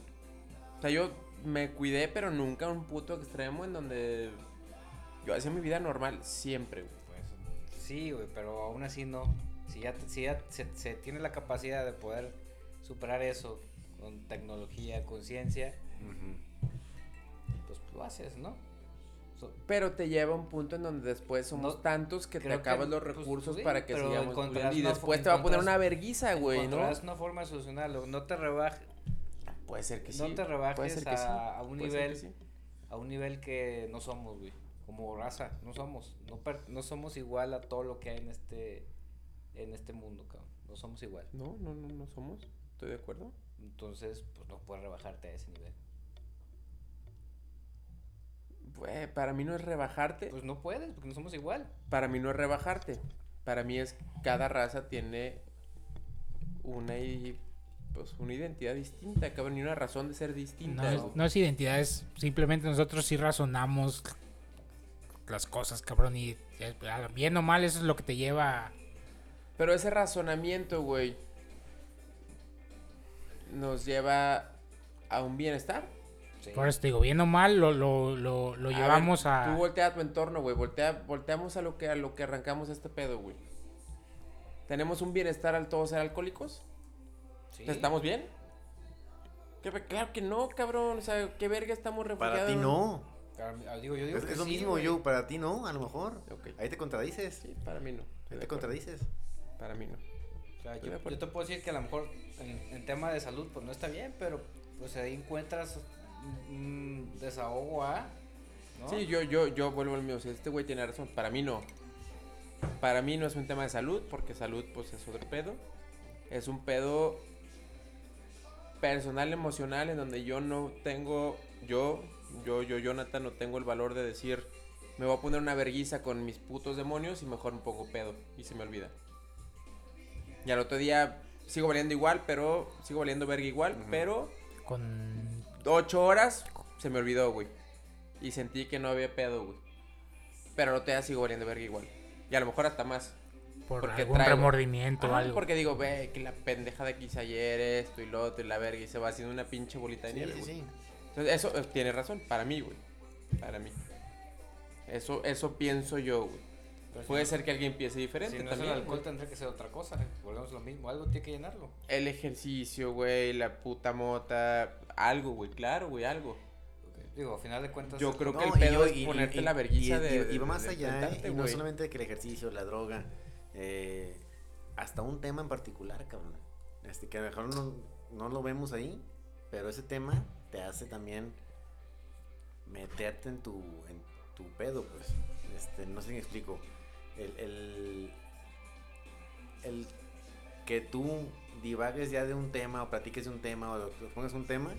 Speaker 1: O sea, yo me cuidé, pero nunca a un puto extremo en donde yo hacía mi vida normal, siempre, güey.
Speaker 3: Pues, sí, güey, pero aún así no. Si ya, te- si ya se, se tiene la capacidad de poder superar eso con tecnología, con ciencia,
Speaker 2: Ujú.
Speaker 3: pues lo haces, ¿no? So-
Speaker 1: Pero te lleva a un punto en donde después somos
Speaker 3: No,
Speaker 1: tantos que te
Speaker 3: creo que,
Speaker 1: acabas los
Speaker 3: pues,
Speaker 1: recursos
Speaker 3: sí,
Speaker 1: para que
Speaker 3: pero
Speaker 1: sigamos
Speaker 3: encontrarás
Speaker 1: viviendo. Y
Speaker 3: una
Speaker 1: después
Speaker 3: fo-
Speaker 1: te va a poner una
Speaker 3: encontrarás-
Speaker 1: vergüenza, güey, ¿no?
Speaker 3: Encontrarás una forma de solucionarlo. No te rebajes,
Speaker 1: Puede ser que sí.
Speaker 3: no te rebajes
Speaker 1: puede ser que
Speaker 3: a-
Speaker 1: sí,
Speaker 3: a un
Speaker 1: puede ser
Speaker 3: nivel
Speaker 1: que sí.
Speaker 3: a un nivel que no somos, güey. Como raza, no somos. No, per- no somos igual a todo lo que hay en este, en este mundo, cabrón. No somos igual.
Speaker 1: No, no, no, no somos. Estoy de acuerdo.
Speaker 3: Entonces, pues no puedes rebajarte a ese nivel.
Speaker 1: Güey, para mí no es rebajarte.
Speaker 3: Pues no puedes, porque no somos igual.
Speaker 1: Para mí no es rebajarte. para mí es cada raza tiene una i- pues una identidad distinta, cabrón, y una razón de ser distinta.
Speaker 4: No es, no es identidad, es simplemente nosotros sí razonamos las cosas, cabrón, y eh, bien o mal eso es lo que te lleva a-
Speaker 1: Pero ese razonamiento, güey, nos lleva a un bienestar.
Speaker 3: Sí.
Speaker 4: Por eso te digo, bien o mal lo, lo, lo, lo
Speaker 1: A
Speaker 4: llevamos
Speaker 1: ver,
Speaker 4: a...
Speaker 1: Tú voltea a tu entorno, güey. Voltea, volteamos a lo, que, a lo que arrancamos este pedo, güey. ¿Tenemos un bienestar al todos ser alcohólicos?
Speaker 3: Sí.
Speaker 1: ¿Estamos bien? ¿Qué pe- claro que no, cabrón. O sea, ¿qué verga estamos refugiados?
Speaker 2: Para ti no.
Speaker 3: Claro, ah, digo, yo digo
Speaker 2: Es,
Speaker 3: que
Speaker 2: es lo
Speaker 3: sí,
Speaker 2: mismo,
Speaker 3: güey.
Speaker 2: yo. Para ti no, a lo mejor.
Speaker 1: Ok.
Speaker 2: Ahí te contradices.
Speaker 1: Sí, para mí no. Estoy
Speaker 2: Ahí
Speaker 1: de
Speaker 2: te
Speaker 1: acuerdo.
Speaker 2: contradices.
Speaker 1: Para mí no.
Speaker 3: O sea,
Speaker 1: Estoy
Speaker 3: yo,
Speaker 1: de acuerdo.
Speaker 3: yo te puedo decir que a lo mejor en, en tema de salud pues no está bien, pero pues ahí encuentras un- un desahogo a... ¿no?
Speaker 1: Sí, yo, yo, yo vuelvo al mío. Si este güey tiene razón, para mí no. Para mí no es un tema de salud, porque salud, pues, es otro pedo. Es un pedo personal, emocional, en donde yo no tengo, yo, yo, yo, Jonathan, no tengo el valor de decir, me voy a poner una verguiza con mis putos demonios y mejor me pongo pedo. Y se me olvida. Y al otro día sigo valiendo igual, pero, sigo valiendo verga igual, pero
Speaker 4: Con...
Speaker 1: ocho horas, se me olvidó, güey. Y sentí que no había pedo, güey. Pero no te da sigo valiendo verga igual. Y a lo mejor hasta más.
Speaker 4: Por
Speaker 1: Porque
Speaker 4: algún
Speaker 1: traigo-
Speaker 4: remordimiento o
Speaker 1: Ah,
Speaker 4: algo.
Speaker 1: porque digo, ve, que la pendejada que hice ayer, esto y lo otro y la verga, y se va haciendo una pinche bolita de
Speaker 2: Sí,
Speaker 1: nieve,
Speaker 2: sí,
Speaker 1: güey.
Speaker 2: sí.
Speaker 1: Entonces, eso eh, tiene razón, para mí, güey. Para mí. Eso, eso pienso yo, güey.
Speaker 3: Pero si
Speaker 1: Puede
Speaker 3: no-
Speaker 1: ser que alguien piense diferente
Speaker 3: Si no es el
Speaker 1: también.
Speaker 3: alcohol
Speaker 1: güey.
Speaker 3: tendría que ser otra cosa, eh. volvemos a lo mismo, algo tiene que llenarlo.
Speaker 1: El ejercicio, güey, la puta mota, algo, güey, claro, güey, algo.
Speaker 3: Digo, a final de cuentas...
Speaker 1: Yo creo
Speaker 2: No,
Speaker 1: que el
Speaker 2: y
Speaker 1: pedo
Speaker 2: yo-
Speaker 1: es
Speaker 2: y- y-
Speaker 1: ponerte
Speaker 2: y-
Speaker 1: la verguiza
Speaker 2: y-
Speaker 1: de.
Speaker 2: y- y va
Speaker 1: de-
Speaker 2: más
Speaker 1: de
Speaker 2: allá, ¿eh?
Speaker 1: tentarte,
Speaker 2: Y no
Speaker 1: güey.
Speaker 2: solamente que el ejercicio, la droga, eh, hasta un tema en particular, cabrón. Este, que a lo mejor no, no lo vemos ahí, pero ese tema te hace también meterte en tu, en tu pedo, pues. Este, no sé si me explico. El, el, el que tú divagues ya de un tema o platiques de un tema o lo- lo pongas un tema.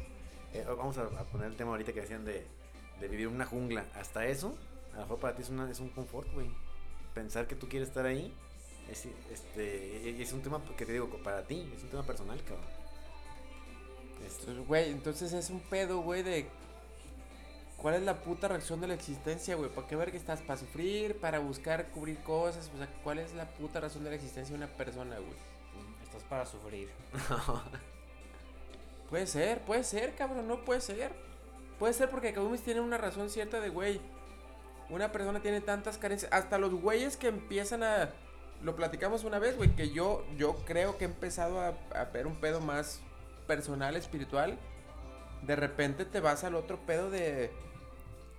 Speaker 2: eh, vamos a, a poner el tema ahorita que decían de, de vivir en una jungla. Hasta eso, a lo mejor para ti es, una, es un confort, güey. Pensar que tú quieres estar ahí es, este, e- es un tema que te digo, para ti, es un tema personal, cabrón. Este,
Speaker 1: Entonces, güey, entonces es un pedo, güey, de. ¿Cuál es la puta reacción de la existencia, güey? ¿Para qué ver que estás? ¿Para sufrir? ¿Para buscar cubrir cosas? O sea, ¿cuál es la puta razón de la existencia de una persona, güey?
Speaker 3: Estás para sufrir.
Speaker 1: Puede ser, puede ser, cabrón, no puede ser. Puede ser porque Kagumis tiene una razón cierta de, güey, una persona tiene tantas carencias. Hasta los güeyes que empiezan a... Lo platicamos una vez, güey, que yo, yo creo que he empezado a, a ver un pedo más personal, espiritual. De repente te vas al otro pedo de...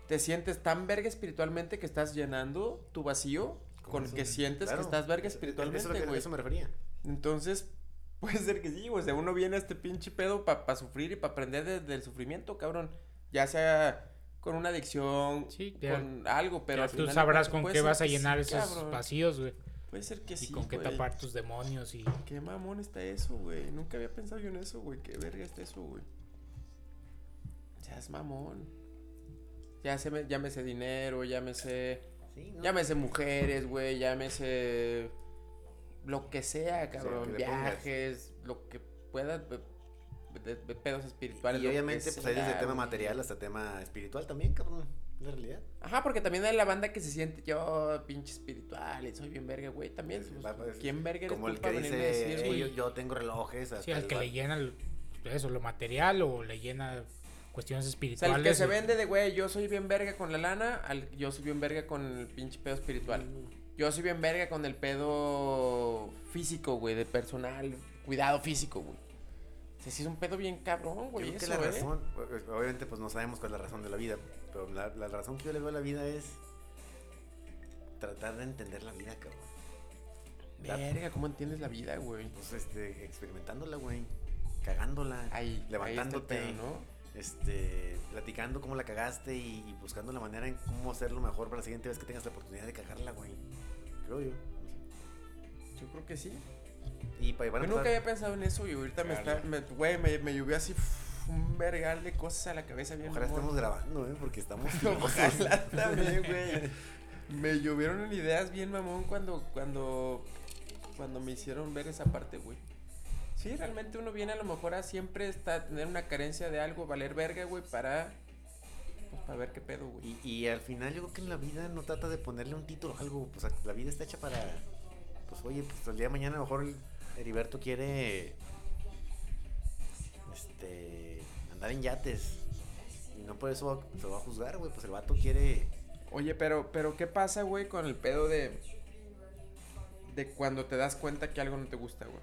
Speaker 1: Te sientes tan verga espiritualmente que estás llenando tu vacío con
Speaker 2: eso,
Speaker 1: que sientes
Speaker 2: claro.
Speaker 1: que estás verga
Speaker 2: Eso- eso, es
Speaker 1: espiritualmente,
Speaker 2: lo que-
Speaker 1: güey.
Speaker 2: eso me refería.
Speaker 1: Entonces, puede ser que sí, güey. O sea, uno viene a este pinche pedo para sufrir y para aprender de- del sufrimiento, cabrón. Ya sea con una adicción,
Speaker 4: Sí, ya-
Speaker 1: con algo, pero.
Speaker 4: Ya
Speaker 1: al
Speaker 4: tú
Speaker 1: final de
Speaker 4: sabrás
Speaker 1: cuentas
Speaker 4: con
Speaker 1: puede
Speaker 4: qué
Speaker 1: ser
Speaker 4: vas a
Speaker 1: que sí,
Speaker 4: llenar esos
Speaker 1: cabrón.
Speaker 4: vacíos, güey.
Speaker 1: Puede ser que
Speaker 4: Y
Speaker 1: sí.
Speaker 4: con qué
Speaker 1: güey.
Speaker 4: tapar tus demonios y...
Speaker 1: Qué mamón está eso, güey. Nunca había pensado yo en eso, güey. Qué verga está eso, güey. Ya es mamón. Ya, se me, ya me sé dinero, ya me sé.
Speaker 2: Sí, ¿no?
Speaker 1: Llámese mujeres, güey, llámese lo que sea, cabrón,
Speaker 2: que le
Speaker 1: viajes, lo que pueda, pe- de, de pedos espirituales.
Speaker 2: Y
Speaker 1: lo que
Speaker 2: obviamente, pues hay
Speaker 1: sea,
Speaker 2: desde tema
Speaker 1: güey.
Speaker 2: material hasta tema espiritual también, cabrón. La realidad.
Speaker 1: Ajá, porque también hay la banda que se siente yo pinche espiritual y soy bien verga, güey, también.
Speaker 2: Sí,
Speaker 1: pues,
Speaker 2: va, pues,
Speaker 1: ¿Quién verga eres
Speaker 2: Como
Speaker 1: tú
Speaker 2: el que
Speaker 1: para
Speaker 2: dice,
Speaker 1: venirme a decir,
Speaker 2: "Ey,
Speaker 1: güey?
Speaker 2: yo, yo tengo relojes.
Speaker 4: Sí,
Speaker 2: hasta
Speaker 4: al
Speaker 2: el
Speaker 4: que
Speaker 2: ba-
Speaker 4: le llena el- eso, lo material o le llena cuestiones
Speaker 1: O sea,
Speaker 4: espirituales.
Speaker 1: el que se
Speaker 4: y-
Speaker 1: vende de, güey, yo soy bien verga con la lana, al yo soy bien verga con el pinche pedo espiritual. Yo soy bien verga con el pedo físico, güey, de personal, cuidado físico, güey. O sea, sí es un pedo bien cabrón,
Speaker 2: Yo
Speaker 1: güey.
Speaker 2: creo que
Speaker 1: Eso,
Speaker 2: la
Speaker 1: ¿eh?
Speaker 2: razón, o- o- obviamente pues no sabemos cuál es la razón de la vida, pero la, la razón que yo le veo a la vida es tratar de entender la vida, cabrón.
Speaker 1: Verga, ¿cómo entiendes la vida, güey?
Speaker 2: Pues este, experimentándola, güey, cagándola,
Speaker 1: Ahí,
Speaker 2: levantándote,
Speaker 1: ahí está el pedo, ¿no?
Speaker 2: este, platicando cómo la cagaste y, y buscando la manera en cómo hacerlo mejor para la siguiente vez que tengas la oportunidad de cagarla, güey. Creo yo.
Speaker 1: Yo creo que sí.
Speaker 2: Y para llevar
Speaker 1: Yo Pues
Speaker 2: a
Speaker 1: nunca
Speaker 2: pasar-
Speaker 1: había pensado en eso y ahorita me está,
Speaker 3: Claro.
Speaker 1: me- güey, me, me llovió así uf, un vergal de cosas a la cabeza bien.
Speaker 2: Ojalá
Speaker 1: mamón.
Speaker 2: estemos grabando, ¿eh? Porque estamos...
Speaker 1: Ojalá también, güey. Me llovieron en ideas bien mamón cuando, cuando, cuando me hicieron ver esa parte, güey. Sí, realmente uno viene a lo mejor a siempre está, tener una carencia de algo, valer verga, güey, para, pues, para ver qué pedo, güey.
Speaker 2: Y, y al final yo creo que en la vida no trata de ponerle un título o algo, pues la vida está hecha para, pues oye, pues el día de mañana a lo mejor el Heriberto quiere, este, andar en yates y no por eso va- se va a juzgar, güey, pues el vato quiere,
Speaker 1: Oye, pero, pero ¿qué pasa, güey, con el pedo de, de cuando te das cuenta que algo no te gusta, güey?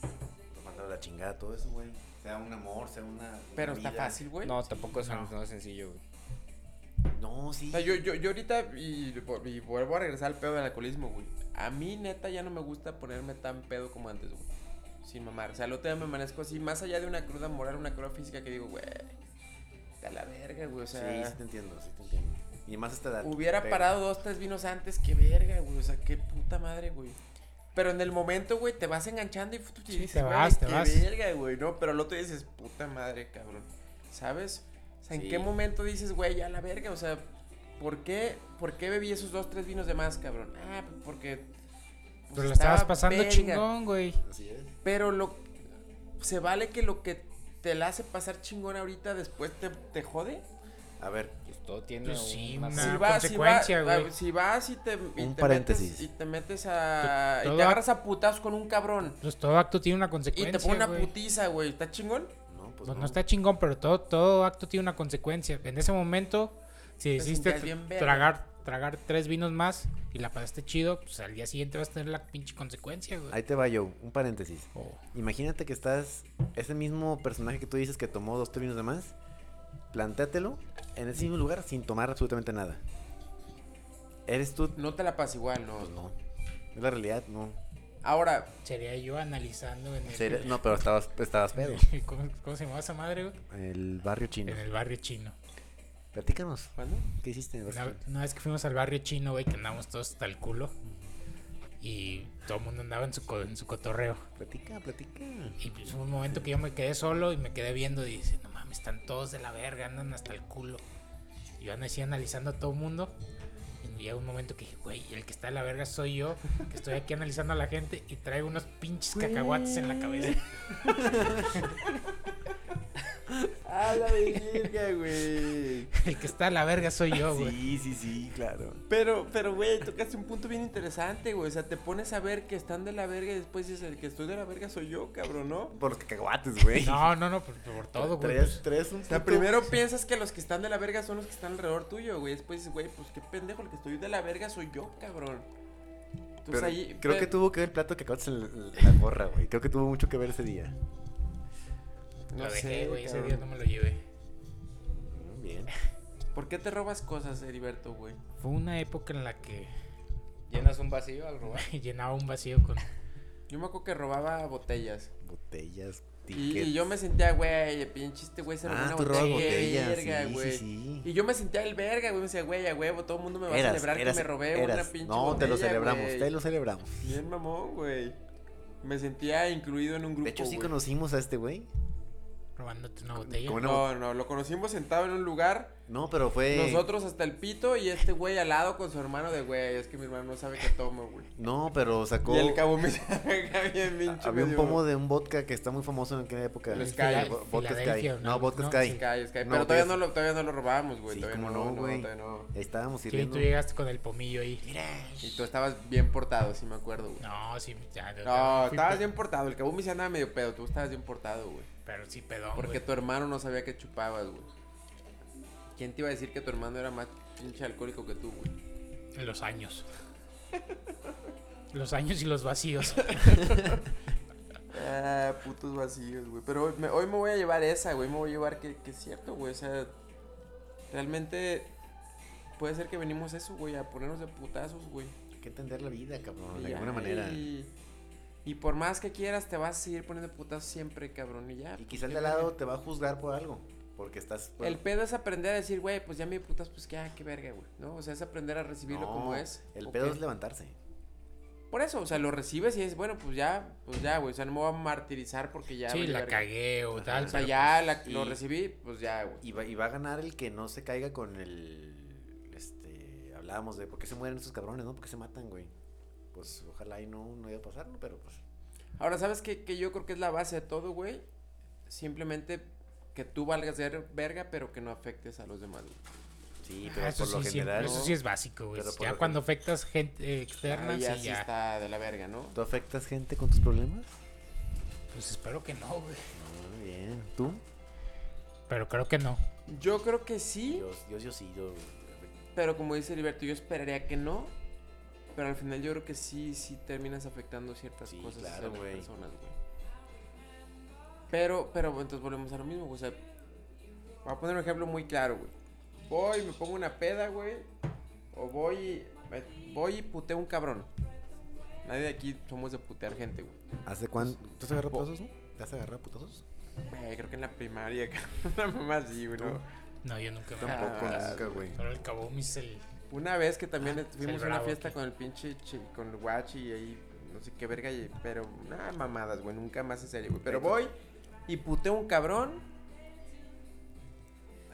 Speaker 2: pues, mandar a la chingada todo eso, güey, sea un amor, sea una, una
Speaker 1: Pero está
Speaker 2: vida.
Speaker 1: fácil, güey.
Speaker 3: No, tampoco es,
Speaker 4: No.
Speaker 3: no es sencillo, güey.
Speaker 2: No, sí.
Speaker 1: O sea, yo, yo, yo ahorita, y, y vuelvo a regresar al pedo del alcoholismo, güey. A mí, neta, ya no me gusta ponerme tan pedo como antes, güey. Sin mamar. O sea, el otro día me amanezco así, más allá de una cruda moral, una cruda física, que digo, güey, está la verga, güey. O sea,
Speaker 2: Sí, sí te entiendo, sí te entiendo. Y más a esta edad.
Speaker 1: hubiera
Speaker 2: Pero-
Speaker 1: parado dos, tres vinos antes, qué verga, güey. O sea, qué puta madre, güey. Pero en el momento, güey, te vas enganchando y tú
Speaker 4: Sí, te vas, te
Speaker 1: qué
Speaker 4: vas".
Speaker 1: verga, güey, ¿no? Pero el otro día dices, puta madre, cabrón. ¿Sabes? O sea, ¿en
Speaker 2: Sí.
Speaker 1: qué momento dices, güey, ya la verga? O sea, ¿por qué, ¿por qué bebí esos dos, tres vinos de más, cabrón? Ah, pues porque. pues,
Speaker 4: Pero la
Speaker 1: estaba
Speaker 4: estabas pasando
Speaker 1: verga.
Speaker 4: chingón, güey.
Speaker 2: Así es.
Speaker 1: Pero lo. Se vale que lo que te la hace pasar chingón ahorita después te, te jode.
Speaker 2: A ver,
Speaker 3: Pues todo tiene
Speaker 4: Pues sí,
Speaker 3: una-
Speaker 4: una-
Speaker 1: si vas, si,
Speaker 4: Ah,
Speaker 1: va-
Speaker 4: consecuencia,
Speaker 1: ah,
Speaker 4: güey.
Speaker 1: si vas y te, y
Speaker 2: Un
Speaker 1: te
Speaker 2: paréntesis.
Speaker 1: metes, y te metes a.
Speaker 4: To-
Speaker 1: y
Speaker 4: todo
Speaker 1: te
Speaker 4: ac-
Speaker 1: agarras a putas con un cabrón.
Speaker 4: Pues todo acto tiene una
Speaker 1: Y
Speaker 4: consecuencia.
Speaker 1: te pone una
Speaker 4: güey.
Speaker 1: putiza, güey. ¿Está chingón?
Speaker 2: no, pues
Speaker 4: Pues no está chingón, pero todo, todo acto tiene una consecuencia. En ese momento, si decidiste
Speaker 1: sentías bien
Speaker 4: tra-
Speaker 1: verga.
Speaker 4: tragar, tragar tres vinos más y la pasaste chido, pues al día siguiente vas a tener la pinche consecuencia, güey.
Speaker 2: Ahí te va yo, un paréntesis.
Speaker 4: Oh.
Speaker 2: Imagínate que estás ese mismo personaje que tú dices que tomó dos trinos de más. Plantéatelo en ese mismo lugar sin tomar absolutamente nada. ¿Eres tú?
Speaker 1: No te la pasas igual, no.
Speaker 2: Pues no. Es la realidad, no.
Speaker 1: Ahora,
Speaker 4: Sería yo analizando en el...
Speaker 2: Ser- No, pero estabas, estabas pedo.
Speaker 4: ¿Cómo, cómo se llamaba esa madre, güey?
Speaker 2: El barrio chino.
Speaker 4: En el barrio chino.
Speaker 2: Platícanos.
Speaker 1: ¿cuándo?
Speaker 2: ¿Qué hiciste en el
Speaker 4: Una,
Speaker 2: barrio chino?
Speaker 4: una vez que fuimos al barrio chino, güey, que andamos todos hasta el culo. Y todo el mundo andaba en su, co- en su cotorreo.
Speaker 2: Platica, platica.
Speaker 4: Y pues hubo un momento que yo me quedé solo y me quedé viendo y dice, no mames, están todos de la verga, andan hasta el culo. Y yo andé así analizando a todo el mundo. Y llega un momento que dije, güey, el que está de la verga soy yo, que estoy aquí analizando a la gente y traigo unos pinches cacahuates en la cabeza. Ah,
Speaker 1: A la verga, güey.
Speaker 4: El que está de la verga soy yo, güey.
Speaker 2: Sí, sí, sí, claro.
Speaker 1: Pero, pero, güey, tocaste un punto bien interesante, güey. O sea, te pones a ver que están de la verga y después dices, el que estoy de la verga soy yo, cabrón, ¿no?
Speaker 2: Por los cacahuates, güey.
Speaker 4: No, no, no, por, por todo, güey. pues.
Speaker 2: Tres, tres, un
Speaker 1: O sea,
Speaker 2: puto-
Speaker 1: primero piensas que los que están de la verga son los que están alrededor tuyo, güey. Después dices, güey, pues qué pendejo, el que estoy de la verga soy yo, cabrón. Entonces
Speaker 2: Pero
Speaker 1: Pues ahí.
Speaker 2: creo
Speaker 1: pe-
Speaker 2: que tuvo que ver el plato que acabas en la- en la gorra, güey. Creo que tuvo mucho que ver ese día.
Speaker 1: No
Speaker 4: lo dejé,
Speaker 1: sé,
Speaker 4: güey, ese
Speaker 1: cabrón.
Speaker 4: día no me lo llevé.
Speaker 2: Mm, Bien.
Speaker 1: ¿Por qué te robas cosas, Heriberto, güey?
Speaker 4: Fue una época en la que
Speaker 3: Llenas un vacío al robar.
Speaker 4: llenaba un vacío con...
Speaker 1: Yo me acuerdo que robaba botellas.
Speaker 2: Botellas,
Speaker 1: Y,
Speaker 2: tickets.
Speaker 1: y yo me sentía, güey, pinche este güey se robó
Speaker 2: Ah,
Speaker 1: una
Speaker 2: tú
Speaker 1: botella.
Speaker 2: robas
Speaker 1: qué
Speaker 2: botellas.
Speaker 1: verga,
Speaker 2: sí,
Speaker 1: güey.
Speaker 2: sí,
Speaker 1: Y
Speaker 2: sí.
Speaker 1: yo me sentía el verga, güey. Me decía, güey, a huevo, todo el mundo me va a
Speaker 2: Eras,
Speaker 1: celebrar
Speaker 2: eras,
Speaker 1: que me robé
Speaker 2: eras.
Speaker 1: una pinche
Speaker 2: No, te lo
Speaker 1: botella,
Speaker 2: celebramos,
Speaker 1: güey.
Speaker 2: te lo celebramos.
Speaker 1: Bien mamón, güey. Me sentía incluido en un grupo,
Speaker 2: De hecho, sí
Speaker 1: güey.
Speaker 2: conocimos a este güey.
Speaker 4: robándote una botella.
Speaker 2: con una-
Speaker 1: No, no, lo conocimos sentado en un lugar,
Speaker 2: No, pero fue.
Speaker 1: nosotros hasta el pito y este güey al lado con su hermano de, güey, es que mi hermano no sabe qué tomo, güey.
Speaker 2: No, pero sacó.
Speaker 1: Y el cabo me bien pinche.
Speaker 2: Había un pomo de un vodka que está muy famoso en aquella época.
Speaker 1: El
Speaker 2: El
Speaker 1: Sky.
Speaker 2: Bo- Vodka Sky.
Speaker 4: Filadelfia, ¿no?
Speaker 2: No, vodka
Speaker 4: No,
Speaker 2: Sky.
Speaker 1: Sky, Sky.
Speaker 2: No,
Speaker 1: Pero todavía
Speaker 2: botellas.
Speaker 1: no, lo, todavía no lo robábamos, güey.
Speaker 2: Sí,
Speaker 1: todavía
Speaker 2: cómo
Speaker 1: no,
Speaker 2: no,
Speaker 1: no,
Speaker 2: güey.
Speaker 1: todavía no.
Speaker 2: Estábamos
Speaker 4: Sí,
Speaker 2: sirviendo.
Speaker 4: tú llegaste con el pomillo ahí.
Speaker 1: Y tú estabas bien portado, sí me acuerdo, güey.
Speaker 4: No, sí, ya, ya,
Speaker 1: No,
Speaker 4: fui
Speaker 1: estabas
Speaker 4: pe-
Speaker 1: bien portado. El Kabumi se andaba medio pedo. Tú estabas bien portado, güey.
Speaker 4: Pero sí, pedón.
Speaker 1: Porque
Speaker 4: güey.
Speaker 1: tu hermano no sabía que chupabas, güey. ¿Quién te iba a decir que tu hermano era más pinche alcohólico que tú, güey?
Speaker 4: Los años. los años y los vacíos.
Speaker 1: Ah, putos vacíos, güey. Pero hoy me, hoy me voy a llevar esa, güey. Me voy a llevar que, que es cierto, güey. O sea, realmente puede ser que venimos eso, güey, a ponernos de putazos, güey.
Speaker 2: Hay que entender la vida, cabrón. De
Speaker 1: Y
Speaker 2: alguna
Speaker 1: ya,
Speaker 2: manera. Y
Speaker 1: Y, y por más que quieras, te vas a seguir poniendo putazos siempre, cabrón. Y ya.
Speaker 2: quizá el de al lado te va a juzgar por algo. Porque estás.
Speaker 1: El pedo es aprender a decir, güey, pues ya me di putas, pues ya, qué verga, güey. ¿No? O sea, es aprender a recibirlo
Speaker 2: No,
Speaker 1: como es.
Speaker 2: El
Speaker 1: ¿o
Speaker 2: pedo
Speaker 1: qué?
Speaker 2: es levantarse.
Speaker 1: Por eso, o sea, lo recibes y dices, bueno, pues ya, pues ya, güey. O sea, no me voy a martirizar porque ya.
Speaker 4: sí,
Speaker 1: vale
Speaker 4: la
Speaker 1: verga.
Speaker 4: cagué o tal.
Speaker 1: O sea,
Speaker 4: pero ah,
Speaker 1: ya la- lo
Speaker 2: y-
Speaker 1: recibí, pues ya, güey.
Speaker 2: Y va, y va a ganar el que no se caiga con el este hablábamos de por qué se mueren esos cabrones, ¿no? ¿Por qué se matan, güey? Pues ojalá y no, no haya pasado, pero pues.
Speaker 1: Ahora, ¿sabes qué? Que yo creo que es la base de todo, güey. Simplemente que tú valgas ver- verga, pero que no afectes a los demás. güey.
Speaker 2: Sí,
Speaker 4: Ah,
Speaker 2: pero
Speaker 4: eso,
Speaker 2: por lo
Speaker 4: sí, sí,
Speaker 2: general.
Speaker 4: eso sí es básico, güey.
Speaker 2: Pero por
Speaker 4: Ya
Speaker 2: lo
Speaker 4: cuando afectas gente eh, externa,
Speaker 1: Ahí
Speaker 4: sí,
Speaker 1: Ah, ya
Speaker 4: ya.
Speaker 1: sí está de la verga, ¿no?
Speaker 2: ¿Tú afectas gente con tus problemas?
Speaker 4: Pues espero que no, güey.
Speaker 2: Muy bien. ¿Tú?
Speaker 4: Pero creo que no.
Speaker 1: Yo creo que sí,
Speaker 2: Yo, yo, yo sí, yo.
Speaker 1: pero como dice Heriberto, yo esperaría que no. Pero al final yo creo que sí, sí terminas afectando ciertas
Speaker 2: Sí,
Speaker 1: cosas
Speaker 2: claro,
Speaker 1: a las
Speaker 2: güey.
Speaker 1: personas, güey. Pero, pero entonces volvemos a lo mismo, güey. O sea, voy a poner un ejemplo muy claro, güey. Voy y me pongo una peda, güey. O voy y, me- voy y puteo un cabrón. Nadie de aquí somos de putear gente, güey.
Speaker 2: ¿Hace cuánto? ¿Tú has agarrado
Speaker 1: Po-
Speaker 2: putazos, no? ¿Te has agarrado putazos?
Speaker 1: Eh, creo que en la primaria, una mamá así, güey. ¿no?
Speaker 4: No, yo nunca me.
Speaker 1: Tampoco. Ah,
Speaker 2: nunca, güey.
Speaker 4: Pero el Kaboom es el.
Speaker 1: Una vez que
Speaker 2: Ah,
Speaker 1: también fuimos a una
Speaker 4: bravo
Speaker 1: fiesta
Speaker 4: aquí.
Speaker 1: con el pinche, chi- con el guachi y ahí, no sé qué verga, y- pero nada, mamadas, güey, nunca más en serio, güey. Pero voy y puteo un cabrón.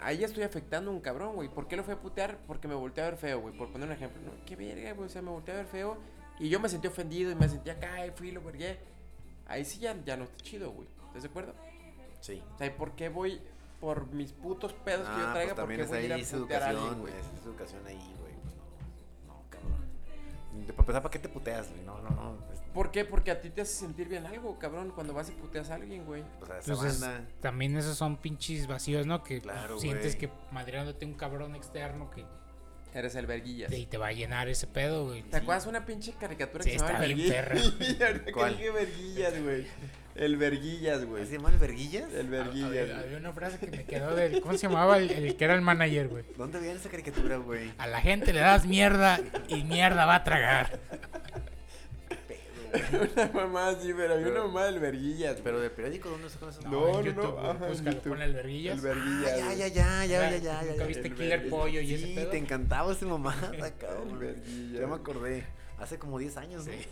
Speaker 1: Ahí ya estoy afectando a un cabrón, güey. ¿Por qué lo fui a putear? Porque me volteé a ver feo, güey. Por poner un ejemplo, ¿no? Qué verga, güey. O sea, me volteé a ver feo y yo me sentí ofendido y me sentí acá y fui y lo vergué. Ahí sí ya, ya no está chido, güey. ¿Estás de acuerdo?
Speaker 2: Sí.
Speaker 1: O sea, ¿y por qué voy por mis putos pedos que yo
Speaker 2: Ah,
Speaker 1: traiga?
Speaker 2: pues
Speaker 1: ¿Por qué
Speaker 2: también es
Speaker 1: voy a ir a
Speaker 2: ahí su
Speaker 1: putear a alguien,
Speaker 2: educación,
Speaker 1: güey?
Speaker 2: güey. Es educación ahí, güey. Pues no, no, cabrón. De- Para empezar, ¿para qué te puteas, güey? No, no, no. pues, es-
Speaker 1: ¿Por qué? Porque a ti te hace sentir bien algo, cabrón, cuando vas y puteas a alguien, güey.
Speaker 2: o sea, esa
Speaker 4: Entonces,
Speaker 2: banda.
Speaker 4: Pues también esos son pinches vacíos, ¿no? Que
Speaker 2: Claro,
Speaker 4: sientes
Speaker 2: güey.
Speaker 4: que madreándote un cabrón externo que
Speaker 1: Eres el verguillas.
Speaker 4: te, y te va a llenar ese pedo, güey.
Speaker 1: ¿Te acuerdas una pinche caricatura
Speaker 4: Sí,
Speaker 1: que se llamaba
Speaker 4: está
Speaker 1: El
Speaker 4: bien
Speaker 1: Verguillas? Ahorita que
Speaker 2: ¿Cuál?
Speaker 1: dije verguillas, güey. El verguillas, güey.
Speaker 2: ¿Se llama el verguillas?
Speaker 1: El
Speaker 4: Había-
Speaker 1: verguillas,
Speaker 4: Había,
Speaker 1: güey.
Speaker 4: una frase que me quedó del. ¿Cómo se llamaba el, el que era el manager, güey?
Speaker 2: ¿Dónde veían esa caricatura, güey?
Speaker 4: A la gente le das mierda y mierda va a tragar.
Speaker 1: Una mamá así, pero había una
Speaker 2: Pero-
Speaker 1: mamá del verguillas.
Speaker 2: Pero de periódico, ¿dónde se conoce?
Speaker 1: No, no,
Speaker 4: en
Speaker 1: no,
Speaker 4: YouTube, güey,
Speaker 1: ajá, en
Speaker 4: búscalo,
Speaker 1: YouTube.
Speaker 4: ponle el verguillas.
Speaker 1: El verguillas.
Speaker 2: Ya,
Speaker 1: güey.
Speaker 2: ya, ya, ya, ya, ya.
Speaker 4: ¿Nunca
Speaker 2: ya.
Speaker 4: viste
Speaker 1: el
Speaker 4: Killer
Speaker 1: ver-
Speaker 4: Pollo y ese
Speaker 2: Sí,
Speaker 4: pedo?
Speaker 2: te encantaba ese mamada,
Speaker 1: El
Speaker 2: cabrón.
Speaker 1: verguillas.
Speaker 2: Ya me acordé. Hace como 10 años, güey.
Speaker 4: Sí.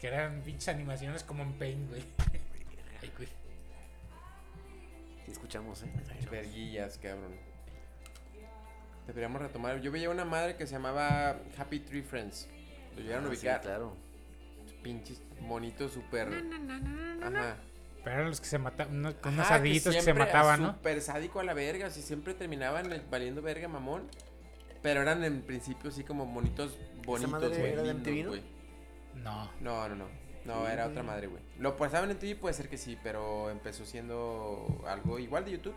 Speaker 4: Que eran pinches animaciones como en Paint, güey. Ay, güey.
Speaker 2: Sí, escuchamos, ¿eh?
Speaker 1: El verguillas, cabrón. Deberíamos retomar. Yo veía una madre que se llamaba Happy Tree Friends. Lo llegaron a
Speaker 2: Ah, sí,
Speaker 1: ubicar.
Speaker 2: claro.
Speaker 1: Pinches monitos súper. Ajá.
Speaker 4: Pero eran los que se mataban, unos- con unos
Speaker 1: Ajá, que
Speaker 4: saditos que, se
Speaker 1: siempre
Speaker 4: mataban, ¿no?
Speaker 1: Súper sádico a la verga, así siempre terminaban eh, valiendo verga mamón. Pero eran en principio así como monitos bonitos,
Speaker 2: madre
Speaker 1: güey.
Speaker 2: era de
Speaker 1: lindos,
Speaker 2: MTV, ¿no?
Speaker 1: güey.
Speaker 4: No.
Speaker 1: No, no, no. No,
Speaker 2: Sí,
Speaker 1: era
Speaker 2: güey.
Speaker 1: otra madre, güey. Lo pasaban en TV, puede ser que sí, pero empezó siendo algo igual de YouTube.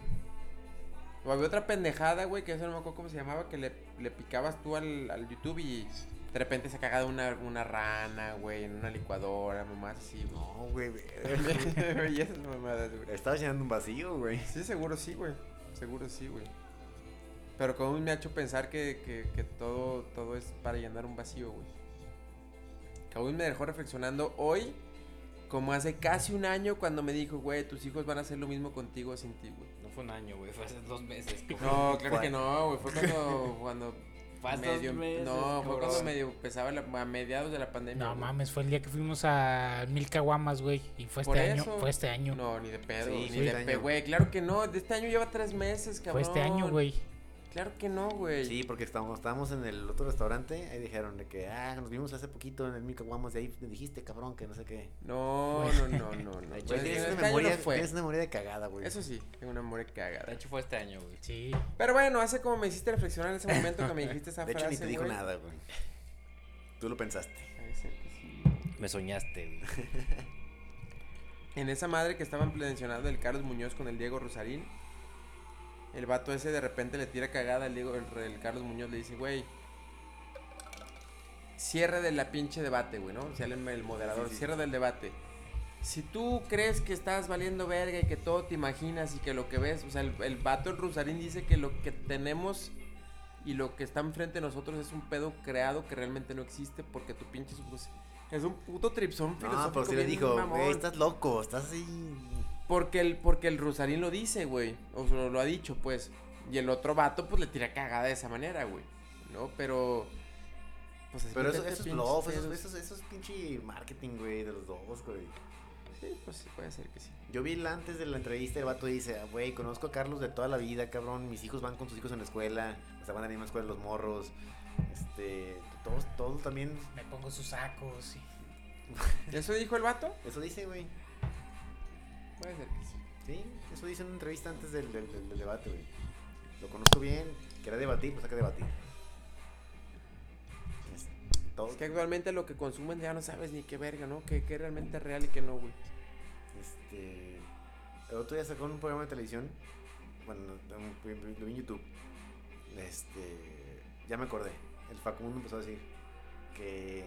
Speaker 1: O había otra pendejada, güey, que eso no me acuerdo cómo se llamaba, que le, le picabas tú al, al YouTube y de repente se cagaba una, una rana, güey, en una licuadora, mamás así, güey.
Speaker 2: No, güey.
Speaker 1: y esas mamadas, güey.
Speaker 2: Estaba llenando un vacío, güey.
Speaker 1: Sí, seguro sí, güey. Seguro sí, güey. Pero como me ha hecho pensar que, que- que todo, todo es para llenar un vacío, güey. Aún me dejó reflexionando hoy, como hace casi un año, cuando me dijo, güey, tus hijos van a hacer lo mismo contigo o sin ti, güey.
Speaker 3: No fue un año, güey, fue hace dos meses.
Speaker 1: No, claro
Speaker 2: ¿Cuál?
Speaker 1: que no, güey. Fue cuando. cuando
Speaker 3: Fue hace
Speaker 1: medio-
Speaker 3: dos meses,
Speaker 1: no, fue cuando
Speaker 3: cabrón.
Speaker 1: medio empezaba la- a mediados de la pandemia.
Speaker 4: No
Speaker 1: güey.
Speaker 4: mames, fue el día que fuimos a Mil Caguamas, güey. Y fue
Speaker 1: Por
Speaker 4: este año.
Speaker 1: eso-
Speaker 4: Fue este año.
Speaker 1: No, ni de pedo,
Speaker 2: Sí,
Speaker 1: ni
Speaker 2: sí,
Speaker 1: de
Speaker 2: este
Speaker 1: pe,
Speaker 2: año.
Speaker 1: güey. Claro que no, de este año lleva tres meses,
Speaker 4: fue
Speaker 1: cabrón.
Speaker 4: este año, güey.
Speaker 1: Claro que no, güey.
Speaker 2: Sí, porque estábamos, estábamos en el otro restaurante. Ahí dijeron de que, ah, nos vimos hace poquito en el Micaguamos. Y ahí me dijiste, cabrón, que no sé qué.
Speaker 1: No, no, no, no, no.
Speaker 2: Ay,
Speaker 1: Pues,
Speaker 2: güey, tienes,
Speaker 1: este
Speaker 2: una
Speaker 1: año
Speaker 2: memoria,
Speaker 1: no fue.
Speaker 2: tienes una memoria de cagada, güey.
Speaker 1: Eso sí, tengo una memoria
Speaker 3: De
Speaker 1: cagada.
Speaker 3: hecho, fue este año, güey.
Speaker 4: Sí.
Speaker 1: Pero bueno, hace como me hiciste reflexionar en ese momento que me dijiste esa
Speaker 2: De
Speaker 1: frase.
Speaker 2: hecho, ni te dijo
Speaker 1: güey.
Speaker 2: nada, güey. Tú lo pensaste.
Speaker 1: Puede ser que sí.
Speaker 3: Me soñaste, güey.
Speaker 1: En esa madre que estaban mencionando el Carlos Muñoz con el Diego Rosarín, el vato ese de repente le tira cagada al Diego, el, el Carlos Muñoz le dice, güey, cierre de la pinche debate, güey, ¿no? O sea, el, el moderador,
Speaker 2: Sí, sí, sí.
Speaker 1: cierre del debate. Si tú crees que estás valiendo verga y que todo te imaginas y que lo que ves, o sea, el, el vato, el Rosarín dice que lo que tenemos y lo que está enfrente de nosotros es un pedo creado que realmente no existe porque tu pinche... subcons- Es un puto tripsón
Speaker 2: No,
Speaker 1: filosófico
Speaker 2: Ah, pero sí le
Speaker 1: bien
Speaker 2: dijo,
Speaker 1: mamón.
Speaker 2: güey, estás loco, estás así.
Speaker 1: Porque el, porque el Rosarín lo dice, güey. O sea, lo, lo ha dicho, pues. Y el otro vato, pues le tira cagada de esa manera, güey. ¿No? Pero. Pues así
Speaker 2: Pero eso,
Speaker 1: meterte
Speaker 2: eso es
Speaker 1: pinches
Speaker 2: bluff, eso,
Speaker 1: pedos.
Speaker 2: eso, es- eso es pinche marketing, güey, de los dos, güey.
Speaker 1: Sí, pues sí, puede ser que sí.
Speaker 2: Yo vi el antes de la entrevista, el vato dice, "Ah, güey, conozco a Carlos de toda la vida, cabrón, mis hijos van con sus hijos en la escuela, o sea, van a la misma escuela los morros, Este, todos, todos también.
Speaker 4: Me pongo sus sacos y.
Speaker 1: ¿Eso dijo el vato?
Speaker 2: Eso dice, güey.
Speaker 1: Puede ser que sí.
Speaker 2: Sí, eso dice en una entrevista antes del, del- del- del debate, güey. Lo conozco bien, quería debatir, pues hay que debatir. Es todo,
Speaker 1: Es que actualmente lo que consumen ya no sabes ni qué verga, ¿no? Que, que realmente es real y que no, güey.
Speaker 2: este, el otro día sacó un programa de televisión, bueno, un- lo vi en YouTube. Este, ya me acordé, el Facundo empezó a decir que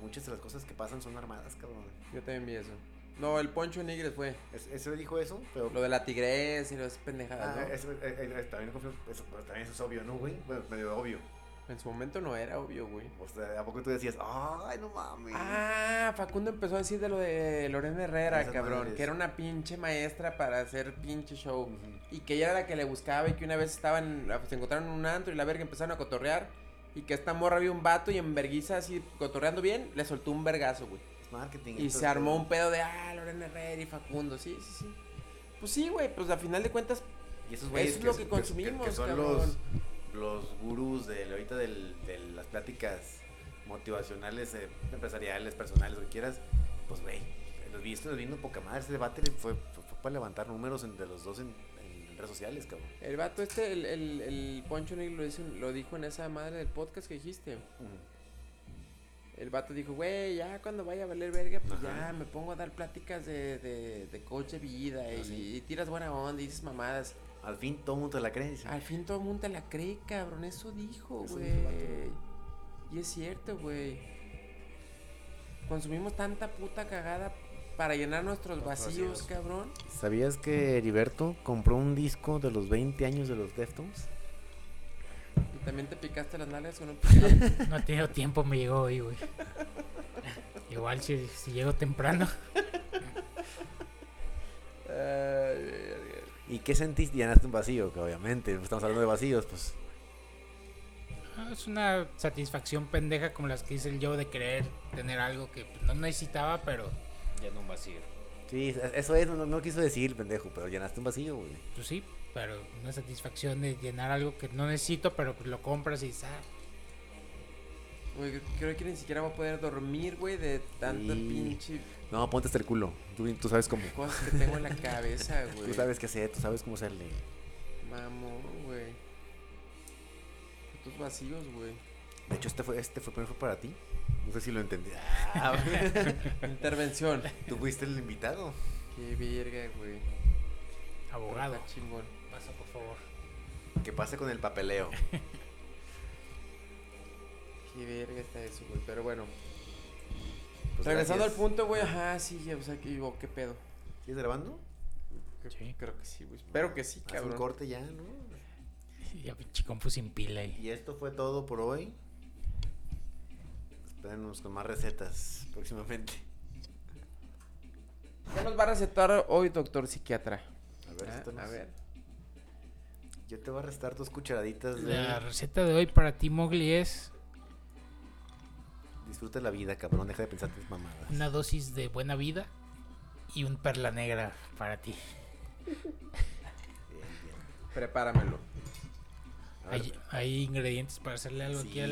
Speaker 2: muchas de las cosas que pasan son armadas, cabrón.
Speaker 1: Yo también vi eso. No, el Poncho Nigres fue.
Speaker 2: Es- Ese dijo eso, pero
Speaker 1: Lo de la tigrés y las pendejadas,
Speaker 2: Ah,
Speaker 1: ¿no?
Speaker 2: eso, eh, eh, también, confío- eso, pero también eso es obvio, ¿no, güey? Bueno, medio obvio.
Speaker 1: En su momento no era obvio, güey.
Speaker 2: O sea, ¿a poco tú decías, ay, no mames?
Speaker 1: Ah, Facundo empezó a decir de lo de Lorena Herrera,
Speaker 2: Esas
Speaker 1: cabrón.
Speaker 2: madres.
Speaker 1: Que era una pinche maestra para hacer pinche show.
Speaker 2: Ujú.
Speaker 1: Y que ella era la que le buscaba y que una vez estaban, la- se encontraron en un antro y la verga empezaron a cotorrear. Y que esta morra vio un vato y en verguiza así cotorreando bien, le soltó un vergazo, güey.
Speaker 2: Es marketing.
Speaker 1: Y se armó un pedo de, ah, Lorena Herrera y Facundo, sí, sí, sí. Pues sí, güey, pues a final de cuentas,
Speaker 2: Y esos
Speaker 1: eso
Speaker 2: güeyes
Speaker 1: es lo que consumimos,
Speaker 2: que son
Speaker 1: cabrón.
Speaker 2: los, los gurús de ahorita del- de las pláticas motivacionales, eh, empresariales, personales, lo que quieras. Pues, güey, los viste, los vino poca madre. Ese debate fue, fue, fue para levantar números entre los dos en, en redes sociales, cabrón.
Speaker 1: el vato este, el, el, el Poncho Negro lo, dice- lo dijo en esa madre del podcast que dijiste. El vato dijo, güey, ya cuando vaya a valer verga, pues
Speaker 2: Ajá.
Speaker 1: ya me pongo a dar pláticas de, de, de coach de vida y,
Speaker 2: Ah, sí.
Speaker 1: y tiras buena onda y dices mamadas.
Speaker 2: Al fin todo el mundo te la cree. dice.
Speaker 1: Al fin todo el mundo te la cree, cabrón, eso dijo,
Speaker 2: Eso
Speaker 1: güey.
Speaker 2: dijo el vato.
Speaker 1: Y es cierto, güey. Consumimos tanta puta cagada para llenar nuestros
Speaker 3: Los
Speaker 1: vacíos,
Speaker 3: vacíos.
Speaker 1: cabrón.
Speaker 2: ¿Sabías que Heriberto compró un disco de los 20 años de los Deftones?
Speaker 1: Y también te picaste las nalgas con un...
Speaker 4: No he tenido tiempo, me llegó hoy, güey. Igual si, si llego temprano.
Speaker 1: Eh,
Speaker 2: ¿Y qué sentiste? Llenaste un vacío, que obviamente, pues, estamos hablando de vacíos, pues.
Speaker 4: Ah, Es una satisfacción pendeja como las que hice el yo de querer tener algo que pues, no necesitaba, pero
Speaker 3: Ya no un vacío.
Speaker 2: Sí, es- eso es, no, no quiso decir, pendejo, pero llenaste un vacío, güey.
Speaker 4: pues sí, pero una satisfacción de llenar algo que no necesito, pero pues lo compras y dices, ah,
Speaker 1: Güey, creo que ni siquiera voy a poder dormir, güey, de tanta
Speaker 2: Sí.
Speaker 1: pinche
Speaker 2: No, ponte hasta el culo. Tú, tú sabes cómo.
Speaker 1: cosas que tengo en la cabeza, güey.
Speaker 2: Tú sabes qué hacer, tú sabes cómo hacerle.
Speaker 1: Mamón, güey. Estos vacíos, güey.
Speaker 2: De hecho, este fue, este fue, primero fue para ti. Ah, No sé si lo entendí.
Speaker 1: Intervención.
Speaker 2: tú fuiste el invitado.
Speaker 1: Qué verga, güey.
Speaker 4: abogado,
Speaker 1: Está chingón.
Speaker 4: pasa por favor.
Speaker 2: ¿Qué pasa con el papeleo?
Speaker 1: Qué verga está eso, güey. Pero bueno.
Speaker 2: Pues,
Speaker 1: Regresando
Speaker 2: gracias.
Speaker 1: al punto, güey. Ajá, sí, ya, o sea, que digo, qué pedo.
Speaker 2: ¿Sigues grabando?
Speaker 1: Que-
Speaker 4: Sí.
Speaker 1: Creo que sí, güey. Espero que sí,
Speaker 2: Haz un
Speaker 1: cabrón.
Speaker 2: corte ya, ¿no?
Speaker 4: Y Ya pinche compu sin pila y
Speaker 2: Y esto fue todo por hoy. Espérenos con más recetas próximamente.
Speaker 1: ¿Qué nos va a recetar hoy, doctor psiquiatra?
Speaker 2: A ver,
Speaker 1: Ah,
Speaker 2: recétanos.
Speaker 1: a ver.
Speaker 2: Yo te voy a restar dos cucharaditas de.
Speaker 4: La receta de hoy para ti, Mowgli, es
Speaker 2: Disfruta la vida, cabrón. Deja de pensar tus mamadas.
Speaker 4: una dosis de buena vida y un perla negra para ti.
Speaker 2: Bien, bien.
Speaker 1: Prepáramelo.
Speaker 2: A ver,
Speaker 4: Hay, hay ingredientes para hacerle algo
Speaker 2: sí,
Speaker 4: aquí al